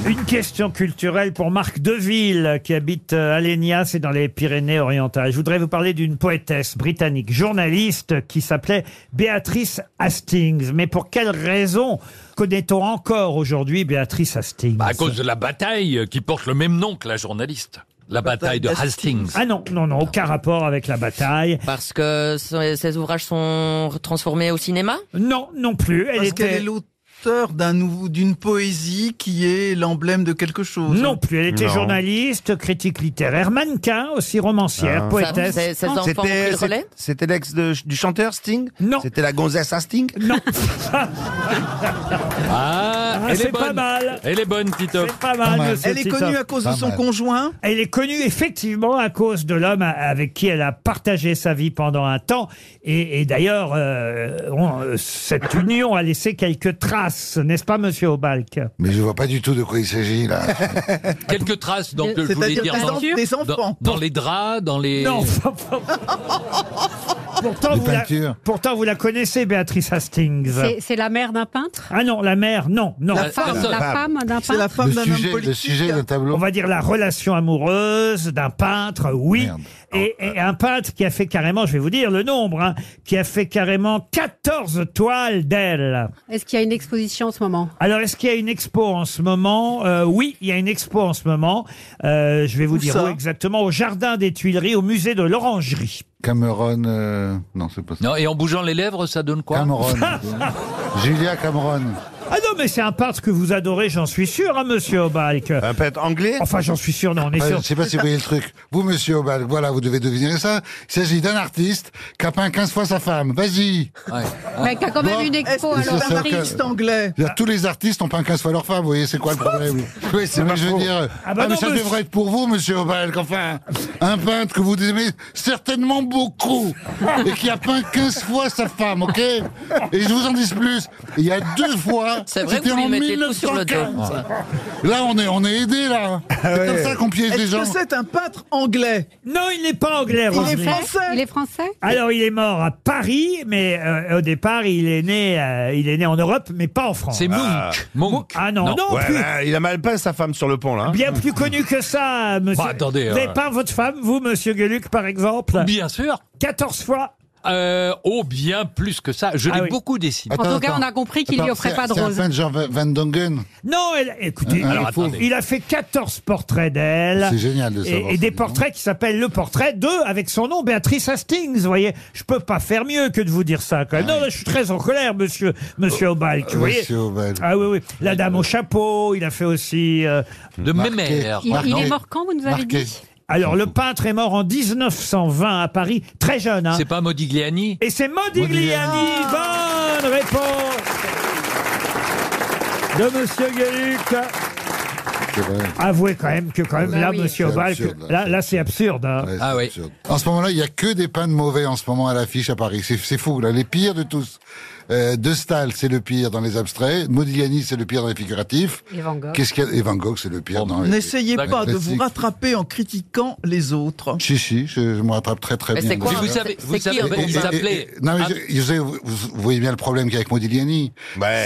S2: Une question culturelle pour Marc Deville, qui habite euh, Alenia, c'est dans les Pyrénées-Orientales. Je voudrais vous parler d'une poétesse britannique, journaliste, qui s'appelait Béatrice Hastings. Mais pour quelle raison connaît-on encore aujourd'hui Béatrice Hastings
S3: À cause de la bataille qui porte le même nom que la journaliste. La bataille de Hastings.
S2: Ah non, non, non, aucun rapport avec la bataille.
S4: Parce que ces ces ouvrages sont transformés au cinéma
S2: Non, non plus.
S7: Parce qu'elle est l'auteur d'un nouveau- d'une poésie qui est l'emblème de quelque chose.
S2: Non plus, elle était
S7: Non.
S2: journaliste, critique littéraire, mannequin, aussi romancière,
S6: Ah.
S2: poétesse.
S6: C'était- c'est- C'était l'ex de- du chanteur Sting
S2: Non.
S6: C'était la gonzesse à Sting
S2: Non.
S3: Ah,
S2: Ah,
S3: elle
S2: c'est
S3: est bonne.
S2: pas mal.
S3: Elle est bonne, Tito.
S2: C'est pas mal, monsieur
S7: Elle est
S2: Titoff.
S7: connue à cause de Pas son mal. conjoint
S2: Elle est connue effectivement à cause de l'homme avec qui elle a partagé sa vie pendant un temps. Et, et d'ailleurs, euh, on- euh, cette union a laissé quelques traces, n'est-ce pas, monsieur Obalk
S5: Mais je vois pas du tout de quoi il s'agit là.
S3: Quelques traces, donc,
S2: C'est-
S3: je voulais
S2: c'est-à-dire
S3: dire.
S2: des
S3: dans-
S2: en- des
S3: dans-
S2: enfants.
S3: Dans, les draps, dans les.
S2: Non, pourtant,
S3: Des
S2: vous la,
S3: peintures.
S2: pourtant, vous la connaissez, Béatrice Hastings.
S8: C'est- C'est la mère d'un peintre
S2: Ah non, la mère, non, Euh, non.
S8: La femme, la femme d'un peintre
S5: sujet d'un tableau.
S2: On va dire la relation amoureuse d'un peintre, oui.
S5: Oh,
S2: Et, et
S5: euh.
S2: un peintre qui a fait carrément, je vais vous dire le nombre, hein, qui a fait carrément 14 toiles d'elle.
S8: Est-ce qu'il y a une exposition en ce moment
S2: Alors, est-ce qu'il y a une expo en ce moment Euh, Oui, il y a une expo en ce moment. Euh, je vais vous
S5: Où
S2: dire
S5: ça
S2: où exactement. Au Jardin des Tuileries, au musée de l'Orangerie.
S5: Cameron. euh, Non, c'est pas ça.
S3: Non, et en bougeant les lèvres, ça donne quoi
S5: Cameron. Julia Cameron.
S2: Ah non, mais c'est un peintre que vous adorez, j'en suis sûr, hein, monsieur Obalk. Un
S6: peintre anglais
S2: Enfin, j'en suis sûr, non, on est
S5: Ouais,
S2: sûr.
S5: Euh, je ne sais pas si vous voyez le truc. Vous, monsieur Obal, voilà, vous devez deviner ça. Il s'agit d'un artiste qui a peint 15 fois sa femme. Vas-y
S8: Mais qui a quand même
S5: Bon,
S8: une expo à
S5: est-ce que
S8: Londres.
S5: c'est un artiste
S7: anglais
S6: Ah.
S5: Tous les artistes ont peint 15 fois leur femme, vous voyez, c'est quoi le problème
S6: Oui, c'est
S5: Non, mais
S6: pas
S5: je veux
S6: faux.
S5: dire,
S6: Ah bah
S5: ah, mais
S6: non,
S5: ça
S6: monsieur-
S5: devrait être pour vous, monsieur Obal, enfin, un peintre que vous aimez certainement beaucoup et qui a peint 15 fois sa femme, ok Et je vous en dis plus, il y a deux fois,
S4: C'est vrai que
S5: c'était
S4: vous
S5: en
S4: lui mettez tout sur le dos.
S5: 1915. Là, on est, on est aidé, là.
S6: Ah
S5: C'est comme ça qu'on piège les gens.
S7: Est-ce que c'est un peintre anglais
S2: Non, il n'est pas anglais,
S7: Il
S2: Roselyne.
S7: est français
S8: Il est français
S2: Alors, il est mort à Paris, mais euh, au départ, il est né, euh, il est né en Europe, mais pas en France.
S6: C'est Munch. Ah.
S2: Monk. Ah non, non,
S6: Ouais,
S2: plus.
S6: là, il a mal peint sa femme sur le pont, là. hein.
S2: Bien plus connu que ça, monsieur.
S6: Bah, attendez,
S2: Vous n'avez
S6: euh.
S2: pas votre femme, vous, monsieur Gueluc, par exemple
S3: Bien sûr.
S2: 14 fois.
S3: Euh, oh, bien plus que ça. Je
S2: Ah
S3: l'ai
S2: oui.
S3: beaucoup dessiné.
S8: En tout cas, on a compris qu'il lui
S5: Attends,
S8: offrait
S5: c'est-
S8: pas de
S5: c'est un
S8: rose.
S5: peintre genre Van Van Dongen.
S2: Non, elle- écoutez,
S5: Euh, alors,
S2: il, faut-
S5: attendez.
S2: il a fait 14 portraits d'elle.
S5: C'est génial
S2: Et-
S5: de savoir
S2: Et,
S5: ça,
S2: des
S5: dis donc.
S2: portraits qui s'appellent le portrait de, avec son nom, Béatrice Hastings. Vous voyez, je peux pas faire mieux que de vous dire ça quand même. Non, là, je suis très en colère, monsieur, monsieur Obal. Vous voyez
S5: Ah Euh, Monsieur Obal.
S2: Ah oui, oui. La dame au chapeau, il a fait aussi. euh,
S3: de Mémère.
S8: Il, il est mort quand, vous nous avez dit
S2: Alors, le peintre est mort en 1920 à Paris, très jeune. hein.
S3: C'est pas Modigliani
S2: Et c'est Modigliani. Bonne réponse de Monsieur Gueluc. Avouez quand même que quand même
S8: Ah
S5: Ouais.
S2: là,
S5: Bah oui.
S2: Monsieur
S5: C'est
S2: Obal,
S5: absurde,
S2: que-
S5: là.
S2: là, là c'est absurde. hein.
S3: Ah oui.
S5: En ce moment-là, il y a que des peintres mauvais en ce moment à l'affiche à Paris. C'est c'est fou, là. Les pires de tous. Euh, de Stahl, c'est le pire dans les abstraits. Modigliani, c'est le pire dans les figuratifs.
S8: Et Van Gogh.
S5: Qu'est-ce qu'il y a Et Van Gogh, c'est le pire dans les.
S7: N'essayez
S5: dans les
S7: pas de vous
S5: classiques.
S7: rattraper en critiquant les autres.
S5: Si, si, je, je me rattrape très très
S4: Mais
S5: bien. Ah.
S4: c'est quoi,
S5: dessus.
S4: Mais vous savez- c'est- vous c'est savez- qui, en fait,
S5: Et-
S4: qui
S5: et-
S4: s'appelait-
S5: et- Non, mais je- je sais, vous, vous voyez bien le problème qu'il y a avec Modigliani.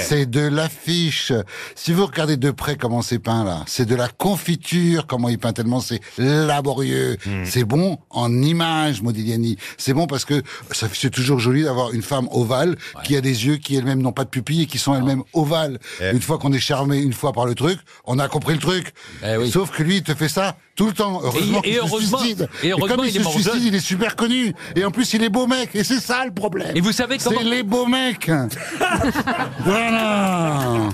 S5: C'est de l'affiche. Si vous regardez de près comment c'est peint là, c'est de la confiture, comment il peint tellement c'est laborieux. C'est bon en image, Modigliani. C'est bon parce que ça- c'est toujours joli d'avoir une femme ovale qui a des yeux qui elles-mêmes n'ont pas de pupilles et qui
S4: Ah.
S5: sont elles-mêmes ovales. Une fois qu'on est charmé une fois par le truc, on a compris le truc.
S4: Eh
S5: Sauf que lui, il te fait ça tout le temps. Heureusement
S3: Et- et
S5: qu'il se
S3: heureusement-
S5: suicide.
S3: et heureusement,
S5: comme il,
S3: il est
S5: se
S3: mort
S5: suicide,
S3: jeune.
S5: il est super connu. Et en plus, il est beau mec. Et c'est ça le problème.
S3: Et vous savez comment-
S5: C'est les beaux mecs. voilà.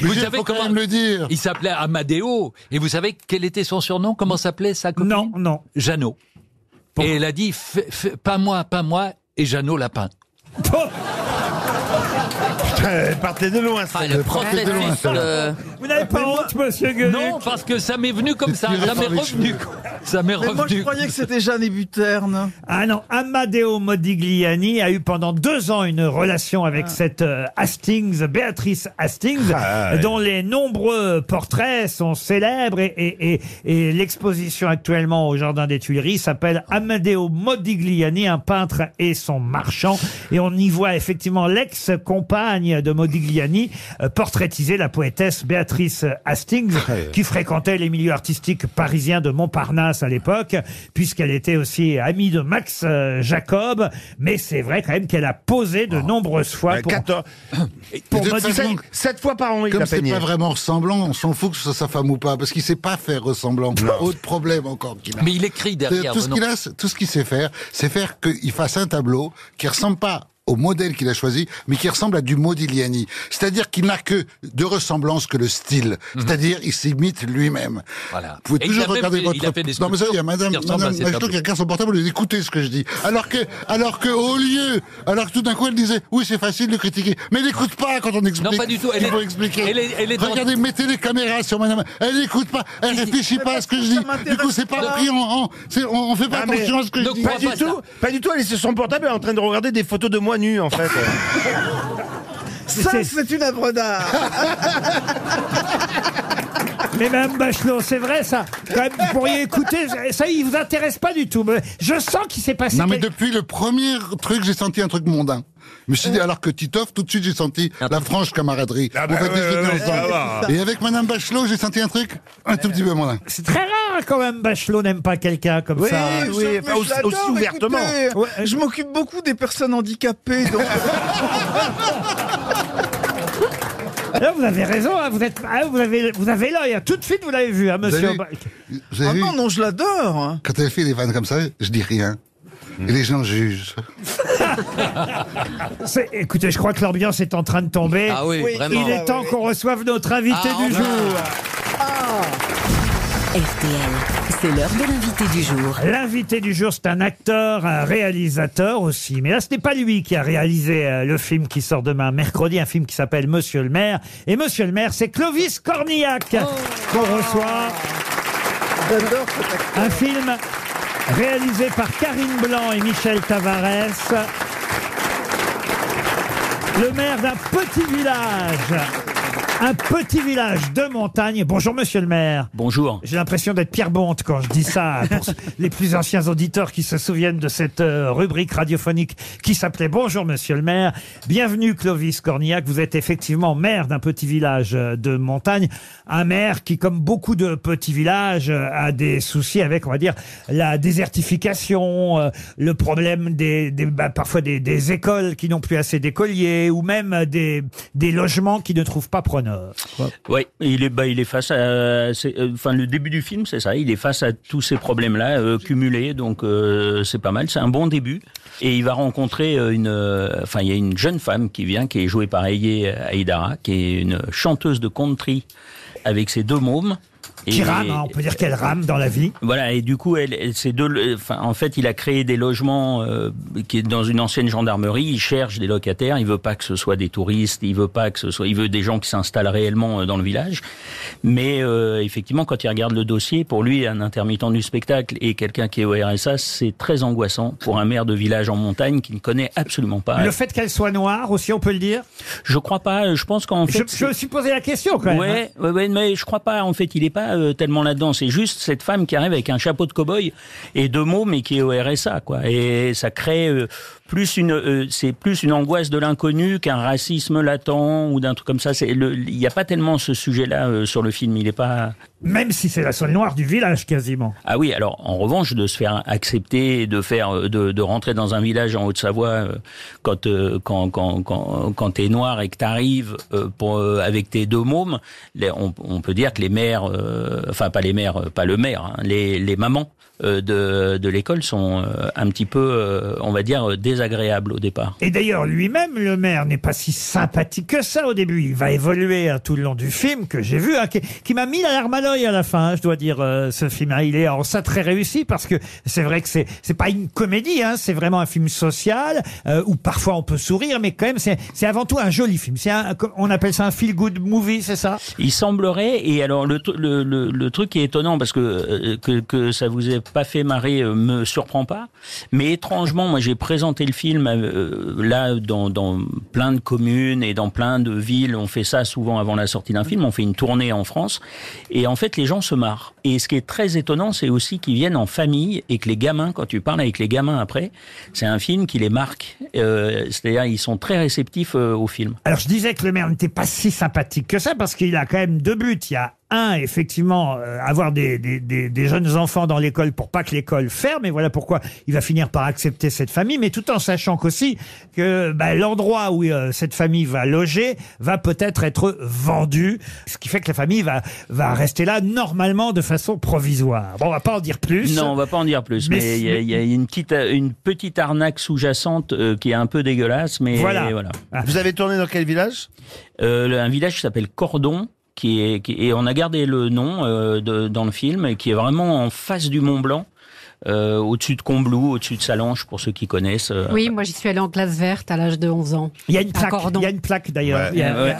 S3: Vous
S5: Mais
S3: savez
S5: Ah. faut quand
S3: comment-
S5: même le dire.
S3: Il s'appelait Amadeo. Et vous savez quel était son surnom Comment s'appelait sa copine
S2: Non, non.
S3: Jeannot. et elle a dit, Fais- fais- pas moi, pas moi. Et Jeannot l'a peint.
S6: Partez de loin,
S3: Ah,
S6: ça.
S5: Partez de loin, ça.
S2: Vous n'avez pas honte, monsieur Gueluc
S3: Non, parce que ça m'est venu comme ça.
S5: tiré
S3: Ça
S5: par
S3: m'est
S5: les
S3: revenu. Ça m'est
S7: Mais moi, je
S3: revenu.
S7: croyais que c'était Jeanne et Buterne.
S2: Ah non, Amadeo Modigliani a eu pendant deux ans une relation avec
S7: Ah.
S2: cette euh, Hastings, Béatrice Hastings,
S6: Ah, ouais.
S2: dont les nombreux portraits sont célèbres et, et- et- et l'exposition actuellement au Jardin des Tuileries s'appelle Amadeo Modigliani, un peintre et son marchand. Et on y voit effectivement l'ex-compagne de Modigliani euh, portraitiser la poétesse Béatrice Hastings,
S6: Ah
S2: qui fréquentait les milieux artistiques parisiens de Montparnasse à l'époque, puisqu'elle était aussi amie de Max euh, Jacob. Mais c'est vrai quand même qu'elle a posé de nombreuses fois
S6: Euh,
S2: pour,
S6: 14.
S2: pour
S5: de toute
S2: Modigliani.
S5: façon,
S6: Sept fois par an, il
S5: Comme
S6: l'a
S5: c'est
S6: peigné.
S5: pas vraiment ressemblant, on s'en fout que ce soit sa femme ou pas, parce qu'il sait pas faire ressemblant. Autre problème encore qu'il a.
S3: Mais il écrit derrière.
S5: tout ce
S3: non
S5: qu'il a, c'est- tout ce qu'il sait faire, c'est faire qu'il fasse un tableau qui ressemble pas au modèle qu'il a choisi, mais qui ressemble à du Modigliani. C'est-à-dire qu'il n'a que de ressemblance que le style.
S3: Mhm.
S5: C'est-à-dire, il s'imite lui-même.
S3: Voilà.
S5: Vous pouvez
S3: Ah. Et il
S5: toujours
S3: a même
S5: regarder
S3: fait-
S5: votre...
S3: il a fait des
S5: non, mais ça, il y a
S3: sculptures
S5: madame,
S3: qui ressemblent à
S5: madame
S3: ces
S5: Majeto
S3: tableaux.
S5: qui regarde son portable et écoutez ce que je dis. Alors que, alors que, au lieu, alors que tout d'un coup, elle disait, oui, c'est facile de critiquer. Mais n'écoute pas quand on explique.
S3: Non, pas du tout. Elle
S5: Il
S3: est-
S5: faut expliquer.
S3: elle est- elle est dans-
S5: Regardez, mettez les caméras sur madame. Elle n'écoute pas. Elle réfléchit Eh, pas à ce que je dis. Du coup, c'est pas pris en, en- c'est- on, on fait pas
S6: Ah, mais-
S5: attention à ce que je dis.
S6: Pas du tout. Pas du tout. Elle est sur son portable, elle est en train de regarder des photos de moi nu, en fait.
S7: Ça, c'est une œuvre d'art.
S2: Mais même Bachelot, c'est vrai ça. Quand même, vous pourriez écouter, ça il vous intéresse pas du tout. Mais je sens qu'il s'est
S3: Ah,
S2: passé.
S5: Non, mais
S2: quelque-
S5: depuis le premier truc, j'ai senti un truc mondain. Je me suis
S3: Euh.
S5: dit, alors que Titoff, tout de suite, j'ai senti la franche camaraderie.
S6: Ah
S5: On
S6: bah
S5: va
S6: ouais,
S5: déjeuner
S6: ouais, ça
S5: ensemble.
S6: va.
S5: Et avec Madame Bachelot, j'ai senti un truc un tout petit peu mondain.
S2: C'est très
S3: Ah,
S2: rare quand même. Bachelot n'aime pas quelqu'un comme
S6: Oui,
S2: ça.
S6: oui,
S7: Mais
S6: enfin,
S7: je
S6: aussi,
S7: l'adore,
S6: aussi ouvertement.
S7: écoutez,
S2: Ouais.
S7: Je m'occupe beaucoup des personnes handicapées. donc-
S2: Non, vous avez raison. hein, vous êtes, ah, vous avez, vous avez l'œil. hein. Tout de suite, vous l'avez vu, hein, Monsieur.
S5: Vous avez vu
S2: Obal.
S5: Vous avez
S7: Ah
S5: vu hein.
S7: non, non, je l'adore.
S5: Quand elle fait des vannes comme ça, je dis rien. Et les gens jugent.
S2: C'est- Écoutez, je crois que l'ambiance est en train de tomber.
S4: Ah oui, Oui. vraiment.
S2: Il est temps qu'on reçoive notre invité
S10: Ah,
S2: du
S10: enfin.
S2: jour.
S10: RTL, c'est l'heure de l'invité du jour.
S2: L'invité du jour, c'est un acteur, un réalisateur aussi. Mais là, ce n'est pas lui qui a réalisé euh, le film qui sort demain, mercredi, un film qui s'appelle Monsieur le maire. Et Monsieur le maire, c'est Clovis Cornillac qu'on reçoit. Un film réalisé par Karine Blanc et Michel Tavares. Le maire d'un petit village. Un petit village de montagne. Bonjour, monsieur le maire.
S15: Bonjour.
S2: J'ai l'impression d'être Pierre Bonte quand je dis ça, pour les plus anciens auditeurs qui se souviennent de cette euh, rubrique radiophonique qui s'appelait Bonjour Monsieur le maire. Bienvenue Clovis Cornillac, vous êtes effectivement maire d'un petit village euh, de montagne, un maire qui, comme beaucoup de petits villages, euh, a des soucis avec, on va dire, la désertification, euh, le problème des, des- bah, parfois des, des écoles qui n'ont plus assez d'écoliers, ou même des, des logements qui ne trouvent pas preneur.
S15: Oui, il est, bah, il est face à. c'est- euh, Enfin, le début du film, c'est ça. Il est face à tous ces problèmes-là euh, cumulés, donc euh, c'est pas mal. C'est un bon début. Et il va rencontrer euh, une. euh, Enfin, il y a une jeune femme qui vient, qui est jouée par Ayé Aïdara, qui est une chanteuse de country avec ses deux mômes.
S2: Qui rame, hein, on peut dire qu'elle rame dans la vie.
S15: Voilà, et du coup, elle, elle- ces deux, le- enfin, en fait, il a créé des logements euh, qui est dans une ancienne gendarmerie. Il cherche des locataires. Il veut pas que ce soit des touristes. Il veut pas que ce soit. Il veut des gens qui s'installent réellement euh, dans le village. Mais euh, effectivement, quand il regarde le dossier, pour lui, un intermittent du spectacle et quelqu'un qui est au RSA, c'est très angoissant pour un maire de village en montagne qui ne connaît absolument pas.
S2: Le fait qu'elle soit noire aussi, on peut le dire
S15: Je crois pas. Je pense qu'en fait,
S2: Je, je me suis posé la question quand même. hein.
S15: Ouais, ouais, ouais, mais je crois pas. En fait, il est pas euh, tellement là-dedans. C'est juste cette femme qui arrive avec un chapeau de cow-boy et deux mots, mais qui est au RSA, quoi. Et ça crée euh, plus une, euh, c'est plus une angoisse de l'inconnu qu'un racisme latent ou d'un truc comme ça. C'est le- il n'y a pas tellement ce sujet-là euh, sur le film. Il est pas.
S2: Même si c'est la seule noire du village quasiment.
S15: Ah oui, alors en revanche, de se faire accepter, de faire, euh, de, de rentrer dans un village en Haute-Savoie euh, quand euh, quand quand quand, quand t'es noir et que t'arrives euh, pour euh, avec tes deux mômes, les- on, on peut dire que les mères, euh, enfin pas les mères, euh, pas le maire, hein, les les mamans euh, de de l'école sont euh, un petit peu, euh, on va dire, euh, désagréables au départ.
S2: Et d'ailleurs, lui-même, le maire, n'est pas si sympathique que ça au début. Il va évoluer hein, tout le long du film que j'ai vu, hein, qui, qui m'a mis la larme à l'œil à la fin, hein, je dois dire, euh, ce film. hein. Il est en ça très réussi parce que c'est vrai que c'est c'est pas une comédie, hein, c'est vraiment un film social euh, où parfois on peut sourire, mais quand même, c'est c'est avant tout un joli film. C'est un- On appelle ça un feel-good movie, c'est ça
S15: Il semblerait, et alors le, tru- le, le, le truc qui est étonnant, parce que, euh, que, que ça vous ait pas fait marrer euh, me surprend pas, mais étrangement, moi j'ai présenté le film euh, là dans, dans plein de communes et dans plein de villes, on fait ça souvent avant la sortie d'un film, on fait une tournée en France, et en fait les gens se marrent. Et ce qui est très étonnant, c'est aussi qu'ils viennent en famille et que les gamins, quand tu parles avec les gamins après, c'est un film qui les marque, Euh, c'est-à-dire ils sont très réceptifs euh, au film.
S2: Alors je disais que le maire n'était pas si sympathique que ça parce qu'il a quand même deux buts. Il y a un, effectivement, euh, avoir des, des- des- des jeunes enfants dans l'école pour pas que l'école ferme. Et voilà pourquoi il va finir par accepter cette famille, mais tout en sachant qu'aussi que bah, l'endroit où euh, cette famille va loger va peut-être être vendu, ce qui fait que la famille va, va rester là normalement de façon provisoire. Bon, on va pas en dire plus.
S15: Non, on va pas en dire plus,
S2: Mais-
S15: mais il y a- il y, a une petite, euh, une petite arnaque sous-jacente euh, qui est un peu dégueulasse, mais
S2: Voilà.
S15: voilà.
S2: Ah.
S15: Vous avez tourné dans quel village Un village qui s'appelle Cordon. Qui est, qui- et on a gardé le nom euh, de- dans le film, et qui est vraiment en face du Mont Blanc, euh, au-dessus de Combloux, au-dessus de Salanches, pour ceux qui connaissent. euh.
S8: Oui, moi j'y suis allée en classe verte à l'âge de 11 ans.
S2: Il y a une
S8: À
S2: plaque,
S8: Cordon.
S2: il y a une plaque d'ailleurs. Il y a-
S15: Ouais.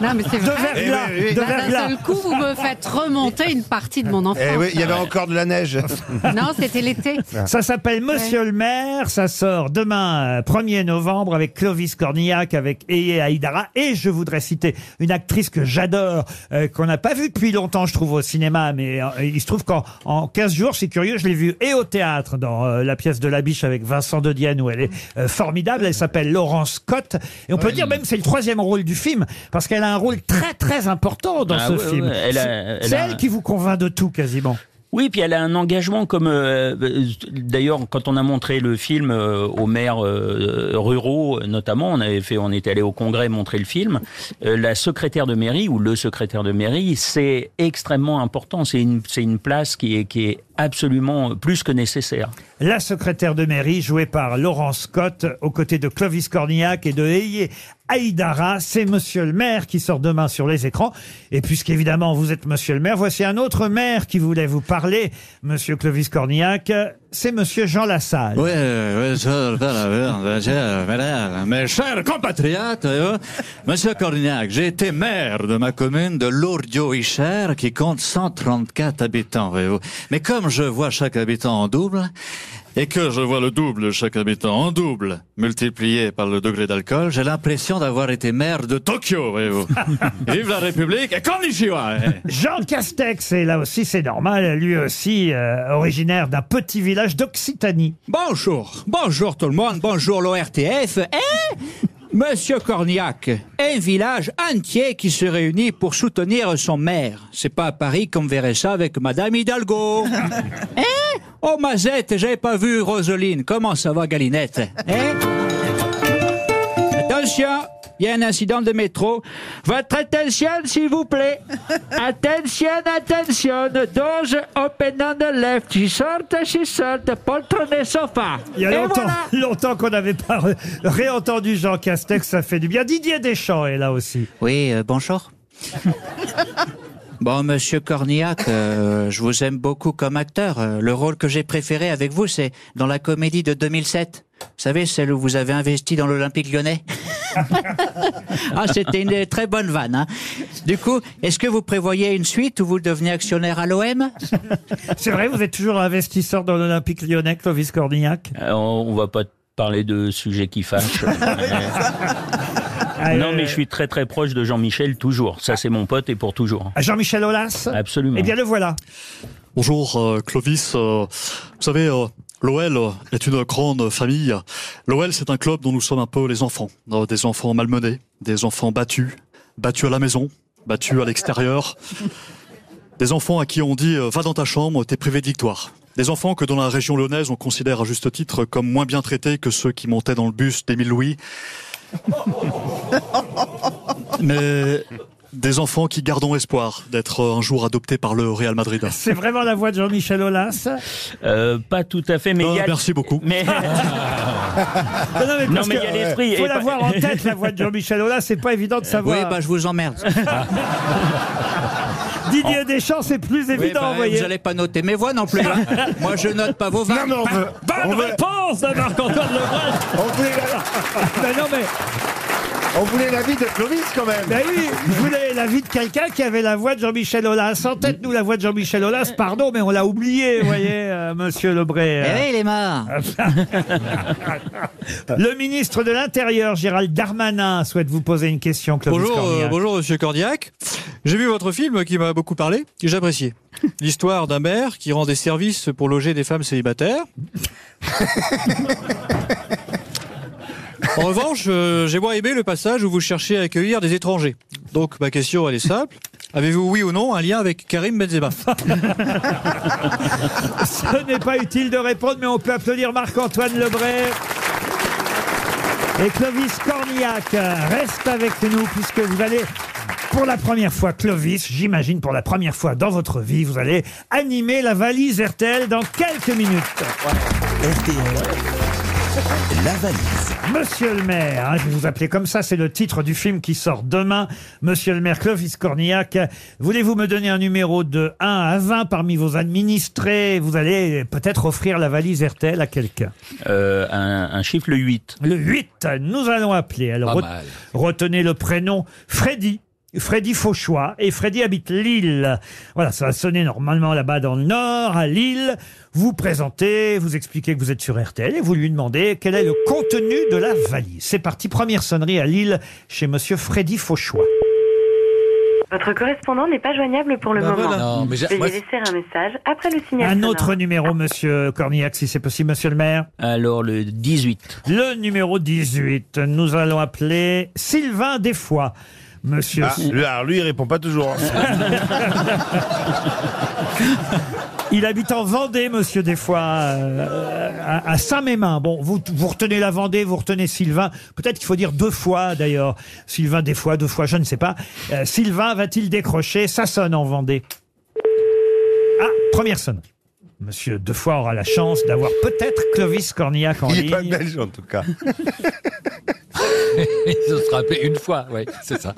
S8: Non, mais c'est
S2: De
S8: vrai.
S2: verglas, Eh oui, oui, oui. de
S8: D'un-
S2: verglas.
S8: D'un seul coup, vous me faites remonter une partie de mon enfance.
S6: Eh oui, il y avait encore de la neige.
S8: Non, c'était l'été.
S2: Ça s'appelle Monsieur le maire, ça sort demain euh, 1er novembre avec Clovis Cornillac, avec Eye Aïdara et je voudrais citer une actrice que j'adore, euh, qu'on n'a pas vue depuis longtemps je trouve au cinéma, mais euh, il se trouve qu'en en 15 jours, c'est curieux, je l'ai vue et au théâtre dans euh, la pièce de la biche avec Vincent de Dienne où elle est euh, formidable, elle s'appelle Laurence Scott et on peut dire même que c'est le troisième rôle du film parce qu'elle a un rôle très très important dans
S15: Ah
S2: ce
S15: ouais,
S2: film.
S15: ouais, elle a-
S2: C'est-
S15: elle
S2: c'est
S15: a-
S2: elle qui vous convainc de tout quasiment.
S15: Oui, puis elle a un engagement comme euh, euh, d'ailleurs quand on a montré le film euh, aux maires euh, ruraux notamment, on avait fait, on était allé au congrès montrer le film. euh, la secrétaire de mairie ou le secrétaire de mairie, c'est extrêmement important. C'est une, c'est une place qui est, qui est absolument plus que nécessaire.
S2: La secrétaire de mairie, jouée par Laurent Scott, aux côtés de Clovis Cornillac et de Heye Aïdara. C'est Monsieur le maire qui sort demain sur les écrans. Et puisqu'évidemment, vous êtes Monsieur le maire, voici un autre maire qui voulait vous parler, Monsieur Clovis Cornillac. C'est Monsieur Jean Lassalle.
S16: Oui, oui, je le fais, oui, ben, je le fais, là. mes chers compatriotes, euh, Monsieur Cornillac, j'ai été maire de ma commune de Lourdio-Ichère, qui compte 134 habitants, voyez-vous. Mais comme je vois chaque habitant en double, et que je vois le double de chaque habitant en double, multiplié par le degré d'alcool, j'ai l'impression d'avoir été maire de Tokyo, voyez-vous. Vive la République et konnichiwa! eh.
S2: Jean Castex, et là aussi c'est normal, lui aussi euh, originaire d'un petit village d'Occitanie.
S17: Bonjour, bonjour tout le monde, bonjour l'ORTF et Eh, Monsieur Cornillac, un village entier qui se réunit pour soutenir son maire. C'est pas à Paris qu'on verrait ça avec Madame Hidalgo. Hein Oh Mazette, j'ai pas vu Roseline. Comment ça va, Galinette Hein Attention, il y a un incident de métro. Votre attention, s'il vous plaît. Attention, attention. Doge open on the left. She sort, she sort. Poltronne sofa.
S2: Il y a
S17: Et
S2: longtemps,
S17: voilà.
S2: longtemps qu'on n'avait pas re- réentendu Jean Castex, ça fait du bien. Didier Deschamps est là aussi.
S17: Oui, euh, bonjour. Bon, monsieur Cornillac, euh, je vous aime beaucoup comme acteur. Euh, Le rôle que j'ai préféré avec vous, c'est dans la comédie de 2007. Vous savez, celle où vous avez investi dans l'Olympique lyonnais Ah, c'était une très bonne vanne. hein. Du coup, est-ce que vous prévoyez une suite où vous devenez actionnaire à l'OM
S2: C'est vrai, vous êtes toujours investisseur dans l'Olympique lyonnais, Clovis Cornillac
S15: Euh, on on va pas te parler de sujets qui fâchent.
S3: Ah,
S15: Mais-
S3: euh,
S15: non, mais je suis très très proche de Jean-Michel toujours. Ça, c'est mon pote et pour toujours.
S2: Ah, Jean-Michel Aulas
S15: Absolument.
S2: Eh bien, le voilà.
S16: Bonjour euh, Clovis. Euh, vous savez, euh, l'OL est une grande famille. L'OL, c'est un club dont nous sommes un peu les enfants. Euh, des enfants malmenés, des enfants battus, battus à la maison, battus à l'extérieur. Des enfants à qui on dit euh, va dans ta chambre, t'es privé de victoire. Des enfants que dans la région lyonnaise, on considère à juste titre comme moins bien traités que ceux qui montaient dans le bus d'Émile Louis. Mais des enfants qui gardons espoir d'être euh, un jour adoptés par le Real Madrid.
S2: C'est vraiment la voix de Jean-Michel Aulas
S13: Euh,
S15: Pas tout à fait, mais
S16: Non,
S15: Oh, il y a-
S16: Oh, merci beaucoup.
S15: Mais... Non,
S2: parce
S15: mais il
S2: que,
S15: y a l'esprit.
S2: Faut
S15: Et-
S2: l'avoir en tête, la voix de Jean-Michel Aulas, c'est pas évident de savoir.
S17: Oui, bah je vous emmerde.
S3: Ah.
S2: Didier Deschamps, c'est plus évident,
S17: Oui, bah,
S2: vous voyez.
S17: vous allez pas noter mes voix non plus. hein. Moi, je note pas vos vannes.
S2: Bonne réponse de Marc-Antoine Lebrun
S17: On voulait
S2: Ben non, mais...
S18: On voulait l'avis de Clovis quand même.
S2: Ben oui, je voulais la vie de quelqu'un qui avait la voix de Jean-Michel Aulas. En tête, nous, la voix de Jean-Michel Aulas, pardon, mais on l'a oublié, vous voyez, euh, monsieur Lebré.
S17: Eh
S2: euh.
S17: oui, il est mort.
S2: Le ministre de l'Intérieur, Gérald Darmanin, souhaite vous poser une question, Clovis
S19: Bonjour,
S2: Cornillac.
S19: euh, bonjour Monsieur Cordiac. J'ai vu votre film qui m'a beaucoup parlé, que j'ai apprécié. L'histoire d'un maire qui rend des services pour loger des femmes célibataires. En revanche, euh, j'ai moins aimé le passage où vous cherchez à accueillir des étrangers. Donc ma question elle est simple. Avez-vous oui ou non un lien avec Karim Benzema
S2: Ce n'est pas utile de répondre, mais on peut applaudir Marc-Antoine Lebray. Et Clovis Cornillac euh, reste avec nous puisque vous allez, pour la première fois, Clovis, j'imagine pour la première fois dans votre vie, vous allez animer la valise RTL dans quelques minutes. La valise. Monsieur le maire, hein, je vais vous appeler comme ça, c'est le titre du film qui sort demain. Monsieur le maire Clovis Cornillac, voulez-vous me donner un numéro de 1 à 20 parmi vos administrés Vous allez peut-être offrir la valise RTL à quelqu'un.
S15: Euh, un, un chiffre, le 8.
S2: Le 8, nous allons appeler. Alors,
S15: Pas
S2: re-
S15: mal.
S2: retenez le prénom Freddy. Freddy Fauchois. Et Freddy habite Lille. Voilà, ça va sonner normalement là-bas dans le Nord, à Lille. Vous présentez, vous expliquez que vous êtes sur RTL et vous lui demandez quel est le contenu de la valise. C'est parti, première sonnerie à Lille chez monsieur Freddy Fauchois.
S20: Votre correspondant n'est pas joignable pour le
S2: Ben
S20: moment.
S2: voilà. Non, mais j'ai-
S20: Veuillez
S2: moi,
S20: laisser un message après le signal
S2: Un
S20: sonore.
S2: autre numéro, monsieur Cornillac, si c'est possible, monsieur le maire.
S15: Alors, le 18.
S2: Le numéro 18. Nous allons appeler Sylvain Desfois. Monsieur.
S18: Ah, lui, alors, lui, il répond pas toujours.
S2: Il habite en Vendée, monsieur, des fois, euh, à, à Saint-Mémin. Bon, vous, vous retenez la Vendée, vous retenez Sylvain. Peut-être qu'il faut dire deux fois, d'ailleurs. Sylvain, des fois, deux fois, je ne sais pas. Euh, Sylvain va-t-il décrocher Ça sonne en Vendée. Ah, première sonnerie. Monsieur, deux fois, aura la chance d'avoir peut-être Clovis Cornillac en
S6: Il est
S2: ligne.
S6: pas belge, en tout cas.
S3: Ils se sera appelé une fois, oui, c'est ça.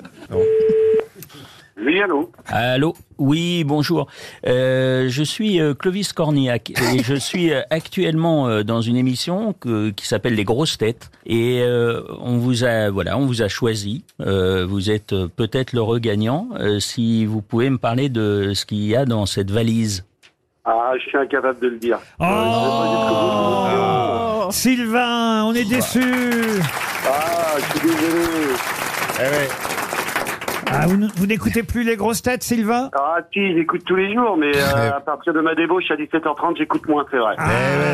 S15: Oui, allô Allô Oui, bonjour. Euh, je suis euh, Clovis Cornillac et je suis euh, actuellement euh, dans une émission que- qui s'appelle Les Grosses Têtes et euh, on vous a voilà, on vous a choisi. Euh, vous êtes euh, peut-être le regagnant Euh, si vous pouvez me parler de ce qu'il y a dans cette valise.
S11: Ah, je suis incapable de le dire.
S2: Oh
S11: Euh,
S2: Ah.
S11: Oh.
S2: Sylvain, on est déçu.
S11: Ah, je suis désolé.
S6: Eh
S2: Ah, vous, n- vous n'écoutez plus les grosses têtes, Sylvain
S11: Ah, si, j'écoute tous les jours, mais euh, à partir de ma débauche à 17h30, j'écoute moins, c'est vrai.
S2: Ah,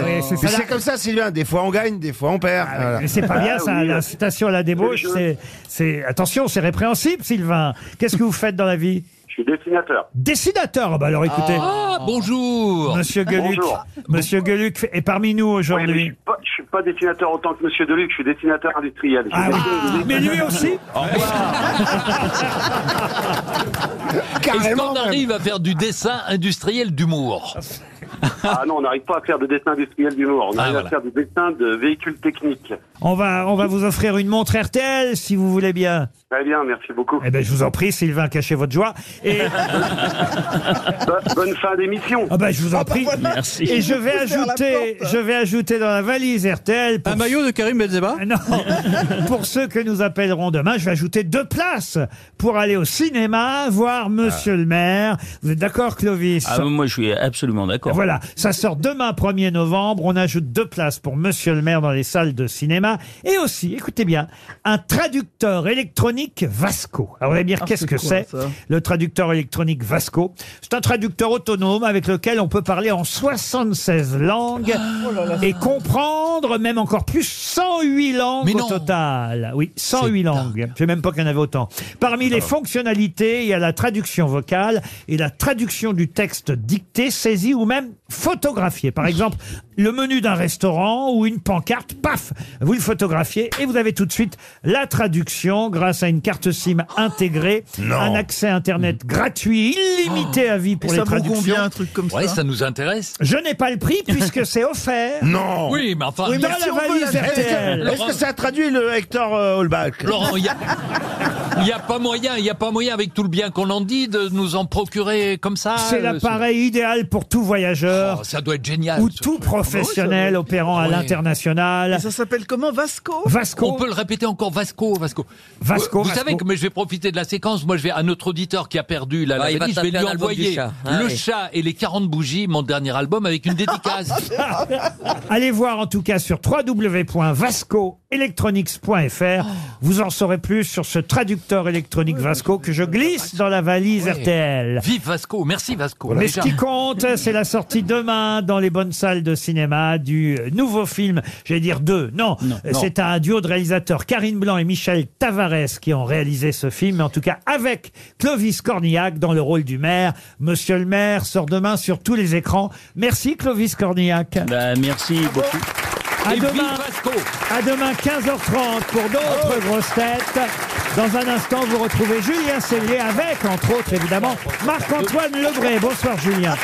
S2: ouais, c'est
S6: Mais
S2: ça,
S6: c'est
S2: là.
S6: comme ça, Sylvain. Des fois on gagne, des fois on perd. Ah Voilà.
S2: Mais c'est
S11: Ah
S2: pas bien ça,
S11: euh,
S2: l'incitation à la débauche, c'est, c'est, attention, c'est répréhensible, Sylvain. Qu'est-ce que vous faites dans la vie
S11: Je suis dessinateur.
S2: Dessinateur, Ah bah alors écoutez.
S11: Ah,
S3: bonjour
S2: Monsieur Gueluc.
S11: Bonjour.
S2: Monsieur Gueluc est parmi nous
S11: mais je
S2: aujourd'hui.
S11: suis pas- je suis pas dessinateur autant que Monsieur Deluc, je suis dessinateur industriel. Je suis dessinateur-
S2: Ah, mais lui aussi
S3: Est-ce qu'on arrive à faire du dessin industriel d'humour
S11: Ah non, on n'arrive pas à faire de dessin industriel d'humour, on
S3: Ah,
S11: arrive
S3: voilà.
S11: à faire du dessin de véhicules techniques.
S2: On va, on va vous offrir une montre RTL si vous voulez bien.
S11: Très bien, merci beaucoup.
S2: Eh ben, je vous en prie, Sylvain, cachez votre joie. Et
S11: Bo- bonne fin d'émission.
S2: Ah bah, je vous en prie.
S11: Merci.
S2: Et je vais
S11: Je vais faire
S2: ajouter, je vais ajouter dans la valise RTL un maillot de Karim Benzema. Non. pour ceux que nous appellerons demain, je vais ajouter deux places pour aller au cinéma voir Monsieur le Maire. Vous êtes d'accord, Clovis
S15: Ah, moi, je suis absolument d'accord.
S2: Voilà, ça sort demain 1er novembre. On ajoute deux places pour Monsieur le Maire dans les salles de cinéma. Et aussi, écoutez bien, un traducteur électronique Vasco. Alors, vous allez me dire,
S7: Ah,
S2: qu'est-ce
S7: c'est
S2: que
S7: quoi,
S2: c'est
S7: ça
S2: Le traducteur électronique Vasco. C'est un traducteur autonome avec lequel on peut parler en 76 langues et comprendre même encore plus 108 langues au total. Oui, 108 langues. Je sais même pas qu'il y en avait autant. Parmi les fonctionnalités, il y a la traduction vocale et la traduction du texte dicté, saisi ou même photographié. Par exemple, le menu d'un restaurant ou une pancarte, paf, vous le photographiez et vous avez tout de suite la traduction grâce à une carte SIM intégrée,
S3: Non.
S2: un accès Internet gratuit, illimité à vie pour les traductions.
S3: Ouais, ça nous intéresse.
S2: Je n'ai pas le prix puisque c'est offert.
S3: Oui, mais enfin...
S2: dans la valise RTL.
S6: Est-ce que ça traduit le Hector euh, Holbach
S3: Laurent, il y a... Il n'y a pas moyen, il n'y a pas moyen avec tout le bien qu'on en dit de nous en procurer comme ça.
S2: Ah, C'est
S3: euh,
S2: l'appareil idéal pour tout voyageur
S3: Oh, ça doit être génial.
S2: ou
S3: ce
S2: tout
S3: truc. Oh,
S2: professionnel opérant à
S3: Oui.
S2: l'international.
S7: Ça s'appelle comment Vasco
S2: Vasco.
S3: On peut le répéter encore, Vasco, Vasco.
S2: Vasco,
S3: vous
S2: Vasco.
S3: savez que mais je vais profiter de la séquence. Moi, je vais à notre auditeur qui a perdu la, la
S4: Ah, il va
S3: valise, je
S4: taper
S3: vais lui
S4: un album
S3: envoyer
S4: du chat. Ah,
S3: le
S4: oui.
S3: chat et les 40 bougies, mon dernier album, avec une dédicace.
S2: Allez voir en tout cas sur www.vascoelectronics.fr. Vous en saurez plus sur ce traducteur électronique Vasco que je glisse dans la valise RTL.
S3: Vive Vasco, merci Vasco.
S2: Mais ce
S3: Déjà.
S2: qui compte, c'est la sortie demain dans les bonnes salles de cinéma du euh, nouveau film, j'allais dire deux, non, Euh, c'est un duo de réalisateurs, Karine Blanc et Michel Tavares, qui ont réalisé ce film, mais en tout cas avec Clovis Cornillac dans le rôle du maire. Monsieur le maire sort demain sur tous les écrans. Merci Clovis Cornillac.
S15: Bah, merci beaucoup.
S2: À
S15: Et
S2: demain,
S15: vive
S2: à demain 15h30 pour d'autres grosses têtes. Dans un instant, vous retrouvez Julien Cellier avec, entre autres, évidemment, Marc-Antoine Lebré. Bonsoir Julien.